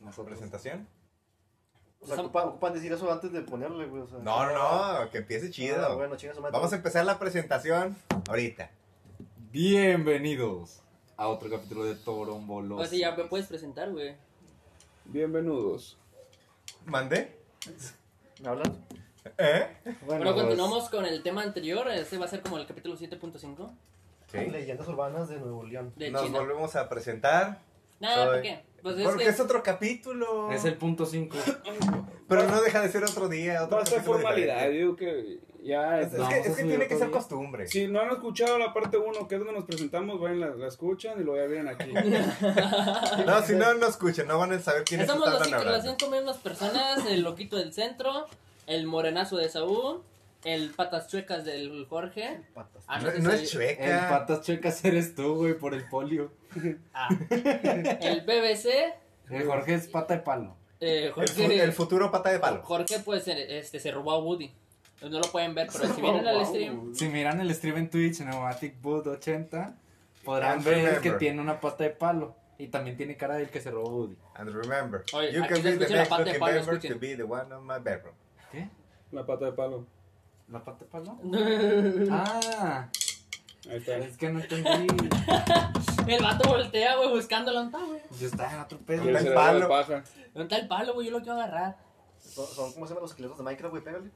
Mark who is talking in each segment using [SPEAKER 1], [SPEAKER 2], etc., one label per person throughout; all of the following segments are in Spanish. [SPEAKER 1] Nosotros.
[SPEAKER 2] presentación.
[SPEAKER 1] O sea, ocupan, ocupan decir eso antes de ponerle, güey. o sea.
[SPEAKER 2] No, no, no, que empiece
[SPEAKER 1] Ah,
[SPEAKER 2] chido.
[SPEAKER 1] bueno, chinga su madre.
[SPEAKER 2] Vamos a empezar la presentación ahorita.
[SPEAKER 3] Bienvenidos a otro capítulo de Torombolos.
[SPEAKER 4] O sea, Pues ya me puedes presentar, güey.
[SPEAKER 5] Bienvenidos.
[SPEAKER 2] ¿Mandé?
[SPEAKER 1] ¿Me hablas?
[SPEAKER 2] ¿Eh?
[SPEAKER 4] Bueno,
[SPEAKER 1] pues,
[SPEAKER 4] continuamos con el tema anterior. Este va a ser como el capítulo 7.5
[SPEAKER 2] Sí.
[SPEAKER 1] Leyendas urbanas de Nuevo León.
[SPEAKER 4] de
[SPEAKER 2] Nos
[SPEAKER 4] China.
[SPEAKER 2] volvemos a presentar.
[SPEAKER 4] Nada,
[SPEAKER 2] Soy-
[SPEAKER 4] ¿por qué? Pues es
[SPEAKER 2] Porque
[SPEAKER 4] que
[SPEAKER 2] es otro capítulo.
[SPEAKER 3] Es el punto 5.
[SPEAKER 2] Pero no deja de ser otro día. Otro
[SPEAKER 5] Va a ser
[SPEAKER 2] capítulo
[SPEAKER 5] formalidad,
[SPEAKER 2] diferente.
[SPEAKER 5] digo que ya.
[SPEAKER 2] Es, es
[SPEAKER 3] Vamos
[SPEAKER 2] que,
[SPEAKER 3] a
[SPEAKER 2] es que
[SPEAKER 3] subir
[SPEAKER 2] tiene
[SPEAKER 3] otro
[SPEAKER 2] que ser
[SPEAKER 3] día.
[SPEAKER 2] costumbre.
[SPEAKER 5] Si no han escuchado la parte 1, que es donde nos presentamos, vayan, la, la escuchan y lo ya vienen aquí.
[SPEAKER 2] No, si no, no escuchan, no van a saber quiénes
[SPEAKER 4] estamos
[SPEAKER 2] están
[SPEAKER 4] los cinco, las
[SPEAKER 2] hablando.
[SPEAKER 4] cinco mismas personas: el loquito del centro, el morenazo de Saúl, el patas chuecas del Jorge.
[SPEAKER 1] Patas.
[SPEAKER 4] Ah,
[SPEAKER 2] No,
[SPEAKER 4] ese
[SPEAKER 2] no
[SPEAKER 4] soy-
[SPEAKER 2] es
[SPEAKER 3] El
[SPEAKER 2] chueca.
[SPEAKER 3] patas chuecas eres tú, güey, por el polio.
[SPEAKER 4] ah. El BBC,
[SPEAKER 3] El Eh, Jorge es pata de palo.
[SPEAKER 4] eh,
[SPEAKER 2] El, fu-
[SPEAKER 4] Jorge,
[SPEAKER 2] el futuro pata de palo.
[SPEAKER 4] Jorge, pues eh, este, se robó a Woody. Pues No lo pueden ver, pero si vienen al stream.
[SPEAKER 3] Si miran el stream en Twitch, Neumatic Boot 80, podrán
[SPEAKER 2] And
[SPEAKER 3] ver
[SPEAKER 2] remember.
[SPEAKER 3] que tiene una pata de palo. Y también tiene cara del que se robó Woody.
[SPEAKER 2] And remember,
[SPEAKER 4] Oye,
[SPEAKER 2] you
[SPEAKER 4] aquí
[SPEAKER 2] can
[SPEAKER 4] se
[SPEAKER 2] be the
[SPEAKER 4] escucha la
[SPEAKER 2] next
[SPEAKER 4] pata de
[SPEAKER 2] looking
[SPEAKER 4] palo,
[SPEAKER 2] member to
[SPEAKER 4] escuchen.
[SPEAKER 2] be the one on my bedroom.
[SPEAKER 3] ¿Qué?
[SPEAKER 5] La pata de palo.
[SPEAKER 3] ¿La pata de palo? ah,
[SPEAKER 5] Ahí está.
[SPEAKER 3] es que no entendí.
[SPEAKER 4] El vato voltea, güey, buscándolo. ¿Dónde está, güey?
[SPEAKER 3] Yo estaba en otro
[SPEAKER 5] Y
[SPEAKER 3] pedo.
[SPEAKER 5] el
[SPEAKER 2] El
[SPEAKER 5] cerebro de
[SPEAKER 2] palo.
[SPEAKER 5] paja.
[SPEAKER 4] ¿Dónde está el palo, güey? Yo lo quiero agarrar.
[SPEAKER 1] Son, son como se llaman los esqueletos de Minecraft, güey, pégale.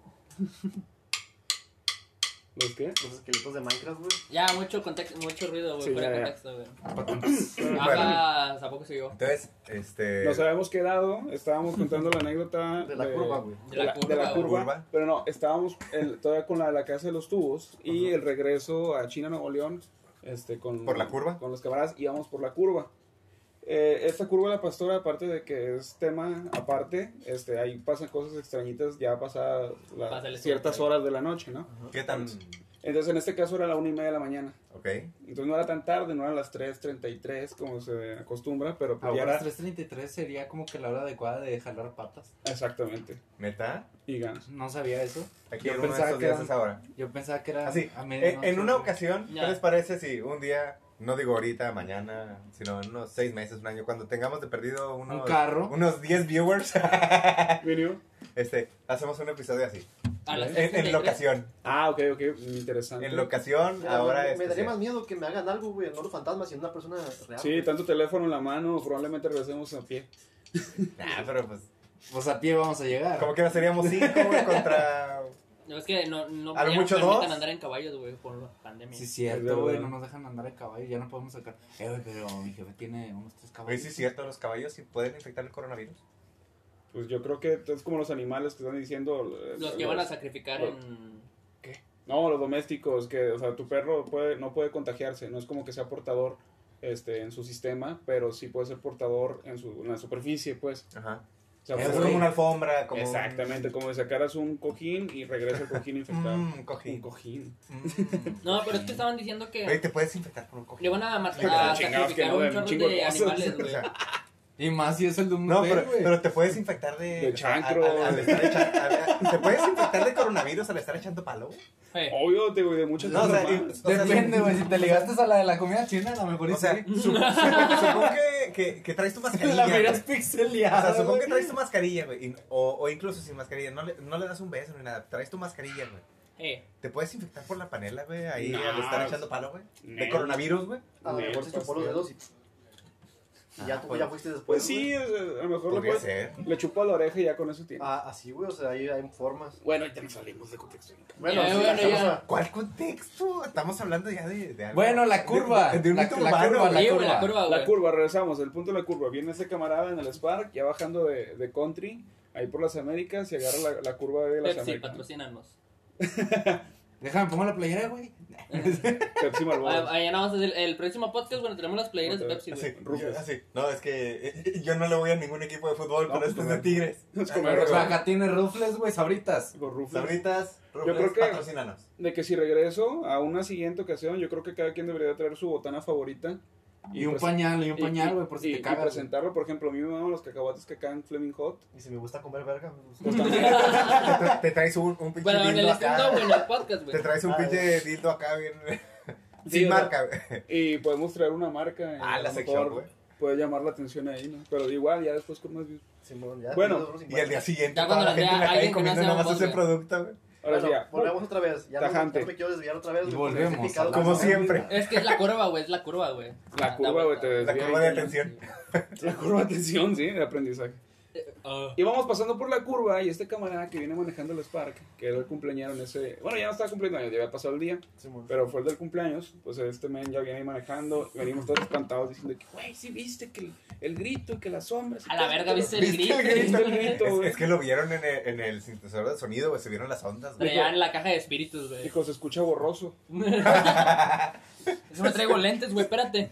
[SPEAKER 5] ¿Los qué?
[SPEAKER 1] Los esqueletos de Minecraft, güey.
[SPEAKER 4] Ya, mucho contexto, mucho ruido, güey,
[SPEAKER 5] Sí,
[SPEAKER 4] fuera de
[SPEAKER 5] ya, ya.
[SPEAKER 4] contexto, güey.
[SPEAKER 5] Bueno,
[SPEAKER 4] Ajá, tampoco se yo.
[SPEAKER 2] Entonces, este.
[SPEAKER 5] Nos habíamos quedado, estábamos contando la anécdota
[SPEAKER 1] De la curva, güey.
[SPEAKER 4] De la curva,
[SPEAKER 5] de la
[SPEAKER 4] güey.
[SPEAKER 5] curva,
[SPEAKER 2] Curva.
[SPEAKER 5] pero no, estábamos el- todavía con la de la casa de los tubos y el regreso a China, Nuevo León, este, con,
[SPEAKER 2] ¿Por la curva?
[SPEAKER 5] con los camaradas íbamos por la curva. Eh, esta curva de la pastora, aparte de que es tema aparte, este, ahí pasan cosas extrañitas ya pasadas la-
[SPEAKER 4] Pasa el
[SPEAKER 5] ciertas
[SPEAKER 4] tiempo.
[SPEAKER 5] horas de la noche, ¿no?
[SPEAKER 2] ¿Qué tan.?
[SPEAKER 4] Mm.
[SPEAKER 5] Entonces en este caso era la una y media de la mañana.
[SPEAKER 2] Ok.
[SPEAKER 5] Entonces no era tan tarde, no eran las 3.33 como se acostumbra, pero pues, ya
[SPEAKER 3] Ahora
[SPEAKER 5] era-
[SPEAKER 3] 3.33 sería como que la hora adecuada de jalar patas.
[SPEAKER 5] Exactamente.
[SPEAKER 2] ¿Meta?
[SPEAKER 5] Y ganas.
[SPEAKER 3] No sabía eso.
[SPEAKER 2] Aquí
[SPEAKER 3] Yo
[SPEAKER 2] en uno de
[SPEAKER 3] pensaba
[SPEAKER 2] estos
[SPEAKER 3] que
[SPEAKER 2] días
[SPEAKER 3] era-
[SPEAKER 2] es ahora.
[SPEAKER 3] Yo pensaba que era
[SPEAKER 2] Así,
[SPEAKER 3] a
[SPEAKER 2] en-
[SPEAKER 3] medianoche,
[SPEAKER 2] en una
[SPEAKER 3] güey.
[SPEAKER 2] ocasión,
[SPEAKER 4] Ya.
[SPEAKER 2] ¿qué les parece si un día, no digo ahorita, mañana, sino en unos seis meses, un año, cuando tengamos de perdido unos,
[SPEAKER 3] Un carro.
[SPEAKER 2] unos 10 viewers, Ah.
[SPEAKER 5] ¿Vinió?
[SPEAKER 2] este, hacemos un episodio así,
[SPEAKER 4] A
[SPEAKER 5] ¿eh?
[SPEAKER 4] las
[SPEAKER 2] en, en
[SPEAKER 4] 3:33.
[SPEAKER 2] locación,
[SPEAKER 5] Ah, ok, ok, interesante.
[SPEAKER 2] en locación, ahora
[SPEAKER 1] me,
[SPEAKER 2] es...
[SPEAKER 1] me daría más miedo que me hagan algo, güey, no los fantasmas, sino una persona real.
[SPEAKER 5] Sí,
[SPEAKER 1] güey.
[SPEAKER 5] tanto teléfono en la mano, probablemente regresemos a pie.
[SPEAKER 2] Nah, pero pues,
[SPEAKER 3] Pues a pie vamos a llegar.
[SPEAKER 2] como que seríamos cinco, güey, contra...
[SPEAKER 4] No, es que no, no
[SPEAKER 2] ¿A lo
[SPEAKER 4] ya
[SPEAKER 2] mucho
[SPEAKER 4] no permiten
[SPEAKER 2] dos?
[SPEAKER 4] andar en caballos, güey, por la pandemia.
[SPEAKER 3] Sí,
[SPEAKER 5] Es
[SPEAKER 3] cierto,
[SPEAKER 5] verdad.
[SPEAKER 3] güey, no nos dejan andar de caballo, ya no podemos sacar. Eh, güey, pero mi jefe tiene unos tres
[SPEAKER 2] Oye,
[SPEAKER 3] caballos.
[SPEAKER 2] sí es cierto, los caballos sí pueden infectar el coronavirus.
[SPEAKER 5] Pues yo creo que es como los animales que están diciendo. eh,
[SPEAKER 4] Los que van a sacrificar
[SPEAKER 5] los-
[SPEAKER 4] en...
[SPEAKER 5] No, los domésticos, que, o sea, tu perro puede, no puede contagiarse, no es como que sea portador este, en su sistema, pero sí puede ser portador en, su, en la superficie, pues.
[SPEAKER 2] Ajá.
[SPEAKER 5] O sea,
[SPEAKER 3] Eh,
[SPEAKER 2] es
[SPEAKER 5] puede-
[SPEAKER 2] como una alfombra, como... un-
[SPEAKER 5] Exactamente, como si sacaras un cojín y regresa el cojín infectado.
[SPEAKER 2] Mm,
[SPEAKER 5] Un
[SPEAKER 2] cojín.
[SPEAKER 5] cojín.
[SPEAKER 2] Mm.
[SPEAKER 4] No, pero es que estaban diciendo
[SPEAKER 2] Oye,
[SPEAKER 4] que
[SPEAKER 2] te puedes infectar con un cojín.
[SPEAKER 4] le van a, matar
[SPEAKER 5] Ah,
[SPEAKER 4] a
[SPEAKER 5] chingados, que
[SPEAKER 4] sacrificar
[SPEAKER 5] no,
[SPEAKER 4] un
[SPEAKER 5] de un
[SPEAKER 4] chorro
[SPEAKER 5] chingo de
[SPEAKER 4] de
[SPEAKER 5] cosas.
[SPEAKER 4] animales,
[SPEAKER 2] O
[SPEAKER 4] güey.
[SPEAKER 2] sea,
[SPEAKER 3] Y más si es el de un
[SPEAKER 2] No,
[SPEAKER 3] hotel,
[SPEAKER 2] pero,
[SPEAKER 3] güey.
[SPEAKER 2] pero te puedes infectar de.
[SPEAKER 5] De
[SPEAKER 2] o sea,
[SPEAKER 5] chancro.
[SPEAKER 2] al- al estar echa- al- al- te puedes infectar de coronavirus al estar echando palo.
[SPEAKER 4] Eh,
[SPEAKER 5] Obvio, te, de muchas
[SPEAKER 2] No, o sea,
[SPEAKER 5] cosas
[SPEAKER 2] y-
[SPEAKER 5] más.
[SPEAKER 2] o sea,
[SPEAKER 3] Depende,
[SPEAKER 2] sí.
[SPEAKER 3] güey, si te ligaste a la de la comida china, a lo mejor
[SPEAKER 2] O sea,
[SPEAKER 3] sí.
[SPEAKER 2] su- supongo supongo que, que, que traes tu mascarilla.
[SPEAKER 3] La miras
[SPEAKER 2] güey. O
[SPEAKER 3] pixeleada.
[SPEAKER 2] sea, supongo que
[SPEAKER 3] güey.
[SPEAKER 2] traes tu mascarilla, güey. y- O, o incluso sin mascarilla. No le, no le das un beso ni nada. Traes tu mascarilla, güey.
[SPEAKER 4] eh.
[SPEAKER 2] Te puedes infectar por la panela, güey. Ahí
[SPEAKER 5] No.
[SPEAKER 2] al estar echando palo, güey. De
[SPEAKER 5] No.
[SPEAKER 2] coronavirus, güey.
[SPEAKER 1] A lo mejor se chupó los dedos y. y ya,
[SPEAKER 2] Ah,
[SPEAKER 1] tú
[SPEAKER 2] pues-
[SPEAKER 1] ya fuiste después.
[SPEAKER 5] Pues sí,
[SPEAKER 1] güey.
[SPEAKER 5] o sea, a lo mejor lo
[SPEAKER 2] Podría
[SPEAKER 5] puedes-
[SPEAKER 2] ser.
[SPEAKER 5] le chupó a la oreja y ya con eso tiene.
[SPEAKER 1] Ah, así, güey, o sea, ahí hay formas.
[SPEAKER 5] Bueno, ya nos salimos de contexto.
[SPEAKER 1] Bueno,
[SPEAKER 4] Eh,
[SPEAKER 1] sí,
[SPEAKER 4] bueno,
[SPEAKER 1] ajá,
[SPEAKER 4] ya.
[SPEAKER 1] o sea,
[SPEAKER 2] ¿Cuál contexto? Estamos hablando ya de, de algo.
[SPEAKER 3] Bueno, la
[SPEAKER 2] de-
[SPEAKER 3] curva.
[SPEAKER 2] De, de un
[SPEAKER 3] La-
[SPEAKER 2] mito
[SPEAKER 3] la
[SPEAKER 2] urbano,
[SPEAKER 3] curva,
[SPEAKER 2] güey.
[SPEAKER 4] Sí, güey, la curva,
[SPEAKER 5] La
[SPEAKER 4] güey.
[SPEAKER 5] curva, regresamos, el punto de la curva. Viene ese camarada en el Spark, ya bajando de, de Country, ahí por las Américas y agarra la, la curva de las
[SPEAKER 4] Pepsi,
[SPEAKER 5] Américas.
[SPEAKER 4] patrocínanos.
[SPEAKER 3] Déjame, pongo la playera, güey.
[SPEAKER 5] Pepsi Marlboro.
[SPEAKER 4] Ah, ya nada más es el, el próximo podcast, bueno, tenemos las playeras de
[SPEAKER 5] Otra
[SPEAKER 4] Pepsi, güey.
[SPEAKER 2] Así,
[SPEAKER 5] Rufios.
[SPEAKER 2] yo- así. No, es que eh, yo no le voy a ningún equipo de fútbol,
[SPEAKER 5] No,
[SPEAKER 2] pero
[SPEAKER 5] pues,
[SPEAKER 2] este es
[SPEAKER 5] no.
[SPEAKER 2] de Tigres.
[SPEAKER 5] Es como
[SPEAKER 3] O sea,
[SPEAKER 5] regresar
[SPEAKER 3] acá tiene rufles, güey, sabritas.
[SPEAKER 5] con Rufles.
[SPEAKER 2] Sabritas, Rufles,
[SPEAKER 5] creo que-
[SPEAKER 2] patrocínanos.
[SPEAKER 5] De que si regreso a una siguiente ocasión, yo creo que cada quien debería traer su botana favorita.
[SPEAKER 3] Y un
[SPEAKER 5] pres-
[SPEAKER 3] pañal, y un
[SPEAKER 5] y-
[SPEAKER 3] pañal,
[SPEAKER 5] y-
[SPEAKER 3] güey, por si
[SPEAKER 5] y-
[SPEAKER 3] te
[SPEAKER 5] y
[SPEAKER 3] cagas. güey.
[SPEAKER 5] presentarlo, por ejemplo, a mí me maman los cacahuates que caen Fleming Hot.
[SPEAKER 1] Y si me gusta comer verga, me gusta.
[SPEAKER 5] Pues también.
[SPEAKER 2] te, te traes un, un pinche
[SPEAKER 4] Bueno, en
[SPEAKER 2] dildo
[SPEAKER 4] el
[SPEAKER 2] acá.
[SPEAKER 4] stand-up, güey, en el podcast,
[SPEAKER 2] te
[SPEAKER 4] güey.
[SPEAKER 2] traes un
[SPEAKER 1] Ah,
[SPEAKER 2] pinche dildo acá bien.
[SPEAKER 5] Sí,
[SPEAKER 2] Sin
[SPEAKER 5] o sea,
[SPEAKER 2] marca, güey.
[SPEAKER 5] y podemos traer una marca. eh,
[SPEAKER 2] Ah,
[SPEAKER 5] a
[SPEAKER 2] la
[SPEAKER 5] lo
[SPEAKER 2] sección,
[SPEAKER 5] mejor.
[SPEAKER 2] güey.
[SPEAKER 5] puede llamar la atención ahí, ¿no? Pero igual, ya después con más views.
[SPEAKER 1] Simón, ya.
[SPEAKER 5] Bueno,
[SPEAKER 1] nosotros
[SPEAKER 2] Y al día siguiente,
[SPEAKER 4] Ya
[SPEAKER 2] toda
[SPEAKER 4] cuando
[SPEAKER 2] la
[SPEAKER 4] la
[SPEAKER 2] gente
[SPEAKER 4] vea
[SPEAKER 2] en la calle
[SPEAKER 4] alguien que no
[SPEAKER 2] comiendo
[SPEAKER 4] sea
[SPEAKER 2] nada más
[SPEAKER 4] un
[SPEAKER 2] ese
[SPEAKER 4] bot,
[SPEAKER 2] producto, güey.
[SPEAKER 5] Ahora sí,
[SPEAKER 1] Bueno,
[SPEAKER 5] ya.
[SPEAKER 1] volvemos otra vez. Ya no-
[SPEAKER 5] Tajante.
[SPEAKER 1] No, me quiero desviar otra vez.
[SPEAKER 3] Y
[SPEAKER 1] güey, porque
[SPEAKER 3] volvemos
[SPEAKER 1] estoy picado.
[SPEAKER 3] a la
[SPEAKER 2] Como siempre.
[SPEAKER 4] Es que es la curva, güey, es la curva, güey.
[SPEAKER 5] La curva, güey, te
[SPEAKER 2] La
[SPEAKER 5] desvía.
[SPEAKER 2] curva de atención.
[SPEAKER 5] La curva de atención, sí, de aprendizaje.
[SPEAKER 4] Ah.
[SPEAKER 5] Y vamos pasando por la curva y este camarada que viene manejando el Spark, que era el cumpleañero en ese... Bueno, ya no estaba cumpliendo años, ya había pasado el día,
[SPEAKER 1] Simón.
[SPEAKER 5] pero fue el del cumpleaños. Pues este men ya viene ahí manejando, y venimos todos espantados diciendo que, güey, sí viste que el, el grito, que las sombras... y
[SPEAKER 4] A la
[SPEAKER 5] todo,
[SPEAKER 4] verga,
[SPEAKER 5] todo".
[SPEAKER 4] ¿viste el grito?
[SPEAKER 2] ¿Viste el
[SPEAKER 5] grito?
[SPEAKER 4] ¿Viste el grito?
[SPEAKER 5] güey.
[SPEAKER 2] Es, es que lo vieron en el, en el sintetizador de sonido, güey. Se vieron las ondas, güey.
[SPEAKER 4] Traían la caja de espíritus, güey.
[SPEAKER 5] Dijo, se escucha borroso.
[SPEAKER 4] Eso me traigo lentes, güey, espérate.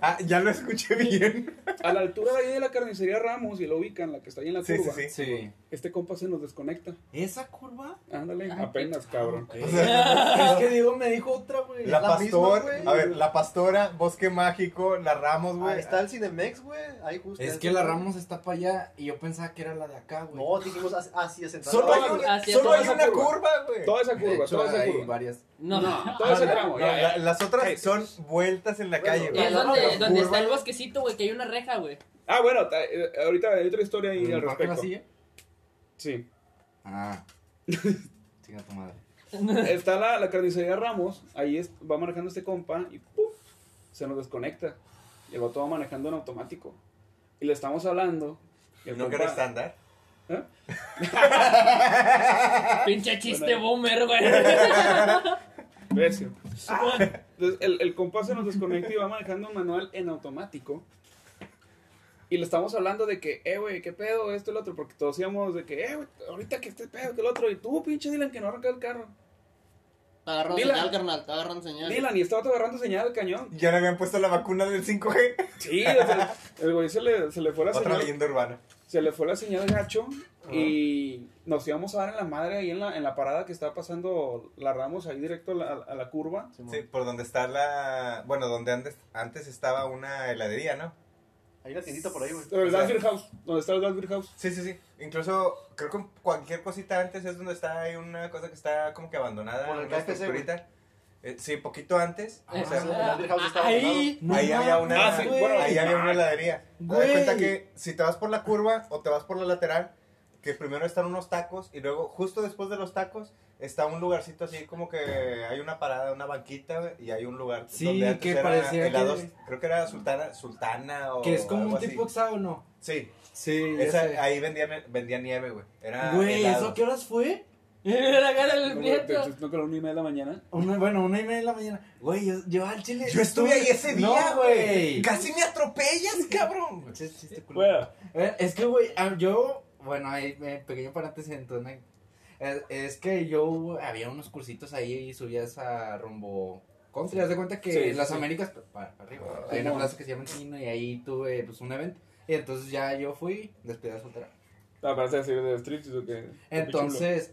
[SPEAKER 2] Ah, ya lo escuché bien.
[SPEAKER 5] A la altura de ahí de la carnicería Ramos, y lo ubican, la que está ahí en la
[SPEAKER 2] Sí, sí,
[SPEAKER 5] curva.
[SPEAKER 2] sí.
[SPEAKER 3] Sí.
[SPEAKER 5] Este compa se nos desconecta.
[SPEAKER 3] ¿Esa curva?
[SPEAKER 5] Ándale,
[SPEAKER 4] Ah,
[SPEAKER 5] apenas, cabrón.
[SPEAKER 3] Ok.
[SPEAKER 2] O sea,
[SPEAKER 1] Es que Diego me dijo otra, güey.
[SPEAKER 2] la
[SPEAKER 1] Es misma,
[SPEAKER 2] pastor,
[SPEAKER 1] güey.
[SPEAKER 2] a ver, la pastora, bosque mágico, la Ramos,
[SPEAKER 1] Ahí
[SPEAKER 2] güey.
[SPEAKER 1] Ah,
[SPEAKER 5] ah.
[SPEAKER 1] está el Cinemex, güey. Ahí justo.
[SPEAKER 3] Es que la Ramos está para allá y yo pensaba que era la de acá, güey.
[SPEAKER 1] No, dijimos as- así es. entonces-
[SPEAKER 2] Solo hay
[SPEAKER 1] No,
[SPEAKER 2] una,
[SPEAKER 4] Así es,
[SPEAKER 2] solo
[SPEAKER 5] toda
[SPEAKER 2] hay
[SPEAKER 5] esa
[SPEAKER 2] una
[SPEAKER 5] curva.
[SPEAKER 2] curva, güey.
[SPEAKER 5] Toda esa
[SPEAKER 3] De
[SPEAKER 5] curva,
[SPEAKER 3] hecho,
[SPEAKER 5] toda esa
[SPEAKER 3] hay
[SPEAKER 5] curva.
[SPEAKER 3] varias.
[SPEAKER 4] No, no.
[SPEAKER 5] Todo ese tramo,
[SPEAKER 2] No,
[SPEAKER 5] ya, ya.
[SPEAKER 2] la- las otras son vueltas en la
[SPEAKER 1] Bueno,
[SPEAKER 2] calle, güey.
[SPEAKER 4] Es
[SPEAKER 1] no,
[SPEAKER 4] donde,
[SPEAKER 1] no,
[SPEAKER 4] donde
[SPEAKER 2] curva.
[SPEAKER 4] está el bosquecito, güey, que hay una reja, güey.
[SPEAKER 5] Ah, bueno, ta- eh, ahorita hay otra historia ahí al
[SPEAKER 3] ¿El parque de la
[SPEAKER 5] respecto.
[SPEAKER 3] silla?
[SPEAKER 5] Sí.
[SPEAKER 3] Ah. Chinga tu madre.
[SPEAKER 5] Está la, la carnicería Ramos, ahí es- va manejando este compa y ¡puf! se nos desconecta. Y el vato va manejando en automático. Y le estamos hablando. y el
[SPEAKER 2] No
[SPEAKER 5] compa-
[SPEAKER 2] quiero estándar.
[SPEAKER 4] Pinche chiste
[SPEAKER 5] Bueno.
[SPEAKER 4] boomer, güey.
[SPEAKER 5] Precio. Entonces, el, el compa se nos desconecta y va manejando un manual en automático. Y le estamos hablando de que, eh, güey, qué pedo, esto, el otro. Porque todos íbamos de que, eh, güey, ahorita que este pedo, que el otro. Y tú, pinche Dylan, que no arranca el carro.
[SPEAKER 4] Te agarran
[SPEAKER 5] Dylan.
[SPEAKER 4] señal, carnal, te agarran señal.
[SPEAKER 5] Dylan, y estaba agarrando señal del cañón.
[SPEAKER 2] Ya le habían puesto la vacuna del 5G.
[SPEAKER 5] Sí, o sea, el güey se le, se le fue la
[SPEAKER 2] Otra
[SPEAKER 5] señal.
[SPEAKER 2] leyenda urbana.
[SPEAKER 5] Se le fue la señal gacho y nos íbamos a dar en la madre ahí en la, en la parada que estaba pasando la Ramos ahí directo a la, a la curva.
[SPEAKER 1] Simón.
[SPEAKER 2] Sí, por donde está la. Bueno, donde antes, antes estaba una heladería, ¿no?
[SPEAKER 1] Hay una tiendita por ahí, güey.
[SPEAKER 5] Pero el
[SPEAKER 2] O sea-
[SPEAKER 5] Dasbeer House, donde está el Dasbeer House.
[SPEAKER 2] Sí, sí, sí. Incluso creo que cualquier cosita antes es donde está hay una cosa que está como que abandonada.
[SPEAKER 1] Por el
[SPEAKER 2] una
[SPEAKER 1] KFC,
[SPEAKER 2] estructurita. Eh, sí, poquito antes.
[SPEAKER 4] Ah,
[SPEAKER 2] o sea,
[SPEAKER 1] sí.
[SPEAKER 4] ah,
[SPEAKER 1] el House estaba
[SPEAKER 4] ahí.
[SPEAKER 3] No
[SPEAKER 2] ahí había
[SPEAKER 3] mames,
[SPEAKER 2] una,
[SPEAKER 5] Ah, sí, bueno,
[SPEAKER 2] ahí había una
[SPEAKER 5] ah,
[SPEAKER 2] heladería. Te das
[SPEAKER 3] güey.
[SPEAKER 2] cuenta que si te vas por la curva o te vas por la lateral, que primero están unos tacos y luego justo después de los tacos está un lugarcito así como que hay una parada, una banquita güey, y hay un lugar
[SPEAKER 3] Sí,
[SPEAKER 2] donde antes
[SPEAKER 3] que
[SPEAKER 2] era
[SPEAKER 3] parecía
[SPEAKER 2] helados,
[SPEAKER 3] que-
[SPEAKER 2] creo que era Sultana, Sultana o
[SPEAKER 3] Que es como
[SPEAKER 2] algo
[SPEAKER 3] un tipo
[SPEAKER 2] así.
[SPEAKER 3] hexágono.
[SPEAKER 2] Sí,
[SPEAKER 3] Sí, ya
[SPEAKER 2] esa-
[SPEAKER 3] sé.
[SPEAKER 2] ahí vendían vendían nieve, güey. Era
[SPEAKER 3] Güey,
[SPEAKER 2] helado.
[SPEAKER 3] ¿eso a qué horas fue?
[SPEAKER 4] La cara del
[SPEAKER 5] No, güey, te-
[SPEAKER 4] prieto.
[SPEAKER 5] te- no creo ni media de la mañana.
[SPEAKER 3] Una- bueno, una y media de la mañana. Güey, yo, yo al chile.
[SPEAKER 2] Yo estuve ahí ese día,
[SPEAKER 3] No,
[SPEAKER 2] güey.
[SPEAKER 3] güey.
[SPEAKER 2] Casi me atropellas, cabrón.
[SPEAKER 3] Chis- chiste culero.
[SPEAKER 5] Bueno,
[SPEAKER 3] Eh, Es que, güey, ah, yo, bueno, ahí, eh, pequeño paréntesis en tu anécdota. Eh, Es que yo había unos cursitos ahí y subías a rumbo country. Haz de cuenta que
[SPEAKER 5] Sí, sí,
[SPEAKER 3] las
[SPEAKER 5] sí. Ah,
[SPEAKER 3] Américas, pa- pa- para arriba,
[SPEAKER 5] Sí,
[SPEAKER 3] hay una
[SPEAKER 5] no.
[SPEAKER 3] plaza que se llama Chino y ahí tuve pues un evento. Y entonces ya yo fui despedida soltera.
[SPEAKER 5] la vas a decir de Street o qué.
[SPEAKER 3] Entonces,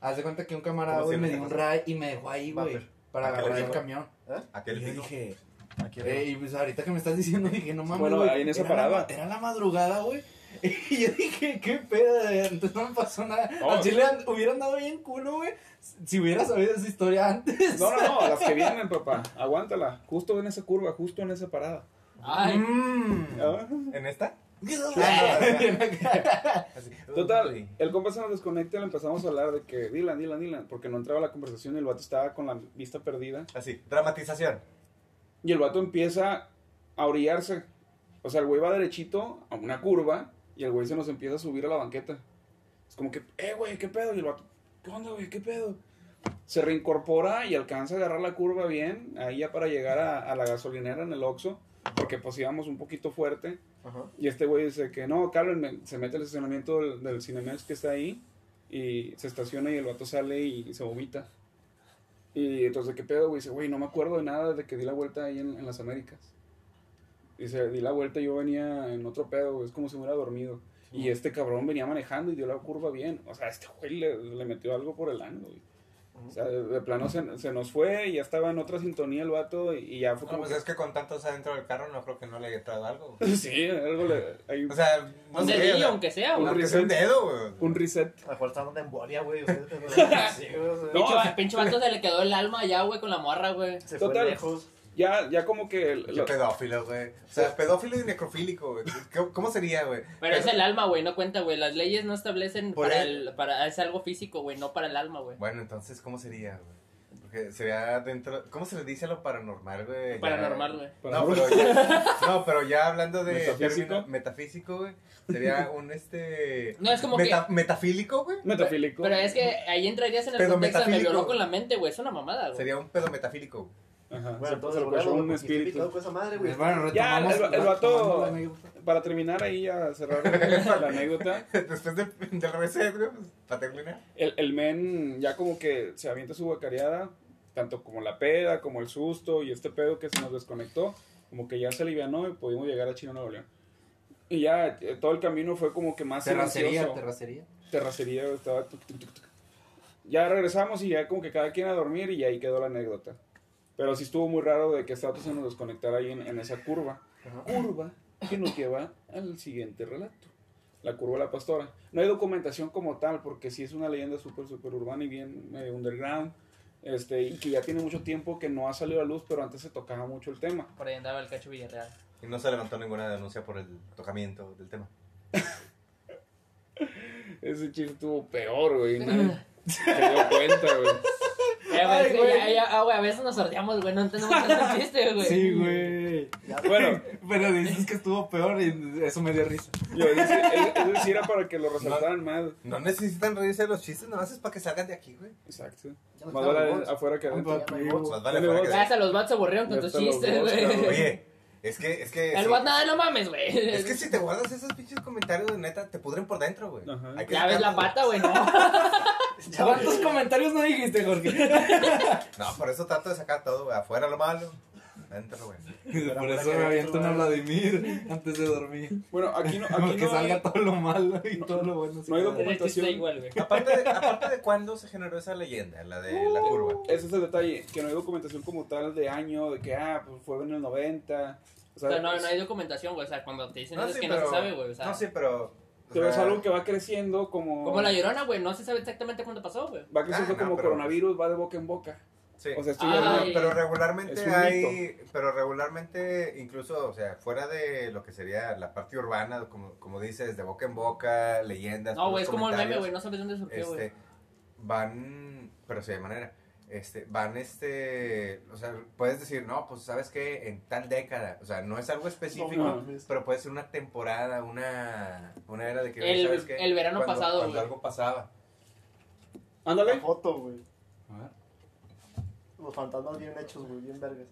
[SPEAKER 3] haz de cuenta que un camarada,
[SPEAKER 2] Como
[SPEAKER 3] güey,
[SPEAKER 2] si
[SPEAKER 3] me
[SPEAKER 2] no
[SPEAKER 3] dio un
[SPEAKER 2] te
[SPEAKER 3] ride y me dejó ahí, güey,
[SPEAKER 2] Vapor.
[SPEAKER 3] para
[SPEAKER 5] Ah,
[SPEAKER 2] ¿A qué le
[SPEAKER 3] agarrar el
[SPEAKER 2] dijo?
[SPEAKER 3] camión. Y
[SPEAKER 2] Aquel
[SPEAKER 3] yo
[SPEAKER 2] digo.
[SPEAKER 3] dije,
[SPEAKER 1] Aquí
[SPEAKER 3] eh, y pues ahorita que me estás diciendo, dije, no mames.
[SPEAKER 5] Bueno,
[SPEAKER 3] güey,
[SPEAKER 5] ahí en esa
[SPEAKER 3] era la
[SPEAKER 5] parada.
[SPEAKER 3] ma- era la madrugada, güey. Y yo dije, qué pedo, güey, entonces no me pasó nada.
[SPEAKER 5] No.
[SPEAKER 3] Al chile and- hubiera andado bien culo, güey, si hubiera sabido esa historia antes.
[SPEAKER 5] No, no, no, a las que vienen, papá. Aguántala. Justo en esa curva, justo en esa parada.
[SPEAKER 4] Ay,
[SPEAKER 2] Mm.
[SPEAKER 5] Ah.
[SPEAKER 2] ¿En esta? Así.
[SPEAKER 5] Total, el compa se nos desconecta y le empezamos a hablar de que Dylan, Dylan, Dylan, porque no entraba la conversación y el vato estaba con la vista perdida.
[SPEAKER 2] Así, dramatización.
[SPEAKER 5] Y el vato empieza a orillarse. O sea, el güey va derechito a una curva y el güey se nos empieza a subir a la banqueta. Es como que, eh, güey, ¿qué pedo? Y el vato, ¿qué onda, güey? ¿Qué pedo? Se reincorpora y alcanza a agarrar la curva bien, ahí ya para llegar a, a la gasolinera en el Oxxo, porque pues íbamos un poquito fuerte.
[SPEAKER 1] Ajá.
[SPEAKER 5] Y este güey dice que no, cálmenme. Se mete al estacionamiento del, del Cinemex que está ahí y se estaciona y el vato sale y se vomita. Y entonces, ¿qué pedo, güey? Dice, güey, no me acuerdo de nada de que di la vuelta ahí en, en las Américas. Dice, di la vuelta y yo venía en otro pedo, güey, es como si me hubiera dormido. Y este cabrón venía manejando y dio la curva bien. O sea, este güey le, le metió algo por el ano, güey. O sea, de, de plano se, se nos fue y ya estaba en otra sintonía el vato y, y ya fue
[SPEAKER 2] No,
[SPEAKER 5] como
[SPEAKER 2] pues es que con tantos adentro del carro no creo que no le haya traído algo. güey.
[SPEAKER 5] que... Sí, algo le... ahí-
[SPEAKER 2] O sea, no
[SPEAKER 4] un
[SPEAKER 2] sé, o
[SPEAKER 4] dedillo,
[SPEAKER 2] sea,
[SPEAKER 4] aunque sea,
[SPEAKER 5] un
[SPEAKER 4] güey.
[SPEAKER 2] aunque sea un dedo, güey.
[SPEAKER 5] un reset.
[SPEAKER 1] A lo mejor está dando embolia, güey. ustedes no lo saben, sí, güey, o sea,
[SPEAKER 5] No,
[SPEAKER 4] Pinche, va- pinche vato se le quedó el alma allá, güey, con la morra, güey.
[SPEAKER 1] Se
[SPEAKER 5] total.
[SPEAKER 1] fue lejos.
[SPEAKER 5] Ya, ya como que. el-
[SPEAKER 2] Qué
[SPEAKER 5] lo-
[SPEAKER 2] pedófilo, güey. O sea, pedófilo y necrofílico, güey. ¿Qué- ¿Cómo sería, güey?
[SPEAKER 4] Pero es el alma, güey, no cuenta, güey. Las leyes no establecen
[SPEAKER 2] Por
[SPEAKER 4] para
[SPEAKER 2] el-
[SPEAKER 4] el... para es algo físico, güey, no para el alma, güey.
[SPEAKER 2] Bueno, entonces, ¿cómo sería, güey? Porque sería dentro... ¿Cómo se le dice a lo paranormal, güey? Ya-
[SPEAKER 4] Paranormal, güey.
[SPEAKER 2] No, pero ya, no, pero ya hablando de
[SPEAKER 5] ¿Metafísico?
[SPEAKER 2] término metafísico, güey, sería un este...
[SPEAKER 4] No, es como
[SPEAKER 2] meta- Metafílico, güey.
[SPEAKER 5] Metafílico.
[SPEAKER 4] Pero es que ahí entrarías en el
[SPEAKER 2] Pero
[SPEAKER 4] contexto de me
[SPEAKER 2] metafísico.
[SPEAKER 4] violó con la mente, güey. Es una mamada, güey.
[SPEAKER 2] Sería un pedo metafílico, güey.
[SPEAKER 5] Ajá, se-
[SPEAKER 1] Bueno, entonces
[SPEAKER 5] se lo cachó
[SPEAKER 1] volvemos,
[SPEAKER 5] un
[SPEAKER 1] güey, porque estoy picado
[SPEAKER 5] espíritu.
[SPEAKER 1] con esa madre, güey.
[SPEAKER 3] Pues bueno,
[SPEAKER 5] Ya,
[SPEAKER 3] retomamos.
[SPEAKER 5] el- el vato-
[SPEAKER 3] retomamos la anécdota.
[SPEAKER 5] Para terminar ahí, ya cerrar la anécdota.
[SPEAKER 2] Después del, del reset, güey, pues, para terminar.
[SPEAKER 5] El, el men ya como que se avienta su guacareada, tanto como la peda, como el susto y este pedo que se nos desconectó, como que ya se alivianó y pudimos llegar a Chino Nuevo León. Y ya eh, todo el camino fue como que más
[SPEAKER 3] Terracería,
[SPEAKER 5] silencioso.
[SPEAKER 3] terracería.
[SPEAKER 5] terracería estaba... tuc, tuc, tuc, tuc. Ya regresamos y ya como que cada quien a dormir y ahí quedó la anécdota. Pero sí estuvo muy raro de que esta vato se nos desconectara ahí en, en esa curva.
[SPEAKER 1] Ajá.
[SPEAKER 5] Curva que nos lleva al siguiente relato. La curva de la pastora. No hay documentación como tal porque sí es una leyenda súper, súper urbana y bien medio underground. Este, y que ya tiene mucho tiempo que no ha salido a luz, pero antes se tocaba mucho el tema.
[SPEAKER 4] Por ahí andaba el cacho Villarreal.
[SPEAKER 2] Y no se levantó ninguna denuncia por el tocamiento del tema.
[SPEAKER 5] Ese chiste estuvo peor, güey. Nadie se dio cuenta, güey.
[SPEAKER 4] Eh, güey, es que
[SPEAKER 5] güey.
[SPEAKER 4] ya- ya- ah, güey, a veces nos sordeamos, güey. No entendemos el chiste, güey.
[SPEAKER 3] güey.
[SPEAKER 1] Ya,
[SPEAKER 5] Bueno,
[SPEAKER 3] Pero dices que estuvo peor y eso me dio risa.
[SPEAKER 5] Yo dice, es, es decir, era para que lo resaltaran más.
[SPEAKER 2] No necesitan reírse de los chistes, nomás es para que salgan de aquí, güey.
[SPEAKER 5] Exacto.
[SPEAKER 1] ya no
[SPEAKER 5] Más
[SPEAKER 1] estaba
[SPEAKER 5] vale
[SPEAKER 1] en box.
[SPEAKER 5] afuera que adentro.
[SPEAKER 1] Ya no hay box.
[SPEAKER 2] Más vale
[SPEAKER 5] Tiene
[SPEAKER 2] fuera que
[SPEAKER 5] voz.
[SPEAKER 4] Ya hasta los bats se aburrieron con
[SPEAKER 5] Ya
[SPEAKER 4] tus
[SPEAKER 5] hasta los
[SPEAKER 4] chistes,
[SPEAKER 5] bots, cabrón.
[SPEAKER 4] güey.
[SPEAKER 2] Oye, es que, es que...
[SPEAKER 4] El
[SPEAKER 2] sí.
[SPEAKER 4] bat nada, no mames, güey.
[SPEAKER 2] Es que si te guardas esos pinches comentarios, de neta, te pudren por dentro, güey.
[SPEAKER 5] Ajá.
[SPEAKER 2] Hay que
[SPEAKER 4] Ya ves la
[SPEAKER 2] sacarlos.
[SPEAKER 4] pata, güey, no.
[SPEAKER 3] ¿Cuántos comentarios no dijiste, Jorge?
[SPEAKER 2] No, por eso trato de sacar todo, güey. Afuera lo malo, dentro, güey.
[SPEAKER 3] Por eso me aviento una Vladimir antes de dormir.
[SPEAKER 5] Bueno, aquí no, aquí
[SPEAKER 3] Porque
[SPEAKER 5] no, hay,
[SPEAKER 3] salga todo lo malo y todo lo bueno.
[SPEAKER 5] no hay
[SPEAKER 4] El chiste
[SPEAKER 5] documentación.
[SPEAKER 4] igual, güey.
[SPEAKER 2] Aparte de, aparte de cuándo se generó esa leyenda, la de la
[SPEAKER 4] Uh,
[SPEAKER 2] curva.
[SPEAKER 5] Ese es el detalle, que no hay documentación como tal de año, de que, ah, pues fue en el 90. O sea,
[SPEAKER 4] O sea, no,
[SPEAKER 5] es-
[SPEAKER 4] no hay documentación, güey. O sea, cuando te dicen
[SPEAKER 2] No,
[SPEAKER 4] eso
[SPEAKER 2] sí,
[SPEAKER 4] es que no
[SPEAKER 2] pero-
[SPEAKER 4] se sabe, güey. O sea,
[SPEAKER 2] No, sí, pero... o
[SPEAKER 5] pero es
[SPEAKER 2] sea,
[SPEAKER 5] algo que va creciendo como...
[SPEAKER 4] como la llorona, güey. No se sabe exactamente cuándo pasó, güey.
[SPEAKER 5] Va creciendo
[SPEAKER 2] Ah, no,
[SPEAKER 5] como
[SPEAKER 2] pero-
[SPEAKER 5] coronavirus, va de boca en boca.
[SPEAKER 2] sí.
[SPEAKER 5] O sea, esto
[SPEAKER 4] Ah,
[SPEAKER 5] ya no-
[SPEAKER 2] Pero,
[SPEAKER 4] Ay.
[SPEAKER 2] pero regularmente
[SPEAKER 5] Es un
[SPEAKER 2] hay, pero regularmente incluso, o sea, fuera de lo que sería la parte urbana, como, como dices, de boca en boca, leyendas.
[SPEAKER 4] No, güey, es
[SPEAKER 2] puros
[SPEAKER 4] como el meme,
[SPEAKER 2] comentarios,
[SPEAKER 4] güey. No sabes dónde surgió, güey.
[SPEAKER 2] Este, van, pero sí de manera, este, van este, o sea, puedes decir, no, pues sabes que en tal década, o sea, no es algo específico,
[SPEAKER 5] No,
[SPEAKER 1] no.
[SPEAKER 2] pero puede ser una temporada, una, una era de que,
[SPEAKER 4] El-
[SPEAKER 2] ¿sabes qué?
[SPEAKER 4] el verano
[SPEAKER 2] Cuando-
[SPEAKER 4] pasado,
[SPEAKER 2] Cuando
[SPEAKER 4] güey.
[SPEAKER 2] algo pasaba.
[SPEAKER 1] La
[SPEAKER 5] Ándale.
[SPEAKER 1] foto, güey.
[SPEAKER 3] A ver.
[SPEAKER 1] Los fantasmas bien hechos, güey, bien vergas.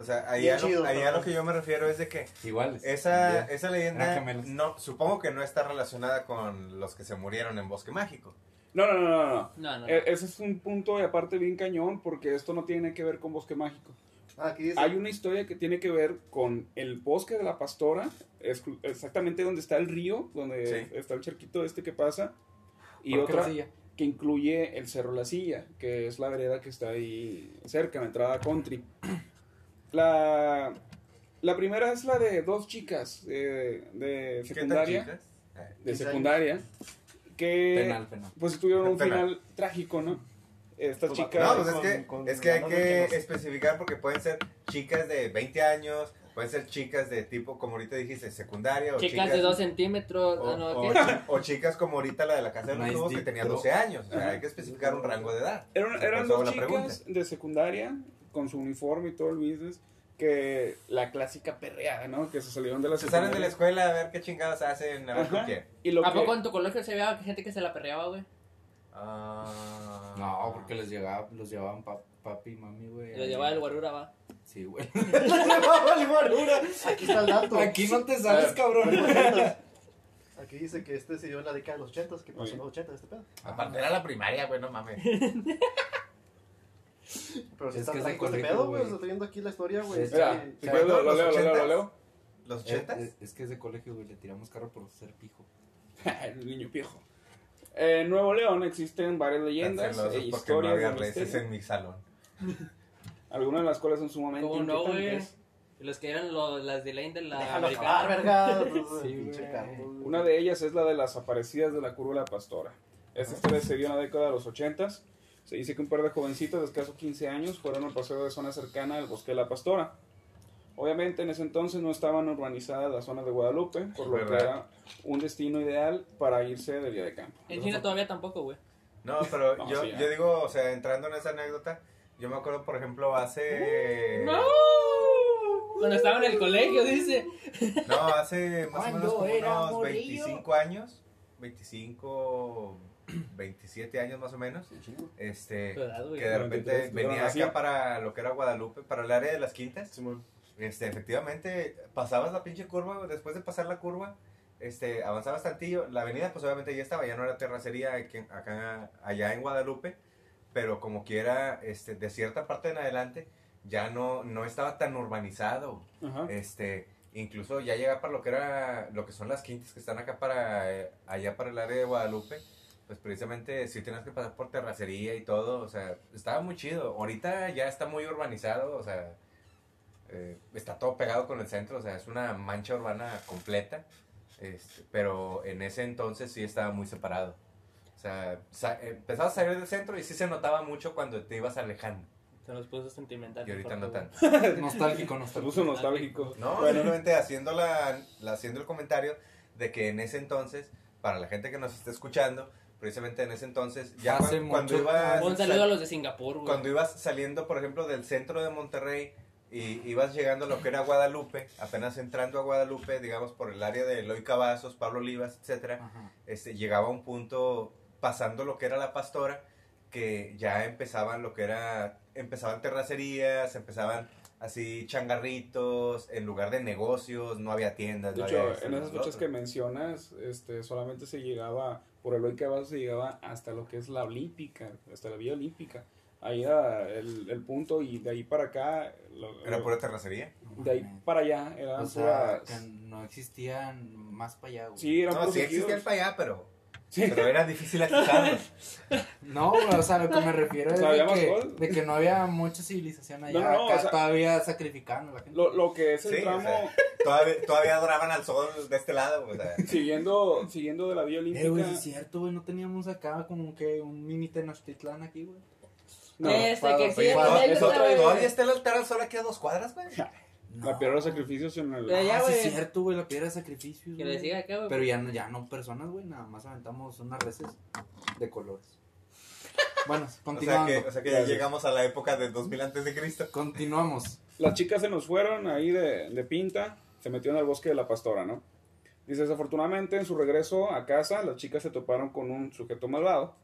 [SPEAKER 2] O sea, ahí
[SPEAKER 1] Bien
[SPEAKER 2] a lo-
[SPEAKER 1] chido,
[SPEAKER 2] ahí a
[SPEAKER 1] pero-
[SPEAKER 2] lo que yo me refiero es de que
[SPEAKER 3] Iguales.
[SPEAKER 2] Esa,
[SPEAKER 3] Ya.
[SPEAKER 2] esa
[SPEAKER 3] Eran
[SPEAKER 2] leyenda,
[SPEAKER 3] gemelos.
[SPEAKER 2] no, supongo que no está relacionada con los que se murieron en Bosque Mágico.
[SPEAKER 5] No, no, no, no, no.
[SPEAKER 4] No, no. no.
[SPEAKER 2] Eh,
[SPEAKER 5] E- Ese es un punto y aparte bien cañón porque esto no tiene que ver con Bosque Mágico.
[SPEAKER 1] Ah, aquí dice.
[SPEAKER 5] Hay una historia que tiene que ver con el bosque de la pastora, es- exactamente donde está el río, donde
[SPEAKER 2] Sí.
[SPEAKER 5] está el charquito este que pasa, y
[SPEAKER 3] ¿Por qué
[SPEAKER 5] otra
[SPEAKER 3] la silla?
[SPEAKER 5] que incluye el Cerro La Silla, que es la vereda que está ahí cerca, en la entrada a country. La, la primera es la de dos chicas eh, de
[SPEAKER 2] ¿Qué tal,
[SPEAKER 5] secundaria,
[SPEAKER 2] chicas? Eh,
[SPEAKER 5] de
[SPEAKER 1] Diez años.
[SPEAKER 5] secundaria que
[SPEAKER 3] Penal, penal.
[SPEAKER 5] pues tuvieron un
[SPEAKER 2] Penal.
[SPEAKER 5] final trágico, ¿no? Estas
[SPEAKER 1] Pues,
[SPEAKER 5] chicas...
[SPEAKER 2] No,
[SPEAKER 1] Claro,
[SPEAKER 2] pues es
[SPEAKER 1] con-
[SPEAKER 2] que,
[SPEAKER 1] con-
[SPEAKER 2] es que hay
[SPEAKER 1] con-
[SPEAKER 2] que
[SPEAKER 1] con-
[SPEAKER 2] especificar porque pueden ser chicas de 20 años, pueden ser chicas de tipo, como ahorita dijiste, secundaria. O
[SPEAKER 4] Chicas de 2 centímetros.
[SPEAKER 2] o,
[SPEAKER 4] ah, no,
[SPEAKER 2] o
[SPEAKER 4] ¿qué?
[SPEAKER 2] chi- o chicas como ahorita la de la casa de los
[SPEAKER 3] Nice
[SPEAKER 2] lobos que
[SPEAKER 3] dick,
[SPEAKER 2] tenía
[SPEAKER 3] bro.
[SPEAKER 2] 12 años. O sea, hay que especificar un rango de edad.
[SPEAKER 5] Eran,
[SPEAKER 2] Por
[SPEAKER 5] eran
[SPEAKER 2] eso hago
[SPEAKER 5] dos
[SPEAKER 2] la pregunta.
[SPEAKER 5] chicas de secundaria con su uniforme y todo el business que la clásica perreada, ¿no? Que se salieron de la
[SPEAKER 2] Se salen de la
[SPEAKER 5] secundaria.
[SPEAKER 2] escuela a ver qué chingadas hacen, a ver con
[SPEAKER 5] Ajá.
[SPEAKER 2] quién.
[SPEAKER 5] Y lo
[SPEAKER 4] ¿A
[SPEAKER 5] que-
[SPEAKER 4] poco en tu colegio se veía gente que se la perreaba, güey?
[SPEAKER 2] Ah.
[SPEAKER 3] No, porque les llegaba, los llevaban pa- papi y mami, güey.
[SPEAKER 4] Lo llevaba el guarura, va.
[SPEAKER 3] Sí, güey.
[SPEAKER 2] Ah.
[SPEAKER 1] Aquí está el dato.
[SPEAKER 3] Aquí no te sales, cabrón.
[SPEAKER 1] Aquí dice que este se dio en la década de los 80, que pasó en los 80 este pedo.
[SPEAKER 2] Aparte era la primaria, güey, no mames.
[SPEAKER 1] Pero si
[SPEAKER 3] Es
[SPEAKER 1] está
[SPEAKER 3] que es
[SPEAKER 1] trágico este
[SPEAKER 3] de
[SPEAKER 1] pedo,
[SPEAKER 3] colegio,
[SPEAKER 1] güey.
[SPEAKER 3] güey.
[SPEAKER 1] Estoy viendo aquí la historia, güey. Este,
[SPEAKER 3] Es-
[SPEAKER 5] Mira,
[SPEAKER 1] Sí.
[SPEAKER 5] si quieres lo, lo
[SPEAKER 2] ¿Los
[SPEAKER 5] leo, lo leo, lo leo.
[SPEAKER 2] ¿Los
[SPEAKER 3] Eh,
[SPEAKER 2] chetas?
[SPEAKER 3] eh, Es que es de colegio, güey. Le tiramos carro por ser pijo.
[SPEAKER 5] El niño viejo. Eh, en Nuevo León existen varias
[SPEAKER 2] Están
[SPEAKER 5] leyendas
[SPEAKER 2] celosos
[SPEAKER 5] e
[SPEAKER 2] porque
[SPEAKER 5] historias.
[SPEAKER 2] no había
[SPEAKER 5] de
[SPEAKER 2] reses
[SPEAKER 5] misterio,
[SPEAKER 2] en mi salón.
[SPEAKER 5] Algunas de las cuales son sumamente
[SPEAKER 4] ¿Cómo no, güey?
[SPEAKER 5] inquietantes.
[SPEAKER 4] Y Los que eran los, las de Lane de la
[SPEAKER 1] Déjalo
[SPEAKER 4] americana.
[SPEAKER 1] acabar, verga.
[SPEAKER 3] Sí,
[SPEAKER 1] Pinche
[SPEAKER 3] güey.
[SPEAKER 1] Carlos, güey.
[SPEAKER 5] Una de ellas es la de las aparecidas de la curva de la pastora. Esta historia se dio en la década de los 80 Se dice que un par de jovencitos de escasos 15 años fueron al paseo de zona cercana al Bosque de la Pastora. Obviamente en ese entonces no estaban urbanizadas las zonas de Guadalupe, por lo que
[SPEAKER 2] ¿Verdad?
[SPEAKER 5] era un destino ideal para irse de día de campo.
[SPEAKER 4] En China todavía tampoco, güey.
[SPEAKER 2] No, pero
[SPEAKER 5] No,
[SPEAKER 2] yo,
[SPEAKER 5] sí, ya.
[SPEAKER 2] yo digo, o sea, entrando en esa anécdota, yo me acuerdo, por ejemplo,
[SPEAKER 5] Uh,
[SPEAKER 2] hace...
[SPEAKER 4] No. Cuando estaba en el colegio, dice.
[SPEAKER 2] Eh. No, hace más o menos
[SPEAKER 3] Cuando
[SPEAKER 2] como
[SPEAKER 3] era
[SPEAKER 2] unos
[SPEAKER 3] morrillo.
[SPEAKER 2] 25 años, 25, 27 años más o menos, este,
[SPEAKER 4] Tu edad, güey.
[SPEAKER 2] que de repente
[SPEAKER 5] 93,
[SPEAKER 2] venía
[SPEAKER 5] ¿nací?
[SPEAKER 2] acá para lo que era Guadalupe, para el área de las quintas,
[SPEAKER 1] Simón.
[SPEAKER 2] este, efectivamente, pasabas la pinche curva, güey, después de pasar la curva, este, avanzabas tantillo, la avenida pues obviamente ya estaba, ya no era terracería aquí en- acá, allá en Guadalupe, pero como quiera, este, de cierta parte en adelante, ya no, no estaba tan urbanizado,
[SPEAKER 5] Ajá.
[SPEAKER 2] este, incluso ya llega para lo que era, lo que son las quintas que están acá para, eh, allá para el área de Guadalupe, pues precisamente si tienes que pasar por terracería y todo, o sea, estaba muy chido. Ahorita ya está muy urbanizado, o sea, eh, está todo pegado con el centro, o sea, es una mancha urbana completa, este, pero en ese entonces sí estaba muy separado. O sea, sa- empezabas a salir del centro y sí se notaba mucho cuando te ibas alejando.
[SPEAKER 4] Se nos puso sentimental.
[SPEAKER 2] Y ahorita no
[SPEAKER 4] por favor.
[SPEAKER 2] tanto.
[SPEAKER 3] Nostálgico,
[SPEAKER 5] Se
[SPEAKER 3] nostálgico.
[SPEAKER 5] puso nostálgico.
[SPEAKER 2] No, simplemente haciendo, la, la- haciendo el comentario de que en ese entonces, para la gente que nos está escuchando, precisamente en ese entonces, ya
[SPEAKER 3] Hace
[SPEAKER 2] cuan- cuando,
[SPEAKER 3] mucho
[SPEAKER 2] ibas,
[SPEAKER 4] Un saludo a los de Singapur, güey.
[SPEAKER 2] cuando ibas saliendo, por ejemplo, del centro de Monterrey y ibas llegando a lo que era Guadalupe, apenas entrando a Guadalupe, digamos, por el área de Eloy Cavazos, Pablo Olivas, etcétera,
[SPEAKER 3] Ajá.
[SPEAKER 2] este, llegaba a un punto pasando lo que era la pastora que ya empezaban lo que era empezaban terracerías empezaban así changarritos en lugar de negocios no había tiendas
[SPEAKER 5] De
[SPEAKER 2] no
[SPEAKER 5] hecho,
[SPEAKER 2] había esto,
[SPEAKER 5] en
[SPEAKER 2] no
[SPEAKER 5] esas
[SPEAKER 2] había lo
[SPEAKER 5] fechas
[SPEAKER 2] otro.
[SPEAKER 5] que mencionas, este, solamente se llegaba, por el hoy que vas, se llegaba hasta lo que es la Olímpica, hasta la Vía Olímpica. Ahí era el, el punto y de ahí para acá, lo-
[SPEAKER 2] era pura terracería
[SPEAKER 5] de ahí para allá, eran
[SPEAKER 3] O sea, que
[SPEAKER 5] puras-
[SPEAKER 3] no existían más para allá, güey.
[SPEAKER 5] Sí, eran
[SPEAKER 2] no
[SPEAKER 5] puros
[SPEAKER 2] sí existían
[SPEAKER 5] ejidos.
[SPEAKER 2] para allá pero
[SPEAKER 5] Sí.
[SPEAKER 2] pero era difícil accesarlos
[SPEAKER 3] No, güey, o sea, lo que me refiero
[SPEAKER 5] O
[SPEAKER 3] es
[SPEAKER 5] sea,
[SPEAKER 3] de
[SPEAKER 5] había más
[SPEAKER 3] que,
[SPEAKER 5] gol.
[SPEAKER 3] de que no había mucha civilización allá.
[SPEAKER 5] No, no,
[SPEAKER 3] acá
[SPEAKER 5] o sea-
[SPEAKER 3] todavía sacrificando a la gente.
[SPEAKER 5] Lo, lo que es el
[SPEAKER 2] Sí, o
[SPEAKER 5] tramo,
[SPEAKER 2] sea. todavía todavía adoraban al sol de este lado o sea,
[SPEAKER 5] siguiendo, siguiendo de la Vía
[SPEAKER 3] Eh, güey,
[SPEAKER 5] Olímpica.
[SPEAKER 3] sí es cierto, güey, no teníamos acá como que un mini Tenochtitlán aquí, güey.
[SPEAKER 5] no,
[SPEAKER 3] Eh,
[SPEAKER 4] este que sí,
[SPEAKER 2] Oye,
[SPEAKER 4] la
[SPEAKER 2] todavía-
[SPEAKER 4] anécdota,
[SPEAKER 2] todavía-
[SPEAKER 4] güey.
[SPEAKER 2] todavía este está el altar al sol aquí a dos cuadras güey
[SPEAKER 5] La peor de los sacrificios en el...
[SPEAKER 4] Eh,
[SPEAKER 3] Ah,
[SPEAKER 4] Ya,
[SPEAKER 3] sí es
[SPEAKER 4] güey.
[SPEAKER 3] cierto, güey, la piedra de sacrificios,
[SPEAKER 4] Que
[SPEAKER 3] güey.
[SPEAKER 4] le siga acá, güey.
[SPEAKER 3] Pero ya no, ya no personas, güey, nada más aventamos unas reses de colores. Bueno,
[SPEAKER 2] o sea
[SPEAKER 3] continuando.
[SPEAKER 2] que o sea que ya llegamos a la época de 2000 antes de Cristo
[SPEAKER 3] Continuamos.
[SPEAKER 5] Las chicas se nos fueron ahí de, de pinta, se metieron al bosque de la pastora, ¿no? Dice, desafortunadamente, en su regreso a casa, las chicas se toparon con un sujeto malvado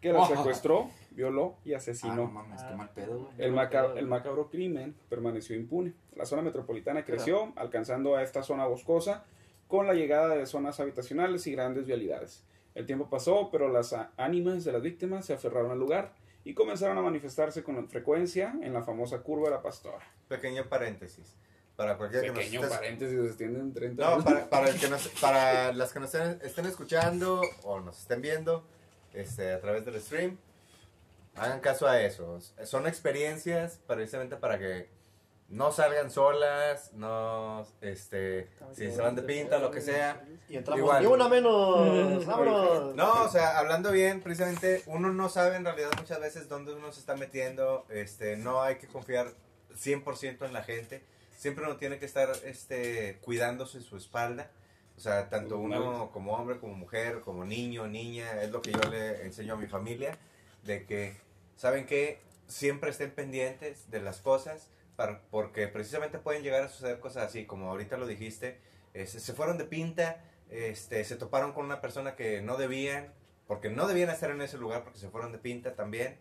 [SPEAKER 5] que las
[SPEAKER 3] Oh.
[SPEAKER 5] secuestró, violó y asesinó.
[SPEAKER 3] ah, no mames, qué mal pedo, güey.
[SPEAKER 5] El, maca- el macabro crimen permaneció impune. La zona metropolitana creció, alcanzando a esta zona boscosa con la llegada de zonas habitacionales y grandes vialidades. El tiempo pasó, pero las a- ánimas de las víctimas se aferraron al lugar y comenzaron a manifestarse con frecuencia en la famosa curva de la pastora.
[SPEAKER 2] Pequeño paréntesis. Para cualquiera que
[SPEAKER 5] Pequeño
[SPEAKER 2] nos esté-
[SPEAKER 5] paréntesis, se extienden 30
[SPEAKER 2] No,
[SPEAKER 5] años.
[SPEAKER 2] para, para el que nos- para las que nos estén, estén escuchando o nos estén viendo este, a través del stream, hagan caso a eso. Son experiencias precisamente para que no salgan solas, no, este, si se van de pinta, lo que sea.
[SPEAKER 1] Y entramos
[SPEAKER 2] Igual.
[SPEAKER 1] ni una menos. Vámonos.
[SPEAKER 2] No, o sea, hablando bien, precisamente uno no sabe en realidad muchas veces dónde uno se está metiendo. Este, no hay que confiar 100% en la gente. Siempre uno tiene que estar este, cuidándose su espalda. O sea, tanto uno como hombre, como mujer, como niño, niña, es lo que yo le enseño a mi familia, de que, ¿saben qué? Siempre estén pendientes de las cosas, para- porque precisamente pueden llegar a suceder cosas así, como ahorita lo dijiste, eh, se, se fueron de pinta, este, se toparon con una persona que no debían, porque no debían estar en ese lugar porque se fueron de pinta también.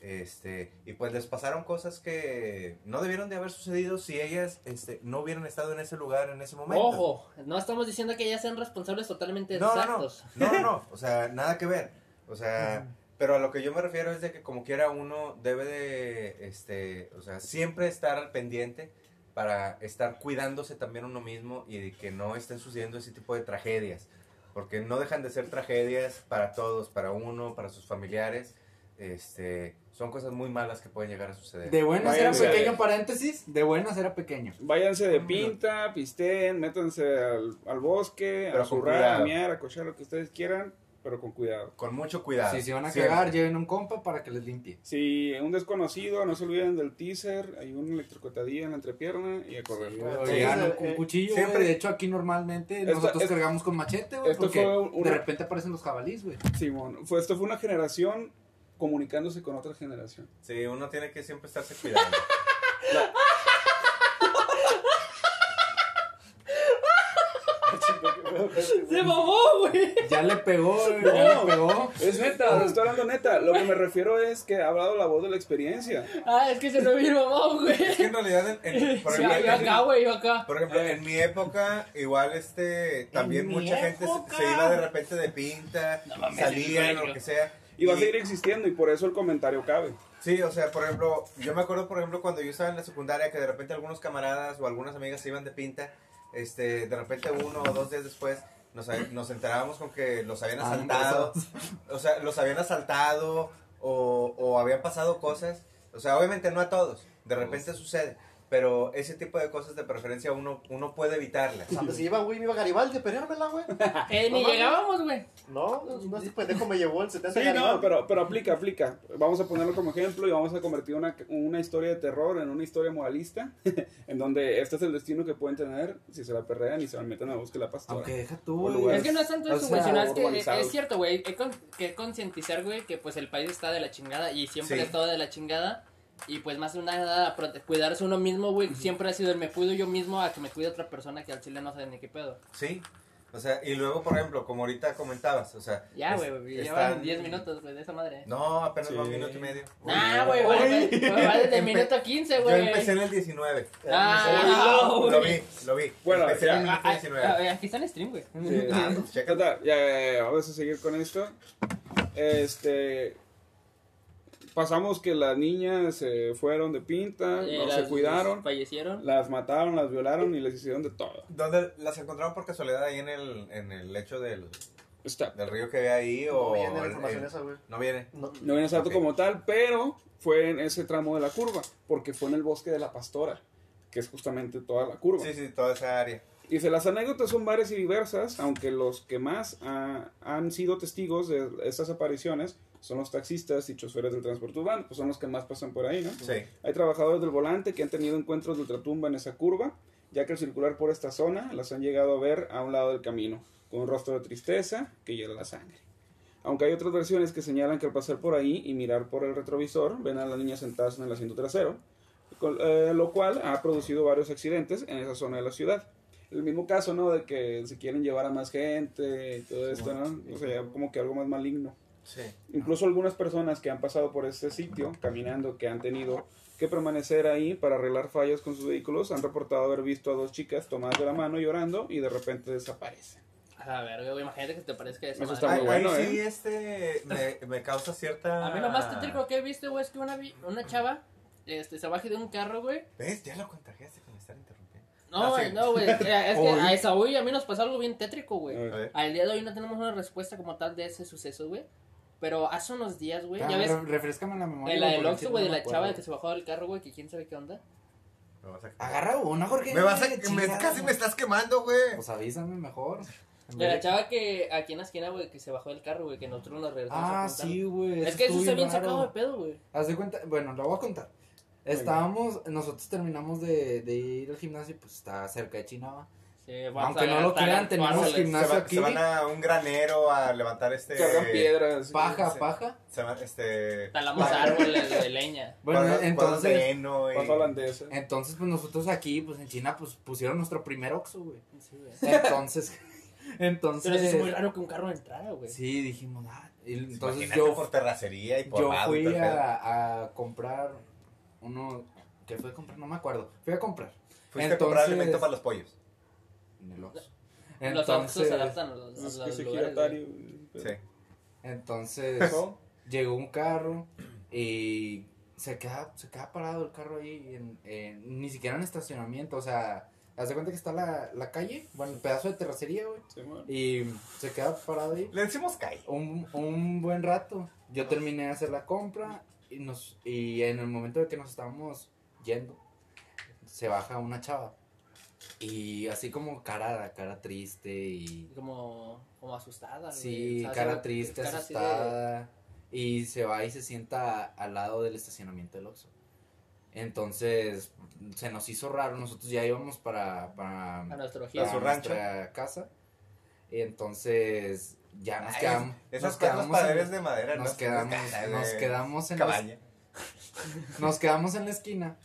[SPEAKER 2] Este, y pues les pasaron cosas que no debieron de haber sucedido si ellas este, no hubieran estado en ese lugar en ese momento.
[SPEAKER 4] Ojo, no estamos diciendo que ya sean responsables totalmente
[SPEAKER 2] No, no, no,
[SPEAKER 4] exactos.
[SPEAKER 2] no, no, no, o sea, nada que ver. O sea, pero a lo que yo me refiero es de que como quiera uno debe de, este, o sea, siempre estar al pendiente para estar cuidándose también uno mismo y de que no estén sucediendo ese tipo de tragedias. Porque no dejan de ser tragedias para todos, para uno, para sus familiares. Este, son cosas muy malas que pueden llegar a suceder.
[SPEAKER 3] De buenas
[SPEAKER 5] Vaya,
[SPEAKER 3] era
[SPEAKER 5] mira,
[SPEAKER 3] pequeño
[SPEAKER 5] eh.
[SPEAKER 3] paréntesis, de buenas era pequeño.
[SPEAKER 5] Váyanse de pinta, pisteen, métanse al, al bosque,
[SPEAKER 2] Pero
[SPEAKER 5] a
[SPEAKER 2] con
[SPEAKER 5] zurrar, a
[SPEAKER 2] cuidado.
[SPEAKER 5] miar, a cochar, lo que ustedes quieran, pero con cuidado.
[SPEAKER 2] Con mucho cuidado.
[SPEAKER 3] Si se van a
[SPEAKER 2] Siempre.
[SPEAKER 3] cagar, lleven un compa para que les limpie.
[SPEAKER 5] Si un desconocido, no se olviden del teaser, hay una electrocotadilla en la entrepierna y a correr.
[SPEAKER 1] Sí,
[SPEAKER 3] O
[SPEAKER 1] Sí,
[SPEAKER 3] llegan
[SPEAKER 1] o sea,
[SPEAKER 3] con
[SPEAKER 1] eh,
[SPEAKER 3] cuchillo,
[SPEAKER 2] siempre-
[SPEAKER 3] güey. De hecho, aquí normalmente
[SPEAKER 5] Esto-
[SPEAKER 3] nosotros
[SPEAKER 5] esto-
[SPEAKER 3] cargamos con machete, güey.
[SPEAKER 5] esto
[SPEAKER 3] Porque
[SPEAKER 5] fue un-
[SPEAKER 3] de repente aparecen los jabalís, güey.
[SPEAKER 5] Simón, fue, esto fue una generación comunicándose con otra generación.
[SPEAKER 2] Sí, uno tiene que siempre estarse cuidando.
[SPEAKER 4] ¡Se mamó, güey!
[SPEAKER 3] Ya le pegó, güey. Ya
[SPEAKER 5] No.
[SPEAKER 3] le pegó.
[SPEAKER 5] Es neta, estoy hablando neta. Lo que me refiero es que ha hablado la voz de la experiencia.
[SPEAKER 4] Ah, es que se me vino mamó, güey.
[SPEAKER 2] Es que en realidad, en- en- por
[SPEAKER 4] Sí,
[SPEAKER 2] ejemplo,
[SPEAKER 4] yo acá,
[SPEAKER 2] en-
[SPEAKER 4] güey, yo acá.
[SPEAKER 2] por ejemplo, en mi época, igual este, también
[SPEAKER 4] mi
[SPEAKER 2] mucha gente se- se
[SPEAKER 4] época.
[SPEAKER 2] iba de repente de pinta,
[SPEAKER 4] mames,
[SPEAKER 2] salía,
[SPEAKER 4] el
[SPEAKER 2] lo
[SPEAKER 4] sueño.
[SPEAKER 2] que sea.
[SPEAKER 5] Y va a seguir existiendo y por eso el comentario cabe.
[SPEAKER 2] Sí, o sea, por ejemplo, yo me acuerdo, por ejemplo, cuando yo estaba en la secundaria, que de repente algunos camaradas o algunas amigas se iban de pinta, este, de repente uno o dos días después nos, nos enterábamos con que los habían
[SPEAKER 3] Ah,
[SPEAKER 2] asaltado, o sea, los habían asaltado o, o habían pasado cosas, o sea, obviamente no a todos, de repente sucede, pero ese tipo de cosas de preferencia uno, uno puede evitarlas.
[SPEAKER 1] Antes iba, güey, me iba Garibaldi, peleármela, güey.
[SPEAKER 2] Ah,
[SPEAKER 4] Eh, ni
[SPEAKER 1] No,
[SPEAKER 4] llegábamos, güey.
[SPEAKER 1] No, no, ese pendejo me llevó el 70
[SPEAKER 5] Sí,
[SPEAKER 1] Garibaldi.
[SPEAKER 5] no, pero, pero aplica, aplica. Vamos a ponerlo como ejemplo y vamos a convertir una, una historia de terror en una historia moralista, en donde este es el destino que pueden tener si se la perrean y se la meten a la búsqueda de la pastora.
[SPEAKER 3] Aunque deja tú,
[SPEAKER 5] Por
[SPEAKER 3] güey.
[SPEAKER 5] lugar.
[SPEAKER 4] Es que no es tanto
[SPEAKER 3] o
[SPEAKER 4] eso,
[SPEAKER 3] sea,
[SPEAKER 4] güey, sino es que eh,
[SPEAKER 5] urbanizado.
[SPEAKER 4] es cierto, güey, hay con- que concientizar, güey, que pues el país está de la chingada y siempre
[SPEAKER 2] Sí.
[SPEAKER 4] ha estado de la chingada y pues más de nada prote- cuidarse uno mismo, güey, siempre ha sido el me cuido yo mismo a que me cuide otra persona que al chile no sabe ni qué pedo.
[SPEAKER 2] Sí. O sea, y luego, por ejemplo, como ahorita comentabas, o sea...
[SPEAKER 4] Ya,
[SPEAKER 2] es-
[SPEAKER 4] güey, güey, ya
[SPEAKER 2] están-
[SPEAKER 4] van 10 minutos, güey, de esa madre.
[SPEAKER 2] No, apenas va un
[SPEAKER 5] Sí.
[SPEAKER 2] minuto y medio.
[SPEAKER 4] Nah, güey, va va desde
[SPEAKER 2] Empe-
[SPEAKER 4] minuto 15,
[SPEAKER 2] Yo
[SPEAKER 4] güey.
[SPEAKER 2] empecé en el 19.
[SPEAKER 1] Eh,
[SPEAKER 4] Ah,
[SPEAKER 2] lo, vi,
[SPEAKER 4] güey.
[SPEAKER 2] lo vi, lo vi.
[SPEAKER 5] Bueno,
[SPEAKER 2] empecé
[SPEAKER 5] ya,
[SPEAKER 2] en el
[SPEAKER 4] Ah,
[SPEAKER 2] minuto
[SPEAKER 4] ah,
[SPEAKER 2] 19.
[SPEAKER 4] ah, Aquí está en stream, güey.
[SPEAKER 5] Sí.
[SPEAKER 2] Ah, pues, checa.
[SPEAKER 5] Total, ya, ya, ya, vamos a seguir con esto. Este. Pasamos que las niñas se fueron de pinta,
[SPEAKER 4] Eh,
[SPEAKER 5] Ah, no
[SPEAKER 4] las-
[SPEAKER 5] se cuidaron,
[SPEAKER 4] Fallecieron.
[SPEAKER 5] las mataron, las violaron y les hicieron de todo.
[SPEAKER 2] ¿Dónde las encontraron por casualidad ahí en el, en el lecho del,
[SPEAKER 5] Está.
[SPEAKER 2] del río que ve ahí? O
[SPEAKER 1] No viene la
[SPEAKER 2] el-
[SPEAKER 1] información
[SPEAKER 2] el-
[SPEAKER 1] esa, güey.
[SPEAKER 2] No viene.
[SPEAKER 1] No,
[SPEAKER 5] No viene exacto
[SPEAKER 2] Ok.
[SPEAKER 5] como tal, pero fue en ese tramo de la curva, porque fue en el bosque de la pastora, que es justamente toda la curva.
[SPEAKER 2] Sí, sí, toda esa área.
[SPEAKER 5] Dice, las anécdotas son varias y diversas, aunque los que más ah, han sido testigos de estas apariciones son los taxistas y choferes del transporte urbano, pues son los que más pasan por ahí, ¿no?
[SPEAKER 2] Sí.
[SPEAKER 5] Hay trabajadores del volante que han tenido encuentros de ultratumba en esa curva, ya que al circular por esta zona las han llegado a ver a un lado del camino, con un rostro de tristeza que hiela la sangre. Aunque hay otras versiones que señalan que al pasar por ahí y mirar por el retrovisor, ven a la niña sentada en el asiento trasero, col- eh, lo cual ha producido varios accidentes en esa zona de la ciudad. El mismo caso, ¿no? De que se quieren llevar a más gente y todo esto, ¿no? O sea, ya como que algo más maligno.
[SPEAKER 2] Sí.
[SPEAKER 5] Incluso algunas personas que han pasado por este sitio caminando, que han tenido que permanecer ahí para arreglar fallas con sus vehículos, han reportado haber visto a dos chicas tomadas de la mano llorando y de repente desaparecen.
[SPEAKER 4] A la verga, güey, imagínate que te parezca eso.
[SPEAKER 5] Eso
[SPEAKER 4] madre.
[SPEAKER 5] está muy
[SPEAKER 2] ahí,
[SPEAKER 5] bueno,
[SPEAKER 2] ahí
[SPEAKER 5] ¿eh?
[SPEAKER 2] sí, este, me, me causa cierta...
[SPEAKER 4] A mí lo más tétrico que he visto, güey, es que una, vi- una chava este, se baje de un carro, güey.
[SPEAKER 2] ¿Ves? Ya lo contagiaste con estar interrumpiendo. Ah,
[SPEAKER 4] No, güey,
[SPEAKER 2] sí.
[SPEAKER 4] no, güey. eh, Es que a esa hoy a mí nos pasó algo bien tétrico,
[SPEAKER 5] A
[SPEAKER 4] güey.
[SPEAKER 5] ver.
[SPEAKER 2] A ver.
[SPEAKER 4] Al día de hoy no tenemos una respuesta como tal de ese suceso, güey. Pero hace unos días, güey,
[SPEAKER 3] Ah,
[SPEAKER 4] ya ves,
[SPEAKER 3] re- refrescame la memoria.
[SPEAKER 4] en la
[SPEAKER 3] güey,
[SPEAKER 4] del
[SPEAKER 3] porque
[SPEAKER 4] Oxxo,
[SPEAKER 3] no
[SPEAKER 4] güey, de
[SPEAKER 3] me
[SPEAKER 4] la chava
[SPEAKER 3] acuerdo.
[SPEAKER 4] que se bajó del carro, güey, que quién sabe qué onda.
[SPEAKER 2] Me vas a...
[SPEAKER 3] Agarra una, Jorge.
[SPEAKER 2] Me vas a... me-
[SPEAKER 3] Chingada,
[SPEAKER 2] casi me
[SPEAKER 3] güey.
[SPEAKER 2] estás quemando, güey.
[SPEAKER 3] Pues avísame mejor.
[SPEAKER 4] De la chava que aquí en la esquina, güey, que se bajó del carro, güey, que nosotros nos regresamos a
[SPEAKER 3] Ah,
[SPEAKER 4] juntar.
[SPEAKER 3] sí, güey.
[SPEAKER 4] Es que eso
[SPEAKER 3] estuvo
[SPEAKER 4] está bien
[SPEAKER 3] raro.
[SPEAKER 4] sacado de pedo, güey.
[SPEAKER 3] Haz de cuenta, bueno, lo voy a contar. Estábamos, nosotros terminamos de, de ir al gimnasio, pues está cerca de Chinaba.
[SPEAKER 4] Sí,
[SPEAKER 3] Aunque no lo
[SPEAKER 4] gastar
[SPEAKER 3] crean,
[SPEAKER 4] en
[SPEAKER 3] tenemos
[SPEAKER 4] cuarzo,
[SPEAKER 3] que
[SPEAKER 4] güey.
[SPEAKER 2] Se,
[SPEAKER 3] Nace
[SPEAKER 2] va-
[SPEAKER 3] aquí.
[SPEAKER 2] se van a un granero a levantar este...
[SPEAKER 5] Cargan piedras.
[SPEAKER 3] Paja,
[SPEAKER 2] sí.
[SPEAKER 3] paja.
[SPEAKER 2] Se van, este...
[SPEAKER 4] Talamos árboles de leña.
[SPEAKER 3] Bueno,
[SPEAKER 2] cuadros- cuadros de
[SPEAKER 3] entonces,
[SPEAKER 2] heno y-
[SPEAKER 5] Paja holandesa.
[SPEAKER 3] entonces, pues nosotros aquí, pues en China, pues pusieron nuestro primer Oxxo, güey.
[SPEAKER 4] Sí, güey.
[SPEAKER 3] Entonces,
[SPEAKER 4] Pero sí es muy
[SPEAKER 3] entonces,
[SPEAKER 4] raro que un carro entrara, güey.
[SPEAKER 3] sí, dijimos, ah, y entonces
[SPEAKER 2] pues, Imagínate
[SPEAKER 3] yo,
[SPEAKER 2] por terracería y por
[SPEAKER 3] yo
[SPEAKER 2] vado y
[SPEAKER 3] fui
[SPEAKER 2] todo el pedo.
[SPEAKER 3] a, a comprar uno, que fue a comprar? No me acuerdo, fui a comprar
[SPEAKER 2] Fuiste a comprar
[SPEAKER 3] entonces-
[SPEAKER 2] alimento para los pollos.
[SPEAKER 3] en el Oxxo.
[SPEAKER 4] los autos se
[SPEAKER 3] Entonces,
[SPEAKER 4] adaptan a los, a
[SPEAKER 5] Es que
[SPEAKER 4] los
[SPEAKER 5] se
[SPEAKER 4] lugares.
[SPEAKER 5] giratario,
[SPEAKER 4] güey.
[SPEAKER 5] güey.
[SPEAKER 2] Sí.
[SPEAKER 3] entonces,
[SPEAKER 5] Eso.
[SPEAKER 3] llegó un carro y se queda, se queda parado el carro ahí, en, en- ni siquiera en estacionamiento, o sea, haz de cuenta que está la, la calle, bueno, el pedazo de terracería, güey,
[SPEAKER 5] Sí, bueno.
[SPEAKER 3] y se queda parado ahí
[SPEAKER 2] Le decimos calle.
[SPEAKER 3] un, un buen rato. Yo terminé de hacer la compra y, nos, y en el momento de que nos estábamos yendo, se baja una chava Y así como cara, cara triste y...
[SPEAKER 4] Como, como asustada. güey. O
[SPEAKER 3] Sí,
[SPEAKER 4] sea, se
[SPEAKER 3] cara
[SPEAKER 4] ve-
[SPEAKER 3] triste,
[SPEAKER 4] cara así de-
[SPEAKER 3] asustada. Y se va y se sienta al lado del estacionamiento del Oxxo. Entonces, se nos hizo raro. Nosotros ya íbamos para, para,
[SPEAKER 4] a nuestro
[SPEAKER 3] para
[SPEAKER 4] giro.
[SPEAKER 2] su
[SPEAKER 3] nuestra casa. Entonces, ya nos
[SPEAKER 2] Ay,
[SPEAKER 3] quedamos.
[SPEAKER 2] Ah, Esas
[SPEAKER 3] nos
[SPEAKER 2] casas
[SPEAKER 3] quedamos en-
[SPEAKER 2] paredes de madera,
[SPEAKER 3] nos
[SPEAKER 2] no
[SPEAKER 3] quedamos,
[SPEAKER 2] Casas
[SPEAKER 3] nos
[SPEAKER 2] de
[SPEAKER 3] quedamos en la,
[SPEAKER 2] Cabaña.
[SPEAKER 3] nos quedamos en la esquina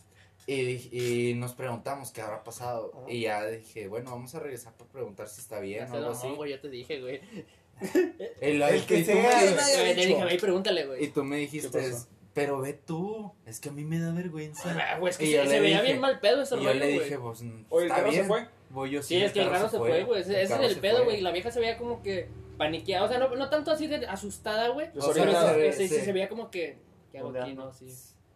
[SPEAKER 3] y, y nos preguntamos qué habrá pasado.
[SPEAKER 1] Ajá.
[SPEAKER 3] Y ya dije, bueno, vamos a regresar para preguntar si está
[SPEAKER 4] Ya
[SPEAKER 3] bien o
[SPEAKER 4] se
[SPEAKER 3] algo
[SPEAKER 4] mamó,
[SPEAKER 3] así.
[SPEAKER 4] güey, ya te dije, güey.
[SPEAKER 3] El,
[SPEAKER 2] El
[SPEAKER 3] y
[SPEAKER 2] que
[SPEAKER 3] tú me-
[SPEAKER 2] sea,
[SPEAKER 3] y-
[SPEAKER 2] güey.
[SPEAKER 4] Güey, Le dije, güey, pregúntale,
[SPEAKER 3] Y
[SPEAKER 4] güey.
[SPEAKER 3] tú me dijiste,
[SPEAKER 5] ¿Qué pasó?
[SPEAKER 3] pero ve tú, es que a mí me da vergüenza.
[SPEAKER 4] Ah, güey, es que
[SPEAKER 3] Y
[SPEAKER 4] se,
[SPEAKER 3] yo
[SPEAKER 4] se
[SPEAKER 3] le
[SPEAKER 4] veía
[SPEAKER 3] dije-
[SPEAKER 4] bien mal pedo ese
[SPEAKER 3] y yo
[SPEAKER 4] rollo,
[SPEAKER 3] le
[SPEAKER 4] güey.
[SPEAKER 3] dije, pues, mm,
[SPEAKER 5] Oye, el
[SPEAKER 3] está
[SPEAKER 5] carro
[SPEAKER 3] bien.
[SPEAKER 5] se fue.
[SPEAKER 3] Voy yo
[SPEAKER 4] Sí, es que el
[SPEAKER 3] carro
[SPEAKER 4] raro se fue, güey. Ese ese
[SPEAKER 3] carro
[SPEAKER 4] es el
[SPEAKER 3] se
[SPEAKER 4] pedo,
[SPEAKER 3] fue.
[SPEAKER 4] güey. La vieja se veía como que paniqueada. O sea, no, no tanto así de asustada, güey.
[SPEAKER 3] O sea,
[SPEAKER 4] Pero
[SPEAKER 3] nada,
[SPEAKER 4] sí,
[SPEAKER 3] güey,
[SPEAKER 4] sí, sí,
[SPEAKER 3] sí.
[SPEAKER 4] se veía como que. ¿Qué hago aquí,
[SPEAKER 1] Ondeando.
[SPEAKER 4] no? Sí.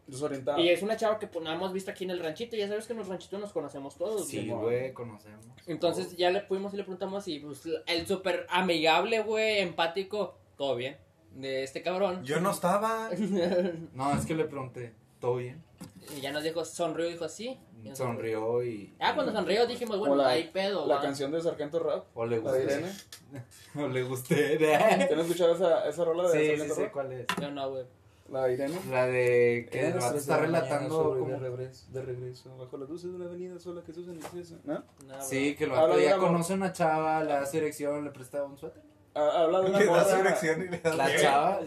[SPEAKER 5] Desorientado.
[SPEAKER 4] Y es una chava que pues, no hemos visto aquí en el ranchito. Ya sabes que en los ranchitos nos conocemos todos,
[SPEAKER 3] Sí,
[SPEAKER 4] güey.
[SPEAKER 3] güey, conocemos.
[SPEAKER 4] Entonces ya le fuimos y le preguntamos y pues, el súper amigable, güey, empático, todo bien, de este cabrón.
[SPEAKER 2] Yo no estaba.
[SPEAKER 3] No, es que le pregunté, ¿todo bien?
[SPEAKER 4] Y ya nos dijo, sonrió, dijo sí. Y nosotros-
[SPEAKER 3] Sonrió y...
[SPEAKER 4] Ah, cuando sonrió dijimos, bueno,
[SPEAKER 5] Hola.
[SPEAKER 4] hay pedo.
[SPEAKER 5] La
[SPEAKER 4] va.
[SPEAKER 5] canción de Sargento Rap,
[SPEAKER 3] O le
[SPEAKER 5] la de
[SPEAKER 3] gusté.
[SPEAKER 5] Irene.
[SPEAKER 3] O le gusté.
[SPEAKER 5] ¿Te han escuchado esa, esa rola de
[SPEAKER 3] Sí, sí,
[SPEAKER 5] Sargento
[SPEAKER 3] sí,
[SPEAKER 5] Rap?
[SPEAKER 3] ¿cuál es?
[SPEAKER 4] Yo no, güey.
[SPEAKER 5] La de Irene.
[SPEAKER 3] La de que el
[SPEAKER 5] Eran las
[SPEAKER 3] vato
[SPEAKER 5] tres
[SPEAKER 3] está
[SPEAKER 5] de la mañana,
[SPEAKER 3] relatando
[SPEAKER 5] sobre
[SPEAKER 3] como...
[SPEAKER 5] de regreso, de regreso, bajo las luces de una avenida sola que Susan exceso, ¿no?
[SPEAKER 4] No,
[SPEAKER 3] Sí,
[SPEAKER 4] güey.
[SPEAKER 3] que el
[SPEAKER 5] Habla
[SPEAKER 3] vato
[SPEAKER 5] de
[SPEAKER 3] ya
[SPEAKER 5] una-
[SPEAKER 3] conoce a una chava, le hace dirección, le presta un suéter.
[SPEAKER 5] Ha- Habla de una
[SPEAKER 2] Le da su
[SPEAKER 5] morra.
[SPEAKER 2] erección y le da
[SPEAKER 3] La
[SPEAKER 2] su-
[SPEAKER 3] chava,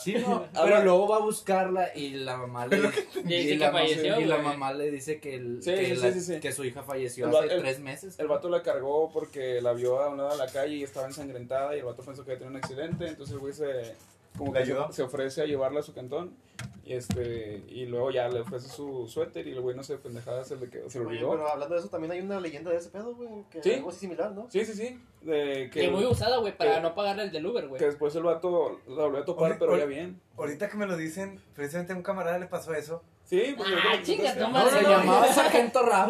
[SPEAKER 3] sí, no, pero luego va a buscarla y la mamá le
[SPEAKER 4] Y dice
[SPEAKER 3] y
[SPEAKER 4] que
[SPEAKER 3] la, mamá-
[SPEAKER 4] falleció,
[SPEAKER 3] y la
[SPEAKER 4] güey.
[SPEAKER 3] mamá le dice que, el-
[SPEAKER 5] Sí,
[SPEAKER 3] que,
[SPEAKER 5] sí,
[SPEAKER 3] la-
[SPEAKER 5] sí, sí.
[SPEAKER 3] que su hija falleció
[SPEAKER 5] El va-
[SPEAKER 3] hace
[SPEAKER 5] el-
[SPEAKER 3] tres meses.
[SPEAKER 5] El vato la cargó porque la vio a un lado de la calle y estaba ensangrentada y el vato pensó que había tenido un accidente, entonces el güey se como
[SPEAKER 2] ¿Le
[SPEAKER 5] que se,
[SPEAKER 2] ayudó?
[SPEAKER 5] se ofrece a llevarla a su cantón y este y luego ya le ofrece su suéter y el güey no se pendejada se le quedó, se le
[SPEAKER 1] Oye,
[SPEAKER 5] olvidó.
[SPEAKER 1] pero hablando de eso, también hay una leyenda de ese pedo, güey. Que
[SPEAKER 5] ¿Sí?
[SPEAKER 1] Algo así similar, ¿no?
[SPEAKER 5] Sí, sí, sí, de
[SPEAKER 4] Que
[SPEAKER 5] que,
[SPEAKER 4] muy usada, güey, para
[SPEAKER 5] que-
[SPEAKER 4] no pagarle el del Uber, güey.
[SPEAKER 5] que después el vato la volvió a topar,
[SPEAKER 2] Oye,
[SPEAKER 5] pero
[SPEAKER 2] oye.
[SPEAKER 5] ya bien.
[SPEAKER 2] Ahorita que me lo dicen, precisamente a un camarada le pasó eso.
[SPEAKER 5] Sí, pues yo creo
[SPEAKER 4] Ah,
[SPEAKER 5] que-
[SPEAKER 4] chinga, tu
[SPEAKER 5] no,
[SPEAKER 4] madre.
[SPEAKER 5] no,
[SPEAKER 3] se
[SPEAKER 5] no,
[SPEAKER 3] llamaba Sargento Rap.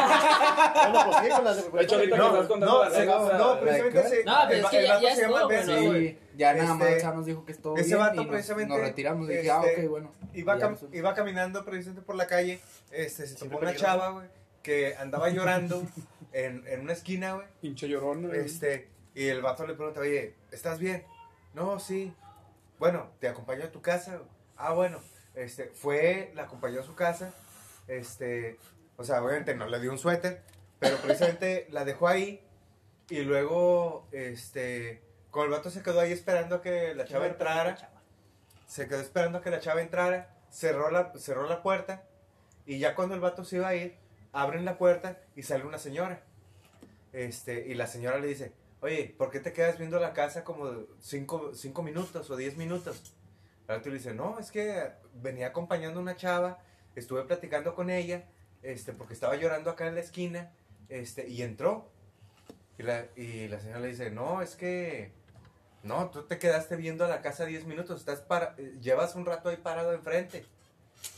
[SPEAKER 1] Bueno, pues sí, con la
[SPEAKER 5] De hecho, ahorita que
[SPEAKER 2] No,
[SPEAKER 5] estás
[SPEAKER 2] no,
[SPEAKER 5] contando la
[SPEAKER 2] se-
[SPEAKER 5] anécdota,
[SPEAKER 2] no, precisamente
[SPEAKER 3] la-
[SPEAKER 2] se-
[SPEAKER 4] No, pero
[SPEAKER 2] el
[SPEAKER 4] es
[SPEAKER 2] va-
[SPEAKER 4] que
[SPEAKER 2] el
[SPEAKER 4] ya-
[SPEAKER 2] vato
[SPEAKER 4] ya
[SPEAKER 2] se llama
[SPEAKER 4] estuvo, güey,
[SPEAKER 2] Benz,
[SPEAKER 4] ¿no,
[SPEAKER 2] güey.
[SPEAKER 3] Sí, ya nada más
[SPEAKER 2] Este,
[SPEAKER 3] ya nos dijo que estuvo
[SPEAKER 2] ese
[SPEAKER 3] bien
[SPEAKER 2] vato
[SPEAKER 3] y nos,
[SPEAKER 2] precisamente,
[SPEAKER 3] nos retiramos. Dije, ah,
[SPEAKER 2] este,
[SPEAKER 3] ok, bueno.
[SPEAKER 2] Iba,
[SPEAKER 3] Y
[SPEAKER 2] cam-
[SPEAKER 3] ya nos-
[SPEAKER 2] iba caminando precisamente por la calle, este, se
[SPEAKER 1] Siempre
[SPEAKER 2] topó una
[SPEAKER 1] peligroso.
[SPEAKER 2] chava, güey, que andaba llorando en, en una esquina, güey.
[SPEAKER 5] pinche llorón. güey.
[SPEAKER 2] Este, y el vato le pregunta, oye, ¿estás bien? No, sí. Bueno, te acompaño a tu casa. Ah, bueno. Este, fue, la acompañó a su casa. Este, o sea, obviamente no le dio un suéter, pero precisamente la dejó ahí. Y luego, este, con el vato se quedó ahí esperando a que la chava entrara. Se quedó esperando a que la chava entrara. Cerró la, cerró la puerta. Y ya cuando el vato se iba a ir, abren la puerta y sale una señora. Este, y la señora le dice, oye, ¿por qué te quedas viendo la casa como cinco, cinco minutos o diez minutos? El vato le dice, no, es que venía acompañando a una chava, estuve platicando con ella, este, porque estaba llorando acá en la esquina, este, y entró. Y la, y la señora le dice, no, es que, no, tú te quedaste viendo a la casa diez minutos, estás para, eh, llevas un rato ahí parado enfrente.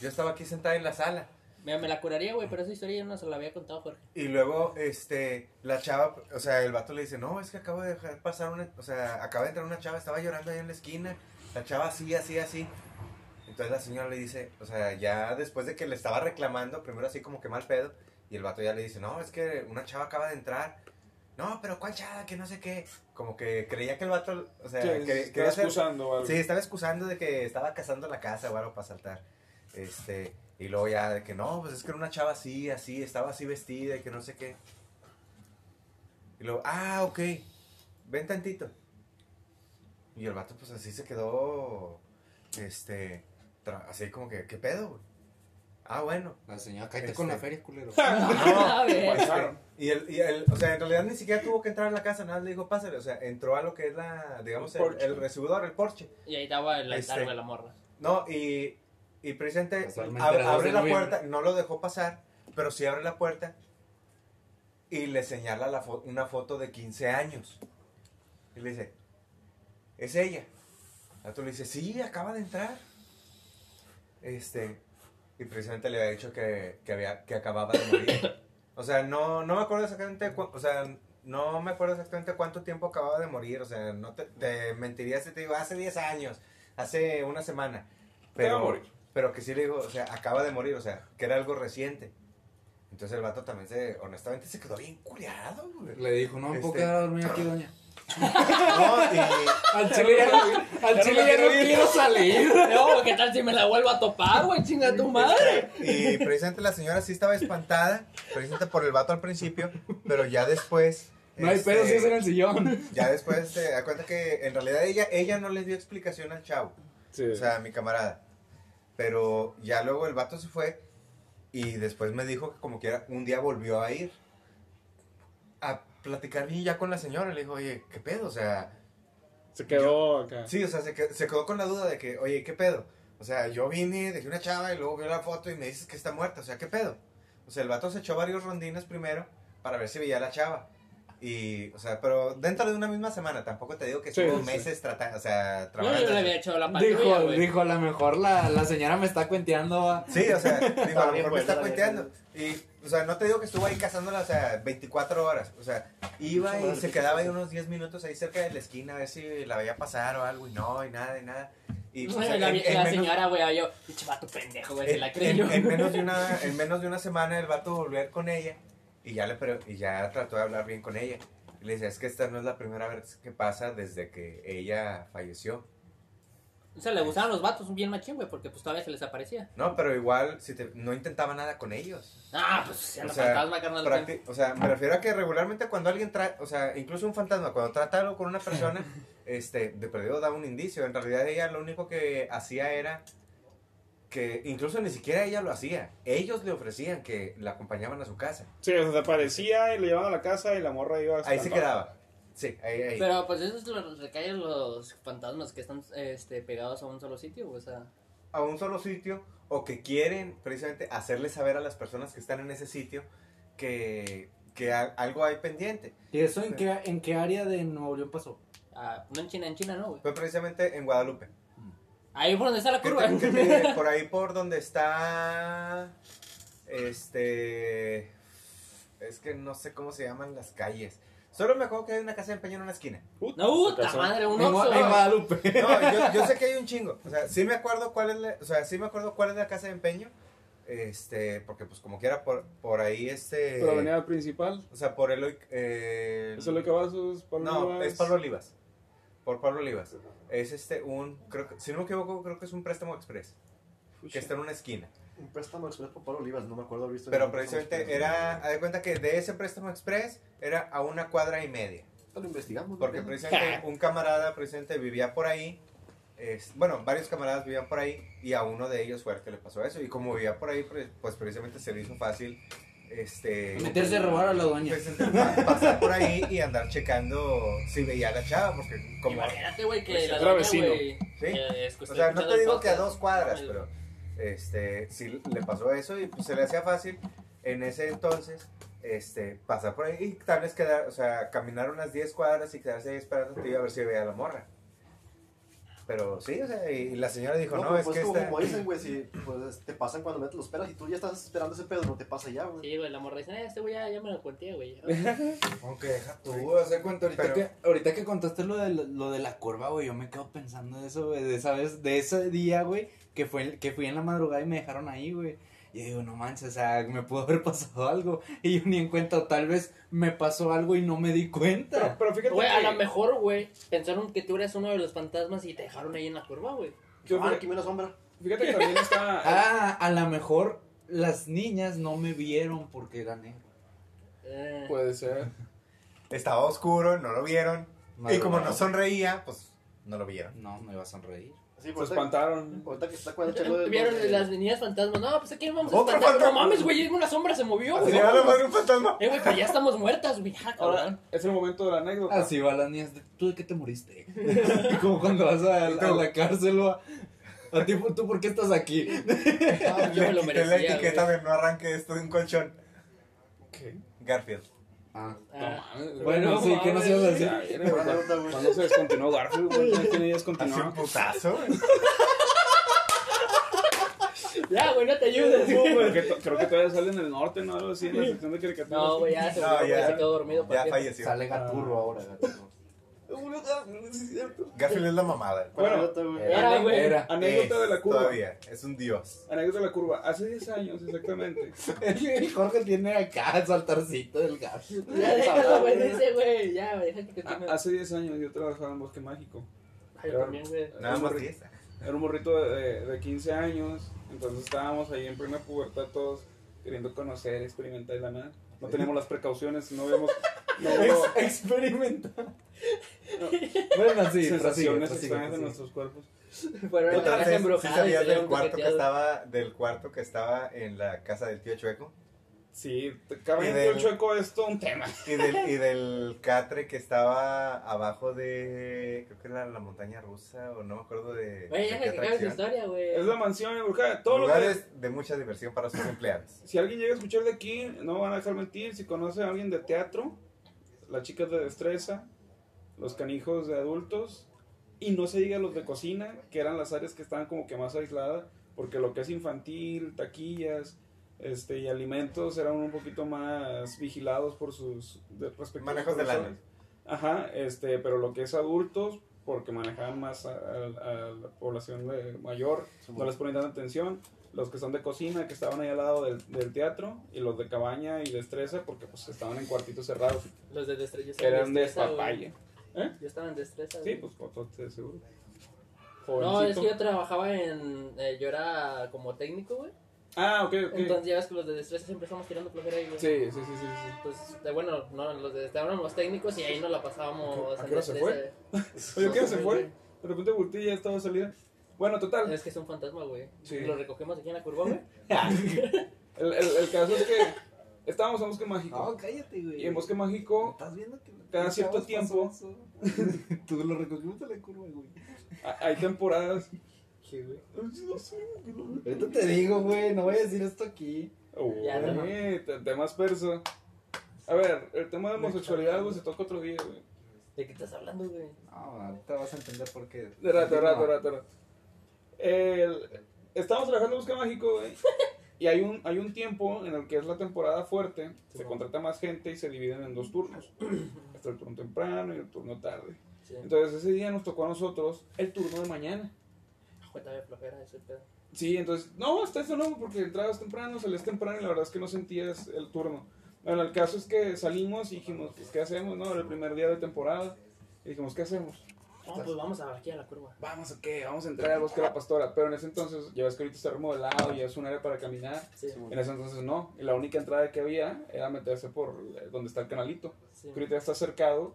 [SPEAKER 2] Yo estaba aquí sentada en la sala.
[SPEAKER 4] Me, me la curaría, güey, pero esa historia ya no se la había contado Jorge.
[SPEAKER 2] Y luego, este, la chava, o sea, el vato le dice, no, es que acabo de dejar pasar una, o sea, acaba de entrar una chava, estaba llorando ahí en la esquina, la chava así, así, así. Entonces la señora le dice, o sea, ya después de que le estaba reclamando, primero así como que mal pedo, y el vato ya le dice, no, es que una chava acaba de entrar. No, pero ¿cuál chava? Que no sé qué. Como que creía que el vato, o sea,
[SPEAKER 5] Sí,
[SPEAKER 2] que,
[SPEAKER 5] está
[SPEAKER 2] quería hacer-
[SPEAKER 5] excusando algo.
[SPEAKER 2] Sí, estaba excusando de que estaba cazando la casa o algo para saltar. Este, y luego ya de que no, pues es que era una chava así, así, estaba así vestida y que no sé qué. Y luego, ah, ok, ven tantito. Y el vato pues así se quedó, este, tra- así como que, ¿qué pedo, güey? Ah, bueno.
[SPEAKER 3] La señora, cállate con
[SPEAKER 2] Este-
[SPEAKER 3] la feria, culero.
[SPEAKER 4] A ver.
[SPEAKER 2] Este, y él, y él, o sea, en realidad ni siquiera tuvo que entrar a la casa, nada, más le dijo, pásale, o sea, entró a lo que es la, digamos,
[SPEAKER 5] El
[SPEAKER 2] el,
[SPEAKER 5] porche.
[SPEAKER 2] el recibidor, el porche.
[SPEAKER 4] Y ahí estaba el altar,
[SPEAKER 2] Este.
[SPEAKER 4] güey, la morra.
[SPEAKER 2] No, y, y presidente
[SPEAKER 3] Casualmente
[SPEAKER 2] ab-
[SPEAKER 3] era
[SPEAKER 2] abre
[SPEAKER 3] 12 de
[SPEAKER 2] la
[SPEAKER 3] noviembre.
[SPEAKER 2] puerta, no lo dejó pasar, pero sí abre la puerta y le señala la fo- una foto de 15 años. Y le dice, es ella. La tú le dice, sí, acaba de entrar. Este, y precisamente le había dicho que, que, había, que acababa de morir. O sea, no, no me acuerdo exactamente, cu- o sea, no me acuerdo exactamente cuánto tiempo acababa de morir. O sea, no te, te mentiría si te digo, hace 10 años, hace una semana.
[SPEAKER 5] Acaba de
[SPEAKER 2] Pero,
[SPEAKER 5] morir.
[SPEAKER 2] pero que sí le digo, o sea, acaba de morir, o sea, que era algo reciente. Entonces el vato también se, honestamente, se quedó bien culiado, güey.
[SPEAKER 3] Le dijo, no, me puedo
[SPEAKER 2] Este-
[SPEAKER 3] quedar a dormir aquí, doña.
[SPEAKER 2] No, y-
[SPEAKER 3] Al chile ya no, al chile ya no quiero salir.
[SPEAKER 4] No, ¿qué tal si me la vuelvo a topar, güey? Chinga tu madre.
[SPEAKER 2] y, eh, precisamente la señora sí estaba espantada, precisamente por el vato al principio, pero ya después...
[SPEAKER 3] No hay
[SPEAKER 2] este,
[SPEAKER 3] pedo si es en el sillón.
[SPEAKER 2] Ya después te da cuenta que en realidad ella, ella no les dio explicación al chavo.
[SPEAKER 5] Sí.
[SPEAKER 2] O sea, a mi camarada. Pero ya luego el vato se fue y después me dijo que como quiera, un día volvió a ir a platicar bien ya con la señora. Le dijo, oye, ¿qué pedo? O sea,
[SPEAKER 5] se quedó acá.
[SPEAKER 2] sí, o sea, se quedó, se quedó con la duda de que, oye, ¿qué pedo? O sea, yo vine, dejé una chava y luego vio la foto y me dices que está muerta. O sea, ¿qué pedo? O sea, el vato se echó varios rondines primero para ver si veía a la chava. Y, o sea, pero dentro de una misma semana, tampoco te digo que
[SPEAKER 5] Sí,
[SPEAKER 2] estuvo
[SPEAKER 5] sí.
[SPEAKER 2] meses tratando, o sea,
[SPEAKER 4] No, yo
[SPEAKER 2] trabajando.
[SPEAKER 4] le había echado la patrulla,
[SPEAKER 3] Dijo,
[SPEAKER 4] güey.
[SPEAKER 3] dijo, a lo mejor la, la señora me está cuenteando. ah.
[SPEAKER 2] Sí, o sea, digo, a lo mejor
[SPEAKER 1] bien,
[SPEAKER 2] me
[SPEAKER 1] pues,
[SPEAKER 2] está
[SPEAKER 1] está bien.
[SPEAKER 2] cuenteando. Y, o sea, no te digo que estuvo ahí cazándola, o sea, 24 horas. O sea, iba y se quedaba ahí unos 10 minutos ahí cerca de la esquina a ver si la veía pasar o algo, y no, y nada, y nada. Y, pues, o
[SPEAKER 4] Güey,
[SPEAKER 2] sea,
[SPEAKER 4] la,
[SPEAKER 2] en-
[SPEAKER 4] vie-
[SPEAKER 2] en
[SPEAKER 4] la
[SPEAKER 2] menos-
[SPEAKER 4] señora, güey, yo, pinche vato pendejo, güey, Pues, se
[SPEAKER 2] Eh, en,
[SPEAKER 4] la creyó.
[SPEAKER 2] en- en menos de una, en menos de una semana el vato volvió a ir con ella y ya, le, pre- y ya trató de hablar bien con ella. Y le decía, es que esta no es la primera vez que pasa desde que ella falleció.
[SPEAKER 4] O sea, le gustaban los vatos bien machín, güey, porque pues todavía se les aparecía.
[SPEAKER 2] No, pero igual si te- no intentaba nada con ellos.
[SPEAKER 4] Ah, pues se
[SPEAKER 2] O
[SPEAKER 4] los
[SPEAKER 2] sea,
[SPEAKER 4] fantasma, carnal. güey.
[SPEAKER 2] Practi- o sea, me refiero a que regularmente cuando alguien trae, o sea, incluso un fantasma, cuando trata algo con una persona, este, de perdido da un indicio. En realidad ella lo único que hacía era que incluso ni siquiera ella lo hacía. Ellos le ofrecían que la acompañaban a su casa.
[SPEAKER 5] Sí, o sea, se aparecía y le llevaban a la casa y la morra iba a
[SPEAKER 2] Ahí se quedaba. Sí, ahí, ahí.
[SPEAKER 4] Pero pues eso es lo que recae en los fantasmas que están este, pegados a un solo sitio, güey, o sea.
[SPEAKER 2] a un solo sitio o que quieren precisamente hacerle saber a las personas que están en ese sitio que, que a- algo hay pendiente.
[SPEAKER 3] ¿Y eso en qué, en qué área de Nuevo León pasó?
[SPEAKER 4] ah, no en China, en China no, güey.
[SPEAKER 2] Fue precisamente en Guadalupe.
[SPEAKER 4] Ahí por donde está la
[SPEAKER 2] Que
[SPEAKER 4] curva.
[SPEAKER 2] te- que te- por ahí por donde está este es que no sé cómo se llaman las calles solo me acuerdo que hay una casa de empeño en una esquina
[SPEAKER 4] No, puta madre, un
[SPEAKER 3] En, Gua-
[SPEAKER 4] oxo.
[SPEAKER 3] en Guadalupe.
[SPEAKER 2] no yo, yo sé que hay un chingo o sea sí me acuerdo cuál es la, o sea sí me acuerdo cuál es la casa de empeño este porque pues como quiera por por ahí este
[SPEAKER 5] Por la avenida principal.
[SPEAKER 2] o sea por el eh,
[SPEAKER 5] Eso lo que va a sus
[SPEAKER 2] no es Pablo Olivas por Pablo Olivas es este un creo que, si no me equivoco creo que es un préstamo express
[SPEAKER 5] Pues
[SPEAKER 2] que está en una esquina
[SPEAKER 1] Un préstamo express por Pablo Olivas, no me acuerdo Pues, haber visto.
[SPEAKER 2] Pero
[SPEAKER 1] ningún préstamo
[SPEAKER 2] precisamente
[SPEAKER 1] express.
[SPEAKER 2] era, haz de cuenta que de ese préstamo express era a una cuadra y media.
[SPEAKER 1] pues, Lo investigamos.
[SPEAKER 2] Porque
[SPEAKER 1] ¿no?
[SPEAKER 2] precisamente un camarada precisamente vivía por ahí. es- bueno, varios camaradas vivían por ahí y a uno de ellos fue al que le pasó eso. Y como vivía por ahí, pre- pues precisamente se le hizo fácil este,
[SPEAKER 3] Meterse a robar a la doña.
[SPEAKER 2] precisamente pa- pasar por ahí y andar checando si veía a la chava. Porque como...
[SPEAKER 4] Imagínate, güey, que
[SPEAKER 5] Pues,
[SPEAKER 4] la
[SPEAKER 5] otro
[SPEAKER 4] doña,
[SPEAKER 5] vecino.
[SPEAKER 2] Sí.
[SPEAKER 4] güey, que escuchó-
[SPEAKER 2] O sea, no
[SPEAKER 4] escuchó
[SPEAKER 2] te
[SPEAKER 4] el
[SPEAKER 2] digo que a
[SPEAKER 4] podcast.
[SPEAKER 2] dos cuadras,
[SPEAKER 4] Ay,
[SPEAKER 2] pero este, sí le pasó eso y pues se le hacía fácil en ese entonces este, pasar por ahí y tal vez quedar, o sea, caminar unas 10 cuadras y quedarse ahí esperando tío, a ver si veía a la morra. Pero sí, o sea, y la señora dijo, no, es
[SPEAKER 1] pues,
[SPEAKER 2] que este
[SPEAKER 1] como,
[SPEAKER 2] está...
[SPEAKER 1] como dicen, güey, si pues, te pasan cuando metes los esperas y tú ya estás esperando ese pedo, no te pasa ya, güey.
[SPEAKER 4] Sí, güey, la morra dice, eh, este güey ya, ya me lo cuenté, güey.
[SPEAKER 2] Aunque deja
[SPEAKER 3] Tú, o sea, cuenta, ahorita,
[SPEAKER 2] Pero-
[SPEAKER 3] que, ahorita que contaste lo de, lo de la curva, güey, yo me quedo pensando de eso, güey, de esa vez, de ese día, güey, que, fue, el- que fui en la madrugada y me dejaron ahí, güey. Y digo, no manches, o sea, me pudo haber pasado algo. Y yo ni en cuenta, o tal vez me pasó algo y no me di
[SPEAKER 5] Pero,
[SPEAKER 3] cuenta.
[SPEAKER 5] pero fíjate
[SPEAKER 4] Güey, a
[SPEAKER 5] que-
[SPEAKER 4] lo mejor, güey, pensaron que tú eras uno de los fantasmas y te dejaron ahí en la curva, güey.
[SPEAKER 5] yo
[SPEAKER 1] Ah,
[SPEAKER 5] creo-
[SPEAKER 1] aquí me la sombra.
[SPEAKER 5] Fíjate que también está...
[SPEAKER 3] Ah, a lo mejor las niñas no me vieron porque era negro.
[SPEAKER 4] Eh,
[SPEAKER 2] Pues,
[SPEAKER 5] Puede ser.
[SPEAKER 2] Estaba oscuro, no lo vieron. Y como no
[SPEAKER 3] Madrugada.
[SPEAKER 2] sonreía, pues no lo vieron.
[SPEAKER 3] No, me iba a sonreír.
[SPEAKER 1] Sí,
[SPEAKER 5] Se
[SPEAKER 1] pues, ahorita,
[SPEAKER 4] eh,
[SPEAKER 5] espantaron.
[SPEAKER 1] ahorita que está cuando chelo de.
[SPEAKER 4] Vieron
[SPEAKER 1] de-
[SPEAKER 4] las niñas fantasmas. No, pues aquí vamos a
[SPEAKER 2] pues, eh. Otro
[SPEAKER 4] espantar. No
[SPEAKER 2] fantasma.
[SPEAKER 4] mames, güey, una sombra se movió,
[SPEAKER 2] Así
[SPEAKER 4] güey.
[SPEAKER 2] le va a la madre un fantasma.
[SPEAKER 4] Eh, güey, pero ya estamos muertas, güey. Ah,
[SPEAKER 5] Ahora,
[SPEAKER 4] cabrón.
[SPEAKER 5] es el momento de la anécdota.
[SPEAKER 3] Así Ah, va las niñas. de, ¿Tú de qué te moriste? Como cuando vas a, a la cárcel o a, a ti, ¿tú por qué estás aquí?
[SPEAKER 4] Ah, yo
[SPEAKER 2] Le
[SPEAKER 4] me lo
[SPEAKER 2] quité la
[SPEAKER 4] merecía,
[SPEAKER 2] etiqueta
[SPEAKER 4] güey.
[SPEAKER 2] de no arranque esto de un colchón.
[SPEAKER 5] ¿Qué?
[SPEAKER 2] Garfield.
[SPEAKER 3] Ah,
[SPEAKER 4] Ah,
[SPEAKER 3] Bueno, sí, ¿qué nos ibas a decir?
[SPEAKER 5] Ya,
[SPEAKER 1] de-
[SPEAKER 5] ya, ya, ya.
[SPEAKER 1] de- de-
[SPEAKER 5] Cuando se descontinuó Garfield, güey, ya tiene días
[SPEAKER 2] Hace un
[SPEAKER 5] continuado.
[SPEAKER 2] putazo. güey.
[SPEAKER 4] Ya, güey, no te ayudes.
[SPEAKER 5] Creo que, to- creo que todavía sale en el norte, ¿no? Algo así, en la sección de caricaturas.
[SPEAKER 4] No, güey, ya se
[SPEAKER 2] No,
[SPEAKER 4] murió, güey,
[SPEAKER 2] ya.
[SPEAKER 4] se quedó dormido.
[SPEAKER 2] Ya
[SPEAKER 4] para siempre.
[SPEAKER 3] Ah.
[SPEAKER 2] falleció.
[SPEAKER 3] sale Gaturro ahora, Gaturro.
[SPEAKER 5] Sí, es cierto.
[SPEAKER 2] Garfield es la mamada.
[SPEAKER 5] Bueno, eh,
[SPEAKER 1] Anécdota, güey.
[SPEAKER 4] Era, güey.
[SPEAKER 3] Era.
[SPEAKER 5] Anécdota
[SPEAKER 2] Es,
[SPEAKER 5] de la curva.
[SPEAKER 2] Eh, Todavía, es un dios.
[SPEAKER 5] Anécdota de la curva. Hace 10 años, exactamente.
[SPEAKER 3] El, el Jorge tiene acá el saltarcito del Garfield.
[SPEAKER 4] Ya, déjalo, güey, dice, güey. Ya, güey, deja que
[SPEAKER 5] Ha-
[SPEAKER 2] Ah,
[SPEAKER 4] continúe.
[SPEAKER 5] Hace 10 años yo trabajaba en Bosque Mágico.
[SPEAKER 4] Ay, también, güey.
[SPEAKER 2] Nada más que esa.
[SPEAKER 5] Era un morrito de, de 15 años, entonces estábamos ahí en plena pubertad todos queriendo conocer, experimentar y la madre. No teníamos las precauciones, no habíamos no hubo
[SPEAKER 3] Ex- Experimenta. Bueno, sí, prosigue,
[SPEAKER 5] sensaciones
[SPEAKER 3] prosigue,
[SPEAKER 5] extrañas de
[SPEAKER 3] prosigue.
[SPEAKER 5] nuestros cuerpos.
[SPEAKER 4] Fueron a la casa
[SPEAKER 2] Entonces, ¿sí
[SPEAKER 4] embrujada y
[SPEAKER 2] sabías
[SPEAKER 4] salieron
[SPEAKER 2] del cuarto que
[SPEAKER 4] coqueteados.
[SPEAKER 2] estaba del cuarto que estaba en la casa del tío Chueco
[SPEAKER 5] Sí, te- cabe
[SPEAKER 2] Y
[SPEAKER 5] en
[SPEAKER 2] del-
[SPEAKER 5] el chueco esto un tema.
[SPEAKER 2] y del y del catre que estaba abajo de creo que era la montaña rusa o no me acuerdo de,
[SPEAKER 4] Güey,
[SPEAKER 2] de
[SPEAKER 4] ya
[SPEAKER 2] qué
[SPEAKER 4] que acabe su
[SPEAKER 2] atracción.
[SPEAKER 4] historia, güey.
[SPEAKER 5] Es la mansión embrujada. Todo lo que,
[SPEAKER 2] Lugares de mucha diversión para sus empleados.
[SPEAKER 5] si alguien llega a escuchar de aquí, no van a dejar mentir. Si conoce a alguien de teatro, las chicas de destreza, los canijos de adultos, y no se diga los de cocina, que eran las áreas que estaban como que más aisladas, porque lo que es infantil, taquillas este, y alimentos eran un poquito más vigilados por sus de- respectivos
[SPEAKER 2] Manejos de
[SPEAKER 5] profesores.
[SPEAKER 2] lana.
[SPEAKER 5] Ajá, este, pero lo que es adultos, porque manejaban más a, a- a la población de- mayor, no les ponían tanta atención. Los que son de cocina, que estaban ahí al lado del, del teatro, y los de cabaña y destreza, porque pues estaban en cuartitos cerrados,
[SPEAKER 4] Los de destreza. yo estaba en
[SPEAKER 5] eran de
[SPEAKER 4] destreza, güey.
[SPEAKER 5] papaya.
[SPEAKER 4] Yo estaba en destreza.
[SPEAKER 5] Sí,
[SPEAKER 4] güey.
[SPEAKER 5] pues cotote, seguro.
[SPEAKER 4] No, es
[SPEAKER 5] Jovencito.
[SPEAKER 4] que yo trabajaba en. eh, yo era como técnico, güey.
[SPEAKER 5] Ah, ok, ok.
[SPEAKER 4] Entonces ya ves que los de destreza siempre estamos tirando flojera ahí, güey.
[SPEAKER 5] sí, sí, sí, sí, sí.
[SPEAKER 4] Entonces, eh, bueno, no, los de destreza éramos técnicos y ahí nos la
[SPEAKER 5] ¿A
[SPEAKER 4] pasábamos
[SPEAKER 5] qué- a
[SPEAKER 4] en
[SPEAKER 5] qué hora se
[SPEAKER 4] destreza,
[SPEAKER 5] fue?
[SPEAKER 4] güey.
[SPEAKER 5] Oye, ¿qué hora se fue? De repente Burti ya estaba de salida. Bueno, total.
[SPEAKER 4] Es que es un fantasma, güey.
[SPEAKER 5] Sí.
[SPEAKER 4] Lo recogimos aquí en la curva, güey.
[SPEAKER 5] El, el, el caso es que estábamos en Bosque Mágico.
[SPEAKER 4] Ah,
[SPEAKER 3] No, cállate, güey.
[SPEAKER 5] Y en Bosque Mágico
[SPEAKER 3] ¿Estás viendo que
[SPEAKER 5] Cada cierto
[SPEAKER 3] Chavos,
[SPEAKER 5] tiempo.
[SPEAKER 3] pasó eso? Tú lo recogimos a la curva, güey.
[SPEAKER 5] a- hay temporadas. Pues
[SPEAKER 3] Ahorita te digo, güey, no voy a decir esto aquí.
[SPEAKER 5] Uy,
[SPEAKER 4] Ya, no, no.
[SPEAKER 5] te- temas perso. A ver, el tema de homosexualidad, güey, se toca otro día, güey.
[SPEAKER 4] ¿De qué estás hablando, güey?
[SPEAKER 3] No, ahorita vas a entender por qué.
[SPEAKER 5] De rato, de rato, de rato, de rato. El- estamos trabajando en Busca Mágico, güey. Y hay un, hay un tiempo en el que es la temporada fuerte, se contrata más gente y se dividen en dos turnos. Está el turno temprano y el turno tarde.
[SPEAKER 4] Sí.
[SPEAKER 5] Entonces ese día nos tocó a nosotros el turno de mañana.
[SPEAKER 4] Cuéntame flojera ese pedo.
[SPEAKER 5] Sí, entonces, no, hasta eso no, porque entrabas temprano, salías temprano y la verdad es que no sentías el turno. Bueno, el caso es que salimos y dijimos, pues, ¿qué hacemos? No, era el primer día de temporada. Y dijimos, ¿qué hacemos?
[SPEAKER 4] No, pues vamos a aquí a la curva.
[SPEAKER 5] Vamos, ¿a qué? Vamos a entrar al bosque de la pastora. Pero en ese entonces, ya ves que ahorita está remodelado y es un área para caminar.
[SPEAKER 4] Sí,
[SPEAKER 5] En ese entonces no. Y la única entrada que había era meterse por eh, donde está el canalito.
[SPEAKER 4] sí.
[SPEAKER 5] Que ahorita ya está cercado,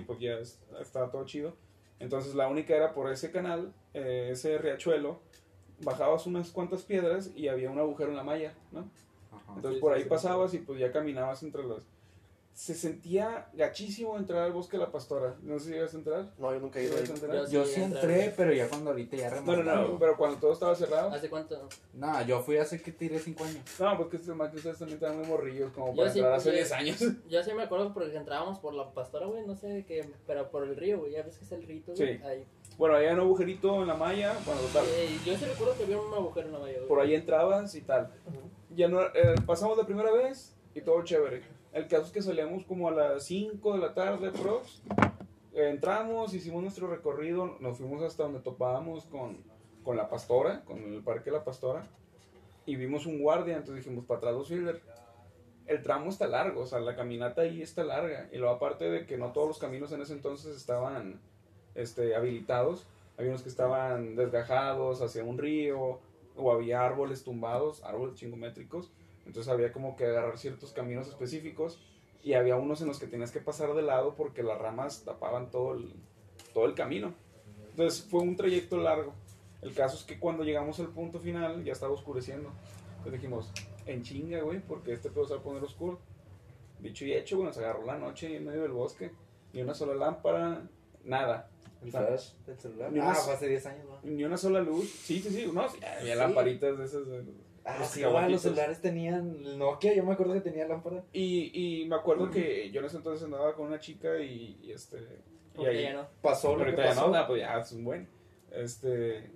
[SPEAKER 2] Sí.
[SPEAKER 5] pues ya es- está todo chido. Entonces la única era por ese canal, eh, ese riachuelo, bajabas unas cuantas piedras y había un agujero en la malla, ¿no? Entonces
[SPEAKER 4] Ah, Sí,
[SPEAKER 5] por
[SPEAKER 4] sí,
[SPEAKER 5] ahí
[SPEAKER 4] sí.
[SPEAKER 5] pasabas y pues ya caminabas entre las... Se sentía gachísimo entrar al bosque de la pastora. No sé si ibas a entrar.
[SPEAKER 1] No, yo nunca he ido
[SPEAKER 5] ¿Ibas a
[SPEAKER 1] ahí.
[SPEAKER 5] entrar?
[SPEAKER 3] Yo
[SPEAKER 4] Sí,
[SPEAKER 3] sí
[SPEAKER 4] entra,
[SPEAKER 3] entré,
[SPEAKER 4] güey.
[SPEAKER 3] pero ya cuando ahorita ya
[SPEAKER 5] No, no,
[SPEAKER 3] remontaron.
[SPEAKER 5] no, pero cuando todo estaba cerrado.
[SPEAKER 4] ¿Hace cuánto?
[SPEAKER 3] No, yo fui hace que tiré 5 años.
[SPEAKER 5] No, pues que este- más que ustedes también estaban muy morrillos, como
[SPEAKER 4] Yo
[SPEAKER 5] para
[SPEAKER 4] sí,
[SPEAKER 5] entrar
[SPEAKER 4] pues,
[SPEAKER 5] hace
[SPEAKER 4] ya-
[SPEAKER 5] 10 años.
[SPEAKER 4] Yo sí me acuerdo porque entrábamos por la pastora, güey, no sé qué, pero por el río, güey, ya ves que es el rito, güey.
[SPEAKER 5] Sí.
[SPEAKER 4] Ahí.
[SPEAKER 5] Bueno, había un agujerito en la malla, bueno, total.
[SPEAKER 4] Eh, yo sí recuerdo que había un agujero en la malla, güey.
[SPEAKER 5] Por ahí entrabas y tal. Ya no, eh, pasamos la primera vez y todo chévere. El caso es que salíamos como a las 5 de la tarde, prox. Eh, Entramos, hicimos nuestro recorrido, nos fuimos hasta donde topábamos con, con la pastora, con el parque La Pastora, y vimos un guardia, entonces dijimos, para atrás dos fielder". El tramo está largo, o sea, la caminata ahí está larga, y luego aparte de que no todos los caminos en ese entonces estaban este, habilitados, había unos que estaban desgajados hacia un río, o había árboles tumbados, árboles chingométricos. Entonces había como que agarrar ciertos caminos específicos y había unos en los que tenías que pasar de lado porque las ramas tapaban todo el, todo el camino. Entonces fue un trayecto largo. El caso es que cuando llegamos al punto final ya estaba oscureciendo. Entonces dijimos, en chinga, güey, porque este pedo se va a poner oscuro. Dicho y hecho, bueno, se agarró la noche en medio del bosque. Ni una sola lámpara, nada.
[SPEAKER 3] El
[SPEAKER 5] Claro.
[SPEAKER 3] flash del celular.
[SPEAKER 5] Ni
[SPEAKER 3] Ah,
[SPEAKER 5] unas-
[SPEAKER 3] fue hace 10 años, ¿no?
[SPEAKER 5] Ni una sola luz. Sí, sí, sí. No, sí, había
[SPEAKER 3] Sí.
[SPEAKER 5] lamparitas de esas. eh,
[SPEAKER 3] Ah,
[SPEAKER 5] los
[SPEAKER 3] sí, güey, los
[SPEAKER 5] caballitos.
[SPEAKER 3] celulares tenían el Nokia, yo me acuerdo que tenía lámpara.
[SPEAKER 5] Y, y me acuerdo que yo en ese entonces andaba con una chica y, y este. Y
[SPEAKER 4] Porque
[SPEAKER 5] ahí,
[SPEAKER 4] ya no.
[SPEAKER 3] Pasó
[SPEAKER 5] Pero
[SPEAKER 3] lo que
[SPEAKER 5] ahorita ya no,
[SPEAKER 3] pasó.
[SPEAKER 5] nada, pues ya es un buen. Este.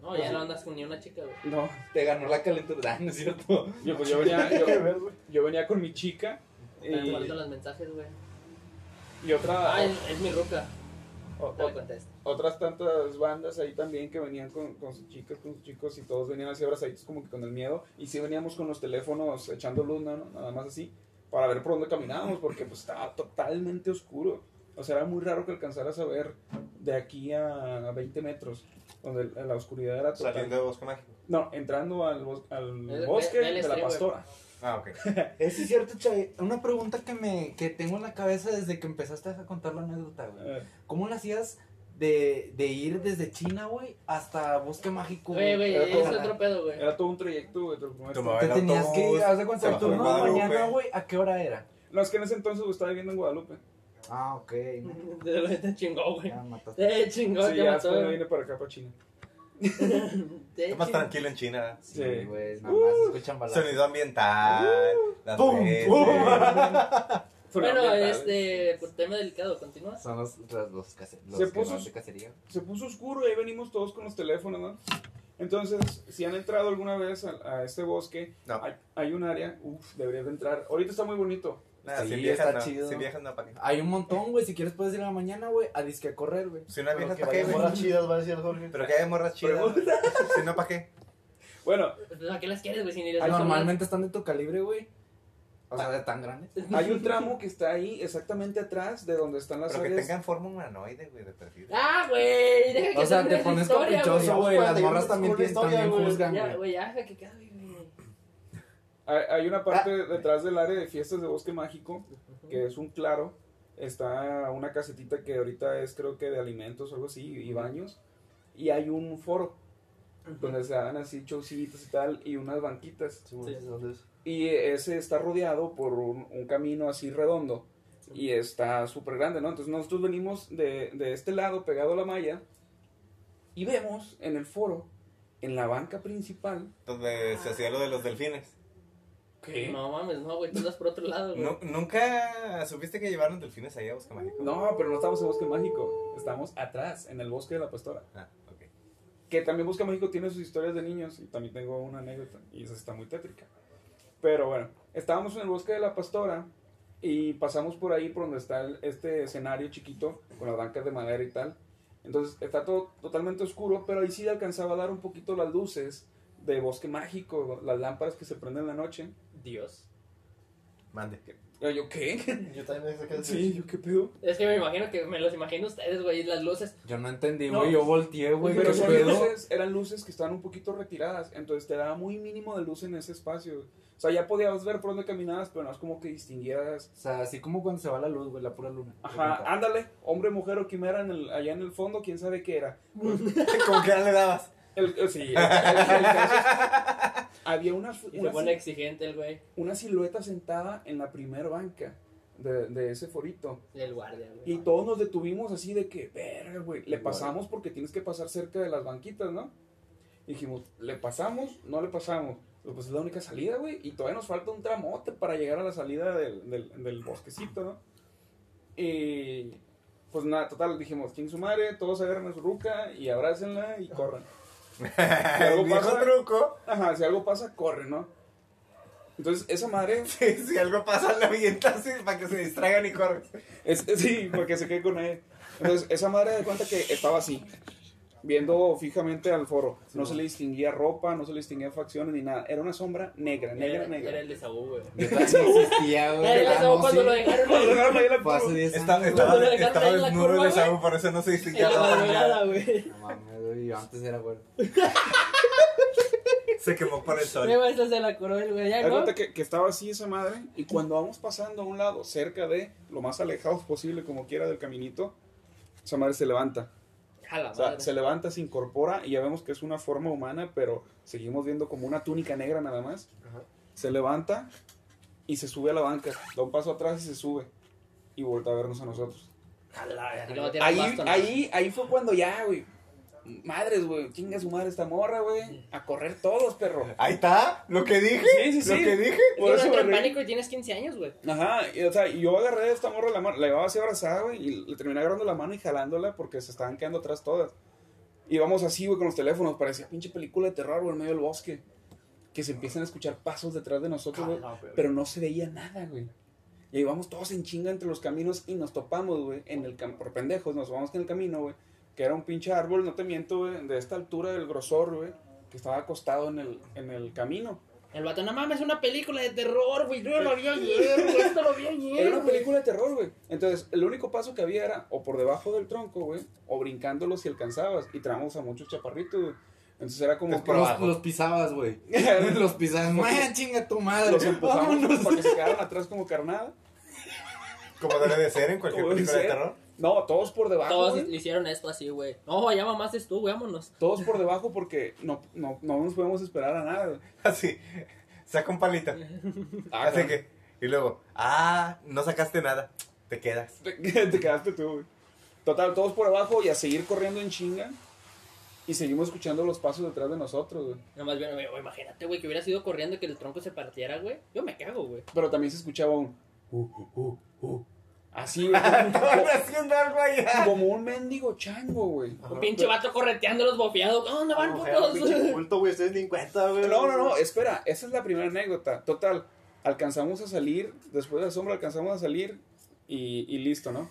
[SPEAKER 4] No, ya no andas con ni una chica, güey.
[SPEAKER 5] No,
[SPEAKER 3] Te ganó la calentura, Ah, no es cierto.
[SPEAKER 5] yo, pues yo venía, yo, yo venía con mi chica
[SPEAKER 4] Te
[SPEAKER 5] y,
[SPEAKER 4] faltan los mensajes, güey.
[SPEAKER 5] y otra.
[SPEAKER 4] Ah, es, es mi ruca.
[SPEAKER 5] O-
[SPEAKER 4] No me
[SPEAKER 5] o-
[SPEAKER 4] contesta.
[SPEAKER 5] otras tantas bandas ahí también que venían con, con sus chicas, con sus chicos y todos venían así abrazaditos como que con el miedo y sí veníamos con los teléfonos echando luz, ¿no? nada más así, para ver por dónde caminábamos porque pues estaba totalmente oscuro. O sea, era muy raro que alcanzaras a ver de aquí a 20 metros, donde la oscuridad era total.
[SPEAKER 2] Saliendo de Bosque Mágico.
[SPEAKER 5] No, entrando al, bos- al
[SPEAKER 4] Ve- ve-
[SPEAKER 5] bosque
[SPEAKER 4] ve el
[SPEAKER 5] de la
[SPEAKER 4] extremo,
[SPEAKER 5] pastora.
[SPEAKER 2] Ah, ok.
[SPEAKER 3] Es cierto, Chay. Una pregunta que me que tengo en la cabeza desde que empezaste a contar la anécdota,
[SPEAKER 2] Ah.
[SPEAKER 3] güey.
[SPEAKER 5] Eh,
[SPEAKER 3] ¿Cómo lo hacías de, de ir desde China, güey, hasta Bosque Mágico?
[SPEAKER 4] Güey, güey,
[SPEAKER 5] Pero
[SPEAKER 4] es
[SPEAKER 5] como-
[SPEAKER 4] otro pedo, güey.
[SPEAKER 5] Era todo un trayecto, güey, te lo prometo.
[SPEAKER 2] Tomaba
[SPEAKER 3] Te
[SPEAKER 2] Ah, el
[SPEAKER 3] tenías que
[SPEAKER 2] autobús,
[SPEAKER 3] ir, haz de
[SPEAKER 2] se
[SPEAKER 3] cuenta, el
[SPEAKER 2] bajó en
[SPEAKER 3] turno de
[SPEAKER 2] Guadalupe.
[SPEAKER 3] mañana, güey, ¿a qué hora era?
[SPEAKER 5] No, es que en ese entonces güey, estaba viviendo en Guadalupe.
[SPEAKER 3] Ah, ok. no,
[SPEAKER 4] De lo que te chingó, güey.
[SPEAKER 3] ya mataste.
[SPEAKER 4] Te chingó,
[SPEAKER 5] sí,
[SPEAKER 4] te
[SPEAKER 5] ya después
[SPEAKER 4] mató.
[SPEAKER 5] me
[SPEAKER 4] güey.
[SPEAKER 5] vine para acá, para China.
[SPEAKER 4] Te
[SPEAKER 2] Está más
[SPEAKER 4] chingó.
[SPEAKER 2] tranquilo en China.
[SPEAKER 5] Sí.
[SPEAKER 3] Sí, güey, nada más escuchan balazos.
[SPEAKER 2] Uh, Sonido ambiental. las
[SPEAKER 1] ¡Pum!
[SPEAKER 2] veces.
[SPEAKER 1] ¡Pum!
[SPEAKER 4] Bueno,
[SPEAKER 5] Fundamental.
[SPEAKER 4] este, por tema delicado, continúa.
[SPEAKER 3] Son los, los, los, case- los
[SPEAKER 5] Se
[SPEAKER 3] que
[SPEAKER 5] puso-
[SPEAKER 3] van de cacería.
[SPEAKER 5] se puso oscuro y ahí venimos todos con los teléfonos, ¿no? Entonces, si han entrado alguna vez a, a este bosque,
[SPEAKER 2] No.
[SPEAKER 5] hay, hay un área, uff, deberías de entrar. Ahorita está muy bonito.
[SPEAKER 2] Nada,
[SPEAKER 3] Sí,
[SPEAKER 2] sin viejas
[SPEAKER 3] está
[SPEAKER 2] no.
[SPEAKER 3] chido.
[SPEAKER 2] Sin viejas no, ¿para qué?
[SPEAKER 3] Hay un montón, güey. Si quieres, puedes ir a la mañana, güey, a disque a correr, güey.
[SPEAKER 2] Si no hay
[SPEAKER 1] Pero
[SPEAKER 2] viejas,
[SPEAKER 1] que
[SPEAKER 2] ¿para qué,
[SPEAKER 1] vayan
[SPEAKER 2] güey?
[SPEAKER 1] morras chidas, va a decir el Jorge.
[SPEAKER 2] Pero que haya morras chidas.
[SPEAKER 5] Pero-
[SPEAKER 2] Si no, ¿para qué?
[SPEAKER 5] Bueno,
[SPEAKER 4] ¿A qué las quieres, güey? Si ni les
[SPEAKER 3] Ah,
[SPEAKER 4] das
[SPEAKER 3] normalmente están de tu calibre, güey. O sea, de tan grandes.
[SPEAKER 5] hay un tramo que está ahí exactamente atrás de donde están las
[SPEAKER 2] Pero que
[SPEAKER 5] áreas.
[SPEAKER 2] tengan forma humanoide, güey, de perfil.
[SPEAKER 4] Ah, güey, deja que
[SPEAKER 3] O sea,
[SPEAKER 4] termine
[SPEAKER 3] te
[SPEAKER 4] la
[SPEAKER 3] pones
[SPEAKER 4] historia,
[SPEAKER 3] caprichoso, güey. Las
[SPEAKER 1] Acuérdate,
[SPEAKER 3] morras
[SPEAKER 1] yo
[SPEAKER 3] también,
[SPEAKER 1] descubrí la
[SPEAKER 3] también
[SPEAKER 1] historia, güey.
[SPEAKER 3] juzgan,
[SPEAKER 4] Ya,
[SPEAKER 3] güey.
[SPEAKER 4] güey, ya, deja que cabe, güey.
[SPEAKER 5] Hay, hay una parte
[SPEAKER 2] Ah.
[SPEAKER 5] detrás del área de fiestas de Bosque Mágico, que es un claro. Está una casetita que ahorita es creo que de alimentos o algo así, y baños. Y hay un foro donde se dan así showcitos y tal, y unas banquitas.
[SPEAKER 1] Sí, güey, entonces,
[SPEAKER 5] Y ese está rodeado por un, un camino así redondo. Y está súper grande, ¿no? Entonces nosotros venimos de, de este lado, pegado a la malla. Y vemos en el foro, en la banca principal.
[SPEAKER 2] Donde se hacía lo de los delfines.
[SPEAKER 5] pues,
[SPEAKER 4] No mames, no, güey, tú andas por otro lado, güey.
[SPEAKER 2] Nu- ¿Nunca supiste que llevaron delfines ahí a Bosque Mágico?
[SPEAKER 5] No, pero no estamos en Bosque Mágico. Estamos atrás, en el Bosque de la Pastora.
[SPEAKER 2] Ah, ok.
[SPEAKER 5] Que también Bosque Mágico tiene sus historias de niños. Y también tengo una anécdota. Y esa está muy tétrica. Pero bueno, estábamos en el Bosque de la Pastora. Y pasamos por ahí, por donde está el- este escenario chiquito, con las bancas de madera y tal. Entonces está todo totalmente oscuro, pero ahí sí alcanzaba a dar un poquito las luces de Bosque Mágico, las lámparas que se prenden en la noche.
[SPEAKER 4] Dios.
[SPEAKER 2] Mande.
[SPEAKER 5] Y yo, ¿qué?
[SPEAKER 1] Yo también me saqué de-
[SPEAKER 5] Sí, yo, ¿qué pedo?
[SPEAKER 4] Es que me imagino que me los imagino ustedes, güey, las luces.
[SPEAKER 3] Yo no entendí,
[SPEAKER 4] No.
[SPEAKER 3] güey. Yo volteé, güey.
[SPEAKER 5] pero
[SPEAKER 3] ¿qué
[SPEAKER 5] son
[SPEAKER 3] pedo?
[SPEAKER 5] luces, eran luces que estaban un poquito retiradas, entonces te daba muy mínimo de luz en ese espacio. O sea, ya podías ver por dónde caminabas, pero no es como que distinguieras.
[SPEAKER 3] O sea, así como cuando se va la luz, güey, la pura luna.
[SPEAKER 5] Ajá, ándale, hombre, mujer o quimera en el- allá en el fondo, quién sabe qué era.
[SPEAKER 2] ¿Con qué edad le dabas?
[SPEAKER 5] El- el- sí, el- el- el caso es- había una, fu-
[SPEAKER 4] Y se
[SPEAKER 5] una
[SPEAKER 4] pone
[SPEAKER 5] sil-
[SPEAKER 4] exigente el güey,
[SPEAKER 5] una silueta sentada en la primer banca de, de ese forito.
[SPEAKER 4] el guardia, güey.
[SPEAKER 5] Y todos nos detuvimos así de que, verga, güey, le pasamos porque tienes que pasar cerca de las banquitas, ¿no? Y dijimos, ¿le pasamos? No le pasamos. Pero, Pues es la única salida, güey. Y todavía nos falta un tramote para llegar a la salida del, del- del bosquecito, ¿no? Y pues nada, total, dijimos, ching su madre, todos agarran a su ruca y abrácenla y corran.
[SPEAKER 2] El viejo
[SPEAKER 5] pasa?
[SPEAKER 2] truco.
[SPEAKER 5] Ajá, si algo pasa, corre, ¿no? Entonces, esa madre
[SPEAKER 2] Sí, si algo pasa, la avientas sí, para que se distraigan y corren.
[SPEAKER 5] Es- sí, porque se quede con él. Entonces, esa madre de cuenta que estaba así, viendo fijamente al foro. No se le distinguía ropa, no se le distinguía facciones ni nada. Era una sombra negra,
[SPEAKER 4] era,
[SPEAKER 5] negra,
[SPEAKER 4] era
[SPEAKER 5] negra.
[SPEAKER 4] el de Saúl, güey.
[SPEAKER 3] Yo también existía, güey.
[SPEAKER 4] Era el de
[SPEAKER 3] Ah,
[SPEAKER 4] Saúl
[SPEAKER 3] no,
[SPEAKER 4] cuando
[SPEAKER 3] sí.
[SPEAKER 4] lo dejaron.
[SPEAKER 5] Cuando
[SPEAKER 4] güey.
[SPEAKER 5] agarraron ahí la-
[SPEAKER 3] Fue hace 10
[SPEAKER 2] Estaba,
[SPEAKER 3] años,
[SPEAKER 2] estaba,
[SPEAKER 4] Cuando le dejaron
[SPEAKER 2] estaba
[SPEAKER 4] ahí en la
[SPEAKER 2] desnudo
[SPEAKER 4] curva,
[SPEAKER 2] el
[SPEAKER 4] güey.
[SPEAKER 2] Esaú, por eso no se
[SPEAKER 4] En
[SPEAKER 2] distinguía
[SPEAKER 4] la
[SPEAKER 2] nada.
[SPEAKER 4] madrugada, güey.
[SPEAKER 3] güey. No mames, güey. Yo antes era güey.
[SPEAKER 2] Se quemó por el sol.
[SPEAKER 4] Me vas a hacer pues, la corona, güey, ya,
[SPEAKER 5] Haz
[SPEAKER 4] ¿no?
[SPEAKER 5] cuenta que, que estaba así esa madre. Y cuando vamos pasando a un lado, cerca de lo más alejados posible, como quiera, del caminito, esa madre se levanta.
[SPEAKER 4] Jala,
[SPEAKER 5] O sea,
[SPEAKER 4] madre.
[SPEAKER 5] se levanta, se incorpora y ya vemos que es una forma humana, pero seguimos viendo como una túnica negra nada más.
[SPEAKER 1] Ajá.
[SPEAKER 5] Se levanta y se sube a la banca. Da un paso atrás y se sube. Y vuelve a vernos a nosotros.
[SPEAKER 4] Y luego tiene
[SPEAKER 5] Ahí,
[SPEAKER 4] bastón.
[SPEAKER 5] ahí, ahí fue cuando ya, güey. Madres, güey. Chinga su madre esta morra, güey. A correr todos, perro.
[SPEAKER 2] Ahí está, lo que dije.
[SPEAKER 5] Sí, sí,
[SPEAKER 2] Lo
[SPEAKER 5] sí.
[SPEAKER 2] que dije.
[SPEAKER 4] Es que
[SPEAKER 5] Por
[SPEAKER 4] no
[SPEAKER 5] eso
[SPEAKER 4] entra en
[SPEAKER 5] me reí.
[SPEAKER 4] pánico y tienes 15 años, güey.
[SPEAKER 5] Ajá, y, o sea, y yo agarré a esta morra la mano, la llevaba así abrazada, güey, y le terminé agarrando la mano y jalándola porque se estaban quedando atrás todas. Y vamos así, güey, con los teléfonos, parecía pinche película de terror, güey, en medio del
[SPEAKER 1] Ah,
[SPEAKER 5] bosque. Que se empiezan a escuchar pasos detrás de nosotros, güey, pero no se veía nada, güey. Y ahí vamos todos en chinga entre los caminos y nos topamos, güey, en el campo, por pendejos, nos vamos en el camino, güey, que era un pinche árbol, no te miento, güey, de esta altura del grosor, güey, que estaba acostado en el, en el camino.
[SPEAKER 4] El vato, no mames, es una película de terror, güey. Yo lo vi ayer, güey. Esto lo vi ayer.
[SPEAKER 5] Era una
[SPEAKER 4] güey".
[SPEAKER 5] película de terror, güey. Entonces, el único paso que había era o por debajo del tronco, güey, o brincándolo si alcanzabas. Y tramos a muchos chaparritos, güey. Entonces era como
[SPEAKER 2] Pues
[SPEAKER 5] que
[SPEAKER 2] por
[SPEAKER 5] los,
[SPEAKER 3] Los,
[SPEAKER 2] abajo.
[SPEAKER 3] los pisabas, güey. los pisabas. Man, chinga tu madre.
[SPEAKER 5] los empujamos
[SPEAKER 3] Vámonos.
[SPEAKER 5] para que se quedaran atrás como carnada.
[SPEAKER 2] Como debe de ser en cualquier
[SPEAKER 5] Como debe
[SPEAKER 2] película de
[SPEAKER 5] ser.
[SPEAKER 2] terror.
[SPEAKER 5] No, todos por debajo.
[SPEAKER 4] Todos
[SPEAKER 5] güey.
[SPEAKER 4] le hicieron esto así, güey. No, ya mamaste tú, güey, vámonos.
[SPEAKER 5] Todos por debajo porque no, no, no nos podemos esperar a nada. güey.
[SPEAKER 2] Así. Saca un palito.
[SPEAKER 5] Ah,
[SPEAKER 2] Así
[SPEAKER 5] claro.
[SPEAKER 2] que. Y luego. Ah, no sacaste nada. Te quedas.
[SPEAKER 5] Te, te quedaste tú, güey. Total, todos por abajo y a seguir corriendo en chinga. Y seguimos escuchando los pasos detrás de nosotros, güey.
[SPEAKER 4] Nomás bien, güey, imagínate, güey, que hubiera sido corriendo y que el tronco se partiera, güey. Yo me cago, güey.
[SPEAKER 5] Pero también se escuchaba un... "Uh, uh, uh, uh". Así, güey. como-
[SPEAKER 2] Estaban haciendo algo allá.
[SPEAKER 5] Como un mendigo chango, güey.
[SPEAKER 4] Un pinche vato correteando los bofeados. ¿Dónde van,
[SPEAKER 1] No, era un Ah, pinche
[SPEAKER 4] putos?
[SPEAKER 1] culto, güey. Ustedes ni en cuenta, güey.
[SPEAKER 5] No, no, no, espera, esa es la primera anécdota. Total, alcanzamos a salir, después de la sombra alcanzamos a salir y, y listo, ¿no?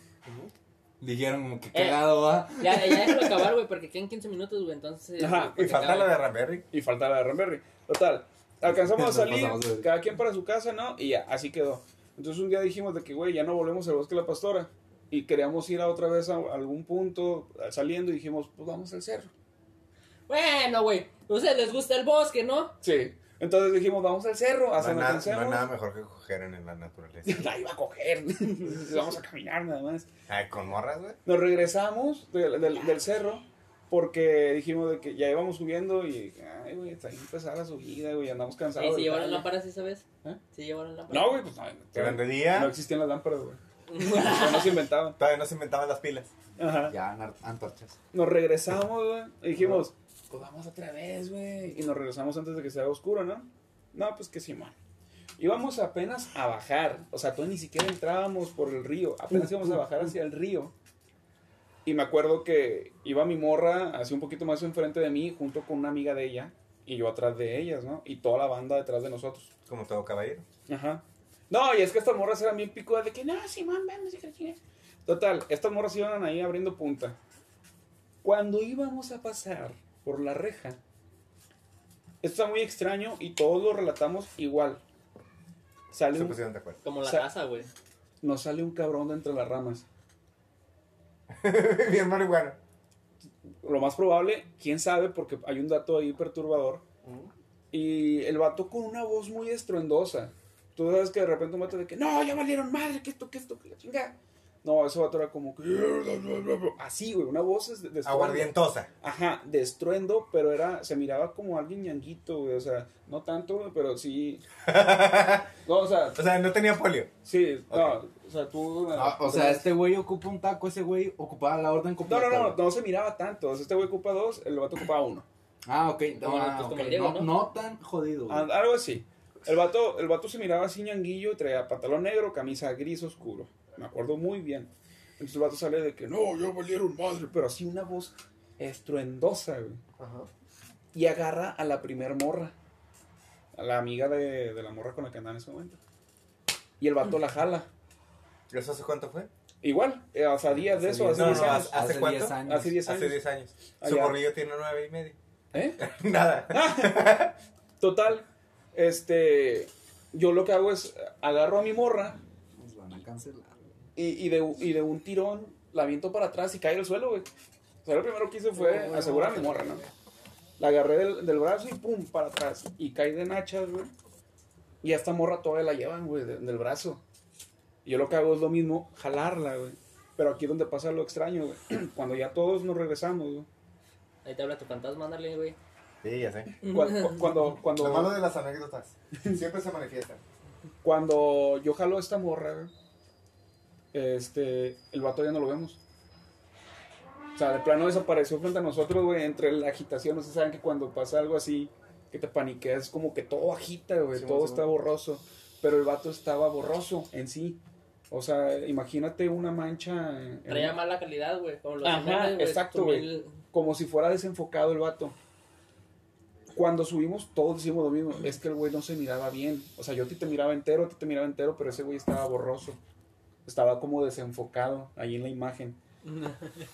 [SPEAKER 3] Dijeron como que
[SPEAKER 4] Eh.
[SPEAKER 3] cagado, va.
[SPEAKER 4] Ya, ya déjalo acabar, güey, porque quedan 15 minutos, güey, entonces...
[SPEAKER 5] Ajá,
[SPEAKER 2] Y
[SPEAKER 4] pues,
[SPEAKER 2] falta
[SPEAKER 4] acaba.
[SPEAKER 2] la de Ramberry.
[SPEAKER 5] Y falta la de Ramberry. Total, alcanzamos a
[SPEAKER 3] Nos
[SPEAKER 5] salir,
[SPEAKER 3] pasamos de verga.
[SPEAKER 5] cada quien para su casa, ¿no? Y ya, así quedó. Entonces un día dijimos de que, güey, ya no volvemos al bosque de la pastora. Y queríamos ir a otra vez a algún punto a- saliendo y dijimos, pues vamos al cerro.
[SPEAKER 4] Bueno, güey, a ustedes les gusta el bosque, ¿no?
[SPEAKER 5] Sí. Entonces dijimos, vamos al cerro,
[SPEAKER 2] No
[SPEAKER 5] hasta
[SPEAKER 2] hay,
[SPEAKER 5] nos
[SPEAKER 2] nada,
[SPEAKER 5] cansemos.
[SPEAKER 2] no hay nada mejor que coger en la naturaleza.
[SPEAKER 5] La iba a coger. vamos a caminar nada más.
[SPEAKER 2] Ay, con morras, güey.
[SPEAKER 5] Nos regresamos del, del- del cerro porque dijimos de que ya íbamos subiendo y, ay, güey, está bien pesada la subida, güey, andamos
[SPEAKER 4] Sí,
[SPEAKER 5] cansados.
[SPEAKER 4] se
[SPEAKER 5] de
[SPEAKER 4] llevaron
[SPEAKER 5] tal.
[SPEAKER 4] lámparas esa vez.
[SPEAKER 5] ¿Eh?
[SPEAKER 4] Se llevaron lámparas.
[SPEAKER 5] No, güey, pues no.
[SPEAKER 2] Eran de
[SPEAKER 5] No,
[SPEAKER 2] día.
[SPEAKER 5] existían las lámparas, güey. No, no se inventaban.
[SPEAKER 2] Todavía no se inventaban las pilas.
[SPEAKER 5] Ajá.
[SPEAKER 3] Ya, anar- antorchas.
[SPEAKER 5] Nos regresamos, güey, y dijimos, pues vamos otra vez, güey. Y nos regresamos antes de que se haga oscuro, ¿no? No, pues que sí, man. Íbamos apenas a bajar, o sea, todavía ni siquiera entrábamos por el río, apenas íbamos a bajar hacia el río. Y me acuerdo que iba mi morra así un poquito más enfrente de mí, junto con una amiga de ella, y yo atrás de ellas, ¿no? Y toda la banda detrás de nosotros.
[SPEAKER 2] Como todo caballero.
[SPEAKER 5] Ajá. No, y es que estas morras eran bien picudas de que, no, Simón, vamos y que la chingada". Total, estas morras iban ahí abriendo punta. Cuando íbamos a pasar por la reja, esto está muy extraño y todos lo relatamos igual. Sale
[SPEAKER 2] Se
[SPEAKER 5] un-
[SPEAKER 2] pusieron de acuerdo.
[SPEAKER 4] Como la
[SPEAKER 5] O sea-
[SPEAKER 4] raza, güey.
[SPEAKER 5] nos sale un cabrón de entre las ramas.
[SPEAKER 2] Bien marihuana.
[SPEAKER 5] Lo más probable, quién sabe, porque hay un dato ahí perturbador. Y el vato con una voz muy estruendosa. Tú sabes que de repente un vato de que, no, ya valieron madre, que esto, que esto, que la chingada. No, ese vato era como que... Así, güey, una voz es de, de estruendo.
[SPEAKER 2] Aguardientosa.
[SPEAKER 5] Ajá, de estruendo, pero era, se miraba como alguien ñanguito, güey, o sea, no tanto, güey, pero sí... No, o sea,
[SPEAKER 2] O sea, no tenía polio.
[SPEAKER 5] sí, no, o sea, tú...
[SPEAKER 3] Ah, o sea, este güey ocupa un taco, ese güey ocupaba la orden
[SPEAKER 5] No,
[SPEAKER 3] completa.
[SPEAKER 5] no, no,
[SPEAKER 3] güey.
[SPEAKER 5] no se miraba tanto, o sea, este güey ocupa dos, el vato ocupaba uno.
[SPEAKER 3] Ah, ok.
[SPEAKER 4] Como-
[SPEAKER 3] ah,
[SPEAKER 4] pues como
[SPEAKER 3] ok.
[SPEAKER 4] el Diego,
[SPEAKER 3] no,
[SPEAKER 4] ¿no?
[SPEAKER 3] no tan jodido. güey.
[SPEAKER 5] Al- Ah, Algo así. El vato, el vato se miraba así ñanguillo, traía pantalón negro, camisa gris oscuro. Me acuerdo muy bien. Entonces el vato sale de que no, ya valieron madre, pero así una voz estruendosa, güey.
[SPEAKER 1] Ajá.
[SPEAKER 5] Y agarra a la primer morra, a la amiga de, de la morra con la que andaba en ese momento. Y el vato la jala.
[SPEAKER 2] ¿Eso hace cuánto fue?
[SPEAKER 5] Igual, eh, o sea, días de eso, hace
[SPEAKER 2] No,
[SPEAKER 5] 10
[SPEAKER 2] no,
[SPEAKER 5] años.
[SPEAKER 2] ¿hace cuánto?
[SPEAKER 3] 10 años.
[SPEAKER 5] Hace 10
[SPEAKER 2] Hace
[SPEAKER 5] años.
[SPEAKER 2] 10 años.
[SPEAKER 5] Ah,
[SPEAKER 2] Su
[SPEAKER 5] ya.
[SPEAKER 2] morrillo tiene 9 y medio.
[SPEAKER 5] ¿Eh?
[SPEAKER 2] Nada.
[SPEAKER 5] Total, este, yo lo que hago es agarro a mi morra,
[SPEAKER 3] Nos van a cancelar. güey.
[SPEAKER 5] y, y, de, y de un tirón la aviento para atrás y cae al suelo, güey. O sea, lo primero que hice fue asegurar a mi morra, ¿no? La agarré del, del brazo y pum, para atrás. Y cae de nachas, güey. Y a esta morra todavía la llevan, güey, de- del brazo. Y yo lo que hago es lo mismo, jalarla, güey. Pero aquí es donde pasa lo extraño, güey. Cuando ya todos nos regresamos, güey.
[SPEAKER 4] Ahí te habla tu fantasma, ándale, güey.
[SPEAKER 2] Sí, ya sé.
[SPEAKER 5] Cu- cu- Cuando, cuando,
[SPEAKER 1] Lo malo de las anécdotas. Siempre se manifiestan.
[SPEAKER 5] cuando yo jalo a esta morra, güey, este, el vato ya no lo vemos. O sea, de plano desapareció frente a nosotros, güey, entre la agitación. Ustedes saben que cuando pasa algo así, que te paniqueas, es como que todo agita, güey,
[SPEAKER 1] Simón,
[SPEAKER 5] todo
[SPEAKER 1] Simón.
[SPEAKER 5] está borroso. Pero el vato estaba borroso en sí. O sea, imagínate una mancha. en-
[SPEAKER 4] Traía mala calidad, güey. Como los
[SPEAKER 5] Ajá,
[SPEAKER 4] memes,
[SPEAKER 5] exacto, güey.
[SPEAKER 4] mil-
[SPEAKER 5] Como si fuera desenfocado el vato. cuando subimos, todos decimos lo mismo. Es que el güey no se miraba bien. O sea, yo a ti te miraba entero, a ti te miraba entero, pero ese güey estaba borroso. Estaba como desenfocado ahí en la imagen.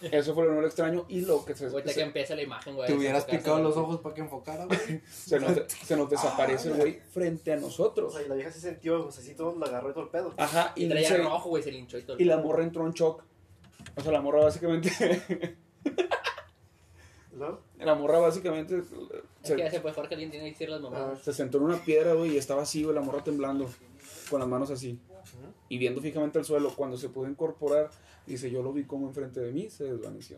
[SPEAKER 5] Eso fue lo primero extraño. Y lo que se,
[SPEAKER 4] Ahorita que
[SPEAKER 5] se,
[SPEAKER 4] empieza la imagen, güey.
[SPEAKER 3] Te hubieras
[SPEAKER 4] desenfocarse,
[SPEAKER 3] picado
[SPEAKER 4] güey.
[SPEAKER 3] los ojos para que enfocara, güey.
[SPEAKER 5] se nos, se nos desaparece el güey frente a
[SPEAKER 1] O
[SPEAKER 5] nosotros.
[SPEAKER 1] sea, y la vieja se sintió, o sea, sí, todo la agarró y todo el pedo.
[SPEAKER 5] Ajá, y,
[SPEAKER 4] Y traía
[SPEAKER 5] se-
[SPEAKER 4] rojo, güey, se linchó y todo.
[SPEAKER 5] y la morra entró en shock. O sea, la morra básicamente.
[SPEAKER 1] ¿No?
[SPEAKER 5] la morra básicamente.
[SPEAKER 4] Es
[SPEAKER 5] se-
[SPEAKER 4] que ya se fue Jorge, alguien tiene que decir las
[SPEAKER 1] Ah,
[SPEAKER 4] mamás.
[SPEAKER 5] Se sentó en una piedra, güey, y estaba así, güey, la morra temblando, con las manos así, y viendo fijamente al suelo. Cuando se pudo incorporar, dice, yo lo vi como enfrente de mí, se desvaneció.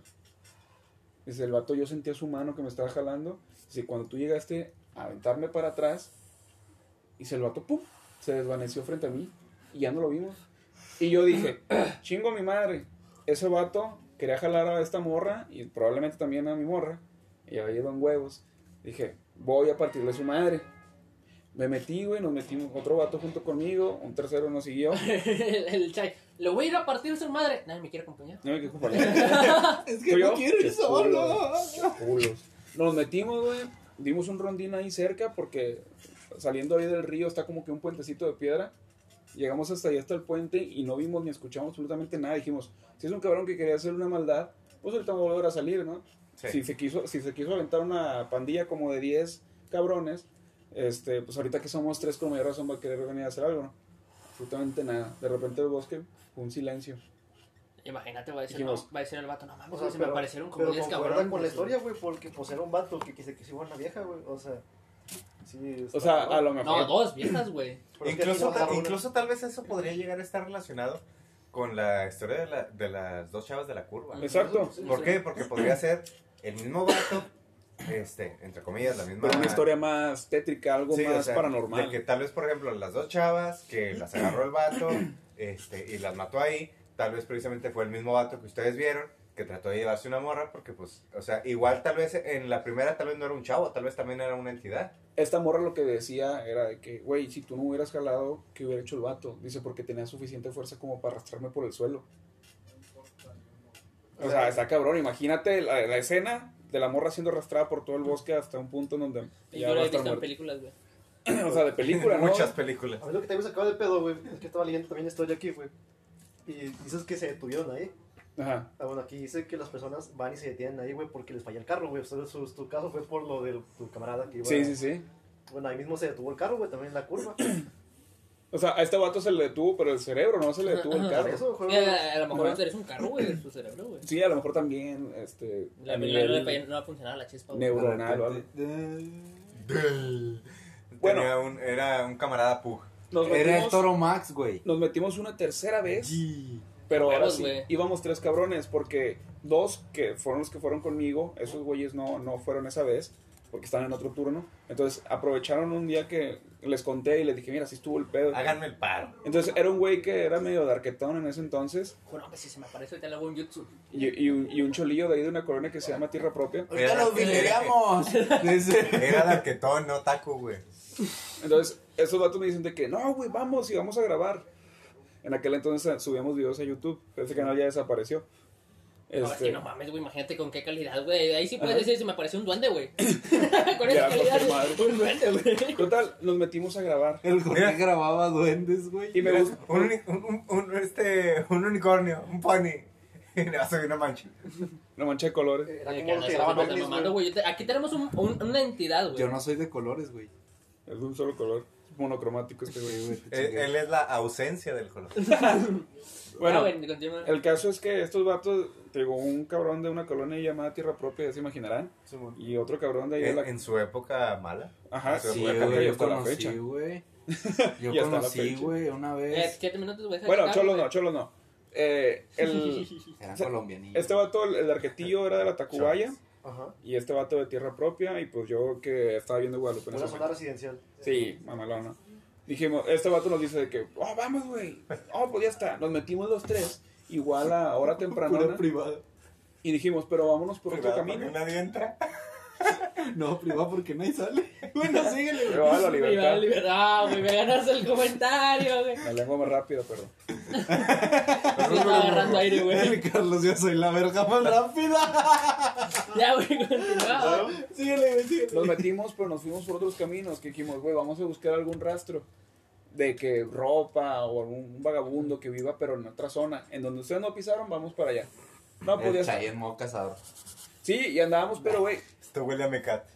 [SPEAKER 5] Dice, el vato, yo sentía su mano que me estaba jalando. Dice, cuando tú llegaste a aventarme para atrás, dice, el vato, pum, se desvaneció frente a mí, y ya no lo vimos. Y yo dije, chingo a mi madre, ese vato quería jalar a esta morra, y probablemente también a mi morra, y había ido en huevos. Dije, voy a partirle a su madre. Me metí, güey, nos metimos otro vato junto conmigo, un tercero nos siguió.
[SPEAKER 4] el, el chai. Lo voy a ir a partir a su madre. Nadie me quiere acompañar.
[SPEAKER 5] No me quejo por nada.
[SPEAKER 3] es
[SPEAKER 5] Yo, qué culos, qué culos. Nos metimos, güey, dimos un rondín ahí cerca porque saliendo ahí del río está como que un puentecito de piedra. Llegamos hasta allá, hasta el puente, y no vimos ni escuchamos absolutamente nada. Dijimos, si es un cabrón que quería hacer una maldad, pues ahorita va a volver a salir, ¿no?
[SPEAKER 2] Sí.
[SPEAKER 5] Si, se quiso, si se quiso aventar una pandilla como de 10 cabrones, este, pues ahorita que somos tres, con mayor razón va a querer venir a hacer algo, ¿no? Absolutamente nada. De repente el bosque, un silencio.
[SPEAKER 4] Imagínate, va a decir,
[SPEAKER 5] Dijimos-
[SPEAKER 4] no, va a decir el vato, no mames,
[SPEAKER 1] O
[SPEAKER 4] güey,
[SPEAKER 1] sea,
[SPEAKER 4] se me
[SPEAKER 1] pero-
[SPEAKER 4] aparecieron como
[SPEAKER 1] pero
[SPEAKER 4] 10
[SPEAKER 1] concuerda
[SPEAKER 4] cabrones.
[SPEAKER 1] con la
[SPEAKER 4] güey.
[SPEAKER 1] historia, güey, porque pues era un vato que, que se quiso una vieja, güey. O sea, sí.
[SPEAKER 5] O sea, a lo
[SPEAKER 4] No,
[SPEAKER 5] mejor.
[SPEAKER 4] dos viejas, güey.
[SPEAKER 2] Incluso, ta- incluso tal vez eso podría llegar a estar relacionado con la historia de, la- de las dos chavas de la curva.
[SPEAKER 5] Exacto.
[SPEAKER 2] ¿Por qué? Porque podría ser el mismo vato, este, entre comillas, la misma...
[SPEAKER 5] Pero una historia más tétrica, algo
[SPEAKER 2] Sí, o
[SPEAKER 5] más
[SPEAKER 2] sea,
[SPEAKER 5] paranormal.
[SPEAKER 2] de que tal vez, por ejemplo, las dos chavas que las agarró el vato este, y las mató ahí, tal vez precisamente fue el mismo vato que ustedes vieron que trató de llevarse una morra porque, pues, o sea, igual tal vez en la primera tal vez no era un chavo, tal vez también era una entidad.
[SPEAKER 5] Esta morra lo que decía era de que, güey, si tú no hubieras jalado, ¿qué hubiera hecho el vato? Dice, porque tenía suficiente fuerza como para arrastrarme por el suelo. O sea, está cabrón. Imagínate la, la escena de la morra siendo arrastrada por todo el bosque hasta un punto en donde
[SPEAKER 4] Y yo
[SPEAKER 5] ya va
[SPEAKER 4] lo
[SPEAKER 5] a
[SPEAKER 4] he
[SPEAKER 5] estar
[SPEAKER 4] visto en
[SPEAKER 5] muerta.
[SPEAKER 4] películas, güey.
[SPEAKER 5] O sea, de película, ¿no?
[SPEAKER 2] Muchas películas.
[SPEAKER 1] A mí lo que también me sacaba de pedo, güey, es que estaba leyendo también historia aquí, güey. Y dices que se detuvieron ahí.
[SPEAKER 5] Ajá.
[SPEAKER 1] Ah, bueno, aquí dice que las personas van y se detienen ahí, güey, porque les falla el carro, güey. O sea, su, tu caso fue por lo de tu camarada que iba.
[SPEAKER 5] Sí, sí, sí.
[SPEAKER 1] Bueno, ahí mismo se detuvo el carro, güey, también en la curva.
[SPEAKER 5] O sea, a este vato se le detuvo, pero el cerebro no se le detuvo el
[SPEAKER 1] Por
[SPEAKER 5] carro.
[SPEAKER 1] eso,
[SPEAKER 4] Sí,
[SPEAKER 1] güey.
[SPEAKER 4] A a lo mejor
[SPEAKER 5] Ajá.
[SPEAKER 4] eres un carro, güey, de su cerebro, güey.
[SPEAKER 5] Sí, a lo mejor también, este...
[SPEAKER 4] La
[SPEAKER 5] a
[SPEAKER 4] primera no le
[SPEAKER 5] nivel
[SPEAKER 4] falló- no ha funcionado la chispa, güey.
[SPEAKER 5] neuronal o algo. Bueno.
[SPEAKER 2] Tenía un- era un camarada pug.
[SPEAKER 5] Nos
[SPEAKER 3] Era el
[SPEAKER 5] metimos-
[SPEAKER 3] toro Max, güey.
[SPEAKER 5] Nos metimos una tercera vez, pero ahora
[SPEAKER 4] Huevos,
[SPEAKER 5] sí,
[SPEAKER 4] güey.
[SPEAKER 5] íbamos tres cabrones, porque dos que fueron los que fueron conmigo, esos güeyes no, no fueron esa vez, porque estaban en otro turno. Entonces aprovecharon un día que les conté y les dije, mira, así estuvo el pedo.
[SPEAKER 2] Háganme el paro.
[SPEAKER 5] Entonces era un güey que era medio darquetón en ese entonces,
[SPEAKER 4] Dijo, no, pues si se me aparece ahorita le hago un jutsu.
[SPEAKER 5] y, y un, y un cholillo de ahí de una colonia que se llama Tierra Propia.
[SPEAKER 3] ¡Ahorita los vigileamos! Dice-
[SPEAKER 2] Era darquetón, no taco, güey.
[SPEAKER 5] Entonces esos vatos me dicen de que, no, güey, vamos y vamos a grabar. En aquel entonces eh, subíamos videos a YouTube, ese canal ya desapareció.
[SPEAKER 4] Ahora sí, no mames, güey, imagínate con qué calidad, güey. Ahí sí puedes
[SPEAKER 5] Este- Ajá.
[SPEAKER 4] decir si me apareció un duende, güey. con
[SPEAKER 5] Ya,
[SPEAKER 4] esa calidad,
[SPEAKER 5] cualquier madre.
[SPEAKER 4] un duende, güey.
[SPEAKER 5] Total, nos metimos a grabar.
[SPEAKER 3] El Jorge
[SPEAKER 2] Mira.
[SPEAKER 3] grababa duendes, güey.
[SPEAKER 5] Y me gusta.
[SPEAKER 2] Un, uni- un- un- un- este, un unicornio, un pony. Le va a subir una mancha.
[SPEAKER 5] La mancha de colores.
[SPEAKER 1] Era
[SPEAKER 4] Que
[SPEAKER 1] como
[SPEAKER 4] no
[SPEAKER 1] los
[SPEAKER 4] se
[SPEAKER 1] que
[SPEAKER 4] me
[SPEAKER 1] daban
[SPEAKER 4] está
[SPEAKER 1] ovnis,
[SPEAKER 4] mamando,
[SPEAKER 1] güey.
[SPEAKER 4] güey. Yo te- Aquí tenemos un- un- una entidad, güey. Ah,
[SPEAKER 3] Yo no soy de colores, güey.
[SPEAKER 5] Es de un solo color. Monocromático este güey.
[SPEAKER 3] Sí, güey, te
[SPEAKER 2] Él,
[SPEAKER 3] chingué.
[SPEAKER 2] él es la ausencia del color.
[SPEAKER 4] Ah,
[SPEAKER 5] Bueno,
[SPEAKER 4] güey, continúa.
[SPEAKER 5] el caso es que estos vatos, te digo, un cabrón de una colonia llamada Tierra Propia, ya se imaginarán. Y otro cabrón de ahí de
[SPEAKER 3] Eh,
[SPEAKER 2] En,
[SPEAKER 5] la.
[SPEAKER 2] en su época mala.
[SPEAKER 5] Ajá,
[SPEAKER 2] Sí,
[SPEAKER 5] sí,
[SPEAKER 3] Sí,
[SPEAKER 5] hasta
[SPEAKER 3] güey, yo
[SPEAKER 5] la
[SPEAKER 3] conocí,
[SPEAKER 5] fecha.
[SPEAKER 3] güey. Yo
[SPEAKER 5] Y hasta la
[SPEAKER 3] conocí,
[SPEAKER 5] fecha.
[SPEAKER 3] güey, una
[SPEAKER 4] Eh,
[SPEAKER 3] vez.
[SPEAKER 4] siete minutos, güey.
[SPEAKER 5] Bueno, cholos no,
[SPEAKER 4] güey.
[SPEAKER 5] cholos no. Eh, el,
[SPEAKER 3] Era
[SPEAKER 5] se-
[SPEAKER 3] colombianito.
[SPEAKER 5] este vato, el, el arquetillo era de la Tacubaya.
[SPEAKER 1] Ajá.
[SPEAKER 5] Y este vato de Tierra Propia. Y pues yo que estaba viendo Guadalupe. en
[SPEAKER 1] Una
[SPEAKER 5] ese
[SPEAKER 1] zona residencial.
[SPEAKER 5] Sí, mamalona. Dijimos, este vato nos dice de que, oh, vamos, güey. Oh, pues ya está. Nos metimos los tres, igual a hora temprana.
[SPEAKER 3] privada.
[SPEAKER 5] Y dijimos, pero vámonos por otro
[SPEAKER 2] Cuidado, porque
[SPEAKER 5] camino.
[SPEAKER 2] Nadie entra.
[SPEAKER 3] No, privada porque nadie sale. Bueno, síguele, güey.
[SPEAKER 5] Pero va a la
[SPEAKER 4] Me va a
[SPEAKER 5] libertad.
[SPEAKER 4] liberar, güey, me ganaste el comentario, güey.
[SPEAKER 5] La lengua más rápida, perro.
[SPEAKER 4] Estoy agarrando aire, güey.
[SPEAKER 3] Carlos, yo soy la verga más rápida.
[SPEAKER 4] Ya, güey, continúa.
[SPEAKER 3] Síguele, güey, síguele.
[SPEAKER 5] Nos metimos, pero nos fuimos por otros caminos. Que dijimos, güey, vamos a buscar algún rastro de que ropa o algún vagabundo que viva, pero en otra zona. En donde ustedes no pisaron, vamos para allá. No podía
[SPEAKER 3] El
[SPEAKER 5] estar.
[SPEAKER 3] Chayen Mo Cazador.
[SPEAKER 5] Sí, y andábamos, pero, güey,
[SPEAKER 2] Esto huele a mecate.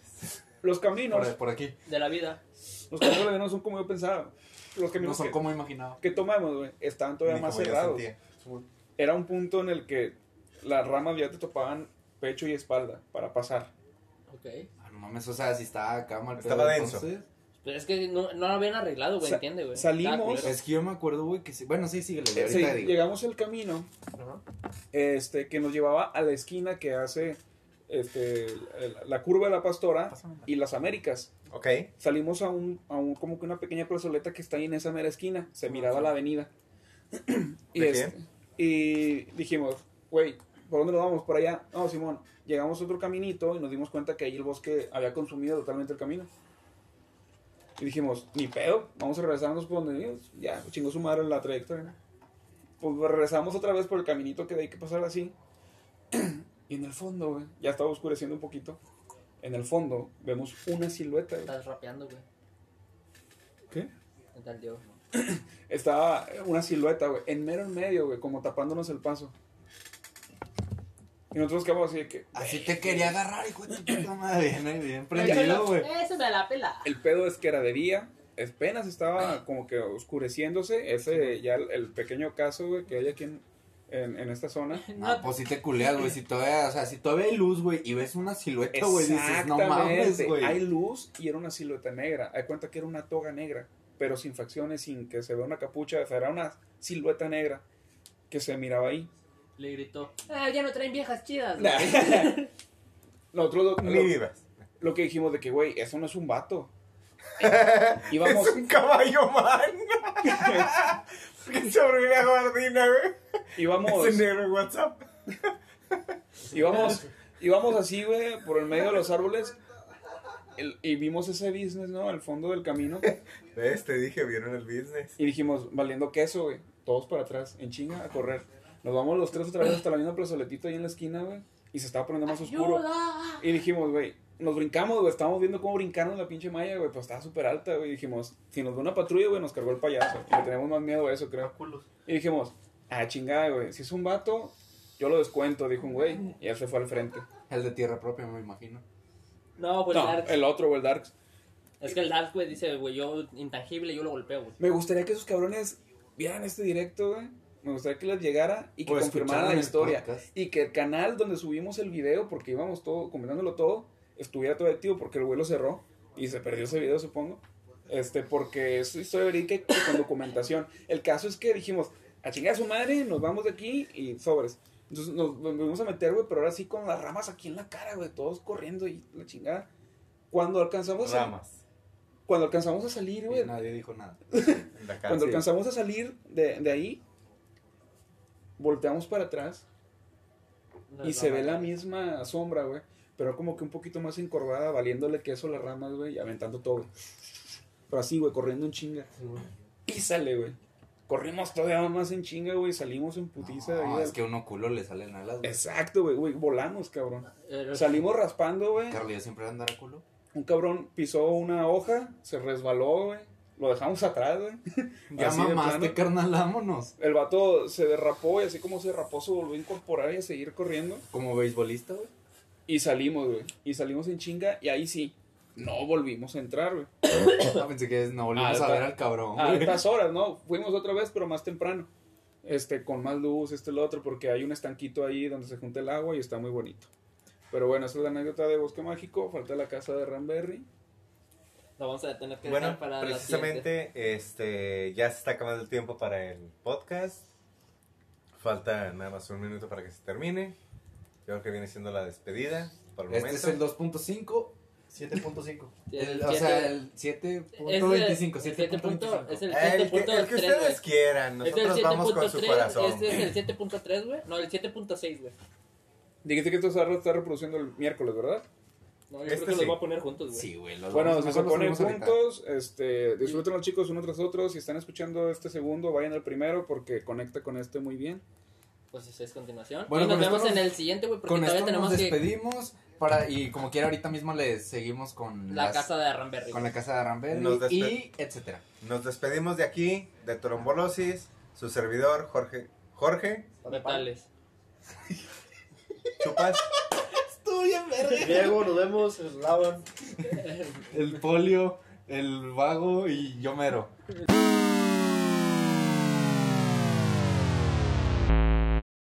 [SPEAKER 5] los caminos,
[SPEAKER 3] Por, por aquí.
[SPEAKER 4] De la vida.
[SPEAKER 5] los caminos no son como yo pensaba. Los
[SPEAKER 3] No
[SPEAKER 5] caminos
[SPEAKER 3] son
[SPEAKER 5] que,
[SPEAKER 3] como imaginaba.
[SPEAKER 5] que tomamos, güey, estaban todavía
[SPEAKER 2] Ni
[SPEAKER 5] más
[SPEAKER 2] como yo
[SPEAKER 5] cerrados.
[SPEAKER 2] sentía.
[SPEAKER 5] Era un punto en el que las ramas ya te topaban pecho y espalda para pasar.
[SPEAKER 4] Ok.
[SPEAKER 3] Ah, no mames, o sea, si estaba acá mal
[SPEAKER 2] Estaba
[SPEAKER 3] pedo,
[SPEAKER 2] denso.
[SPEAKER 3] entonces.
[SPEAKER 4] Pero Pues es que no, no lo habían arreglado, güey,
[SPEAKER 5] Sa-
[SPEAKER 4] entiende, güey.
[SPEAKER 5] salimos.
[SPEAKER 4] Estaba culero.
[SPEAKER 3] Es que yo me acuerdo, güey, que sí. Bueno, sí, síguele, güey.
[SPEAKER 5] Eh, Sí,
[SPEAKER 3] Ahorita digo.
[SPEAKER 5] llegamos el camino
[SPEAKER 1] Ajá.
[SPEAKER 5] este, que nos llevaba a la esquina que hace este, el- la curva de la pastora y las Américas.
[SPEAKER 2] Ok.
[SPEAKER 5] Salimos a un, a un como que una pequeña plazoleta que está ahí en esa mera esquina. Se miraba la avenida. y,
[SPEAKER 2] ¿De
[SPEAKER 5] este, y dijimos, güey, ¿por dónde nos vamos? ¿Por allá? No, Simón. Llegamos a otro caminito y nos dimos cuenta que ahí el bosque había consumido totalmente el camino. Y dijimos, ni pedo, vamos a regresarnos por donde venimos. Ya, chingó su madre la trayectoria. Pues regresamos otra vez por el caminito que de ahí que pasar así. y en el fondo, güey, ya estaba oscureciendo un poquito. En el fondo vemos una silueta, güey.
[SPEAKER 4] Estás rapeando, güey.
[SPEAKER 5] ¿Qué?
[SPEAKER 4] ¿Qué tal, Diego?
[SPEAKER 5] Estaba eh, una silueta, güey, en mero en medio, güey, como tapándonos el paso. Y nosotros quedamos así de que.
[SPEAKER 3] Así te quería agarrar, hijo de tu puta madre. Bien, bien prendido, güey.
[SPEAKER 4] Eso me la pela.
[SPEAKER 5] El pedo es que era de día, apenas estaba como que oscureciéndose. Ese ya el, el pequeño caso, güey, que hay aquí en, en- en esta zona.
[SPEAKER 3] Ah, pues si te culeas, güey. Si todavía, o sea, si todavía hay luz, güey, y ves una silueta, güey, dices, no mames,
[SPEAKER 5] Exactamente. Hay
[SPEAKER 3] güey.
[SPEAKER 5] luz y era una silueta negra. Hay cuenta que era una toga negra, pero sin facciones, sin que se vea una capucha. o sea, Era una silueta negra que se miraba ahí.
[SPEAKER 4] Le gritó. Ah, ya no traen viejas chidas, güey.
[SPEAKER 5] Nosotros lo,
[SPEAKER 2] Ni
[SPEAKER 5] lo-
[SPEAKER 2] vivas.
[SPEAKER 5] lo que dijimos de que, güey, eso no es un vato. Íbamos,
[SPEAKER 2] Es un caballo man. que sobrevive a Jardina, güey.
[SPEAKER 5] íbamos,
[SPEAKER 2] Ese negro en WhatsApp.
[SPEAKER 5] íbamos, íbamos así, güey, por el medio de los árboles. el- y vimos ese business, ¿no? Al fondo del camino.
[SPEAKER 2] ¿Ves? Te dije, vieron el business.
[SPEAKER 5] Y dijimos, valiendo queso, güey. Todos para atrás, en chinga, a correr. Nos vamos los tres otra vez hasta la misma plazoletita ahí en la esquina, güey. Y se estaba poniendo más oscuro.
[SPEAKER 4] ¡Ayuda!
[SPEAKER 5] Y dijimos, güey, nos brincamos, güey. Estábamos viendo cómo brincaron la pinche malla, güey. Pues estaba súper alta, güey. Y dijimos, si nos ve una patrulla, güey, nos cargó el payaso. Y le tenemos más miedo a eso, creo.
[SPEAKER 1] Culos.
[SPEAKER 5] Y dijimos, ah, chingada, güey, si es un vato, yo lo descuento, dijo un güey, y él se fue al frente.
[SPEAKER 3] El de tierra propia, me imagino.
[SPEAKER 4] No, pues
[SPEAKER 5] No,
[SPEAKER 4] Darks.
[SPEAKER 5] el otro, güey, el Darks.
[SPEAKER 4] Es que el Dark, güey, dice, güey, yo intangible, yo lo golpeo, güey.
[SPEAKER 5] Me gustaría que esos cabrones vieran este directo, güey. Me gustaría que les llegara y que
[SPEAKER 3] O
[SPEAKER 5] confirmaran
[SPEAKER 3] escucharan
[SPEAKER 5] la
[SPEAKER 3] el
[SPEAKER 5] historia.
[SPEAKER 3] podcast.
[SPEAKER 5] Y que el canal donde subimos el video, porque íbamos todo, comentándolo todo, estuviera todo activo porque el güey lo cerró y se perdió ese video, supongo. Este, porque es historia verídica y con documentación. El caso es que dijimos, a chingar a su madre, nos vamos de aquí y sobres. Entonces nos volvimos a meter, güey, pero ahora sí con las ramas aquí en la cara, güey, todos corriendo y la chingada. Cuando
[SPEAKER 3] Pues,
[SPEAKER 5] alcanzamos, a-
[SPEAKER 2] Ramas.
[SPEAKER 5] cuando alcanzamos a salir,
[SPEAKER 3] Y
[SPEAKER 5] güey,
[SPEAKER 3] nadie dijo nada.
[SPEAKER 2] En la cara.
[SPEAKER 5] cuando
[SPEAKER 2] Sí.
[SPEAKER 5] alcanzamos a salir de, de ahí, volteamos para atrás y se ve
[SPEAKER 4] Eh,
[SPEAKER 5] la misma sombra, güey. Pero como que un poquito más encorvada, valiéndole queso a las ramas, güey, y aventando todo. Pero así, güey, corriendo en chinga. Písale, güey. Corrimos todavía más en chinga, güey. Salimos en putiza. de ahí
[SPEAKER 3] No,
[SPEAKER 5] del-
[SPEAKER 3] es que uno culo le salen alas, güey.
[SPEAKER 5] Exacto, güey, güey. Volamos, cabrón.
[SPEAKER 4] Pero-
[SPEAKER 5] Salimos raspando, güey.
[SPEAKER 3] Carlos, yo siempre voy a andar a culo.
[SPEAKER 5] Un cabrón pisó una hoja, se resbaló, güey. Lo dejamos atrás, güey.
[SPEAKER 3] Ya
[SPEAKER 5] Así de
[SPEAKER 3] mamaste,
[SPEAKER 5] plano.
[SPEAKER 3] carnal, vámonos.
[SPEAKER 5] El vato se derrapó y así como se derrapó se volvió a incorporar y a seguir corriendo.
[SPEAKER 3] Como beisbolista, güey.
[SPEAKER 5] Y salimos, güey. Y salimos en chinga y ahí sí, no volvimos a entrar, güey.
[SPEAKER 3] Ah, pensé que es- no volvimos a
[SPEAKER 5] Alta-
[SPEAKER 3] ver al cabrón,
[SPEAKER 4] Ah,
[SPEAKER 5] A
[SPEAKER 3] güey.
[SPEAKER 5] altas horas, ¿no? Fuimos otra vez, pero más temprano. Este, con más luz, este, el otro, porque hay un estanquito ahí donde se junta el agua y está muy bonito. Pero bueno, esa es la anécdota de Bosque Mágico. Falta la casa de Ranberry.
[SPEAKER 4] Lo vamos a tener que
[SPEAKER 2] Bueno,
[SPEAKER 4] dejar para la siguiente.
[SPEAKER 2] precisamente este, ya se está acabando el tiempo para el podcast. Falta nada más un minuto para que se termine. Yo creo que viene siendo la despedida por el
[SPEAKER 3] Este es
[SPEAKER 2] momento.
[SPEAKER 3] el 2.5.
[SPEAKER 1] 7.5
[SPEAKER 3] el-
[SPEAKER 4] El
[SPEAKER 3] O sea,
[SPEAKER 4] siete-
[SPEAKER 3] el 7.25.
[SPEAKER 4] es el- el
[SPEAKER 3] 7.25.
[SPEAKER 4] punto- Es el
[SPEAKER 2] el que, el que
[SPEAKER 4] 7.3, güey.
[SPEAKER 2] ustedes quieran,
[SPEAKER 4] Este es
[SPEAKER 2] nosotros
[SPEAKER 4] el
[SPEAKER 2] vamos con su
[SPEAKER 4] 7.3,
[SPEAKER 2] corazón.
[SPEAKER 4] este es el 7.3, güey. No, el 7.6, güey.
[SPEAKER 5] Dijiste que esto se va a estar reproduciendo el miércoles, ¿verdad?
[SPEAKER 6] No, yo
[SPEAKER 2] Este
[SPEAKER 6] creo que los
[SPEAKER 2] sí.
[SPEAKER 6] voy a poner juntos, güey.
[SPEAKER 3] Sí, güey. los
[SPEAKER 5] Bueno,
[SPEAKER 3] Pues vamos-
[SPEAKER 5] si se
[SPEAKER 3] mejor los
[SPEAKER 5] ponen
[SPEAKER 3] subimos ahorita.
[SPEAKER 5] juntos, este, disfruten los chicos uno tras otro. Si están escuchando este segundo, vayan al primero porque conecta con este muy bien.
[SPEAKER 6] Pues eso es continuación.
[SPEAKER 4] Bueno,
[SPEAKER 3] Bueno,
[SPEAKER 4] y nos
[SPEAKER 3] con esto
[SPEAKER 4] vemos en
[SPEAKER 3] nos-
[SPEAKER 4] el siguiente, güey, porque
[SPEAKER 3] Con
[SPEAKER 4] todavía
[SPEAKER 3] esto nos
[SPEAKER 4] tenemos que
[SPEAKER 3] despedimos. Para, y como quiera, ahorita mismo les seguimos con,
[SPEAKER 4] la
[SPEAKER 3] las-
[SPEAKER 4] casa de Ramberry.
[SPEAKER 3] con la casa de Ramberry
[SPEAKER 2] Nos despe-
[SPEAKER 3] y etcétera.
[SPEAKER 2] Nos despedimos de aquí, de Trombolosis, su servidor, Jorge. Jorge,
[SPEAKER 4] Metales.
[SPEAKER 2] chupas.
[SPEAKER 1] Diego, nos vemos. nos lavan.
[SPEAKER 3] El polio, el vago y yo mero.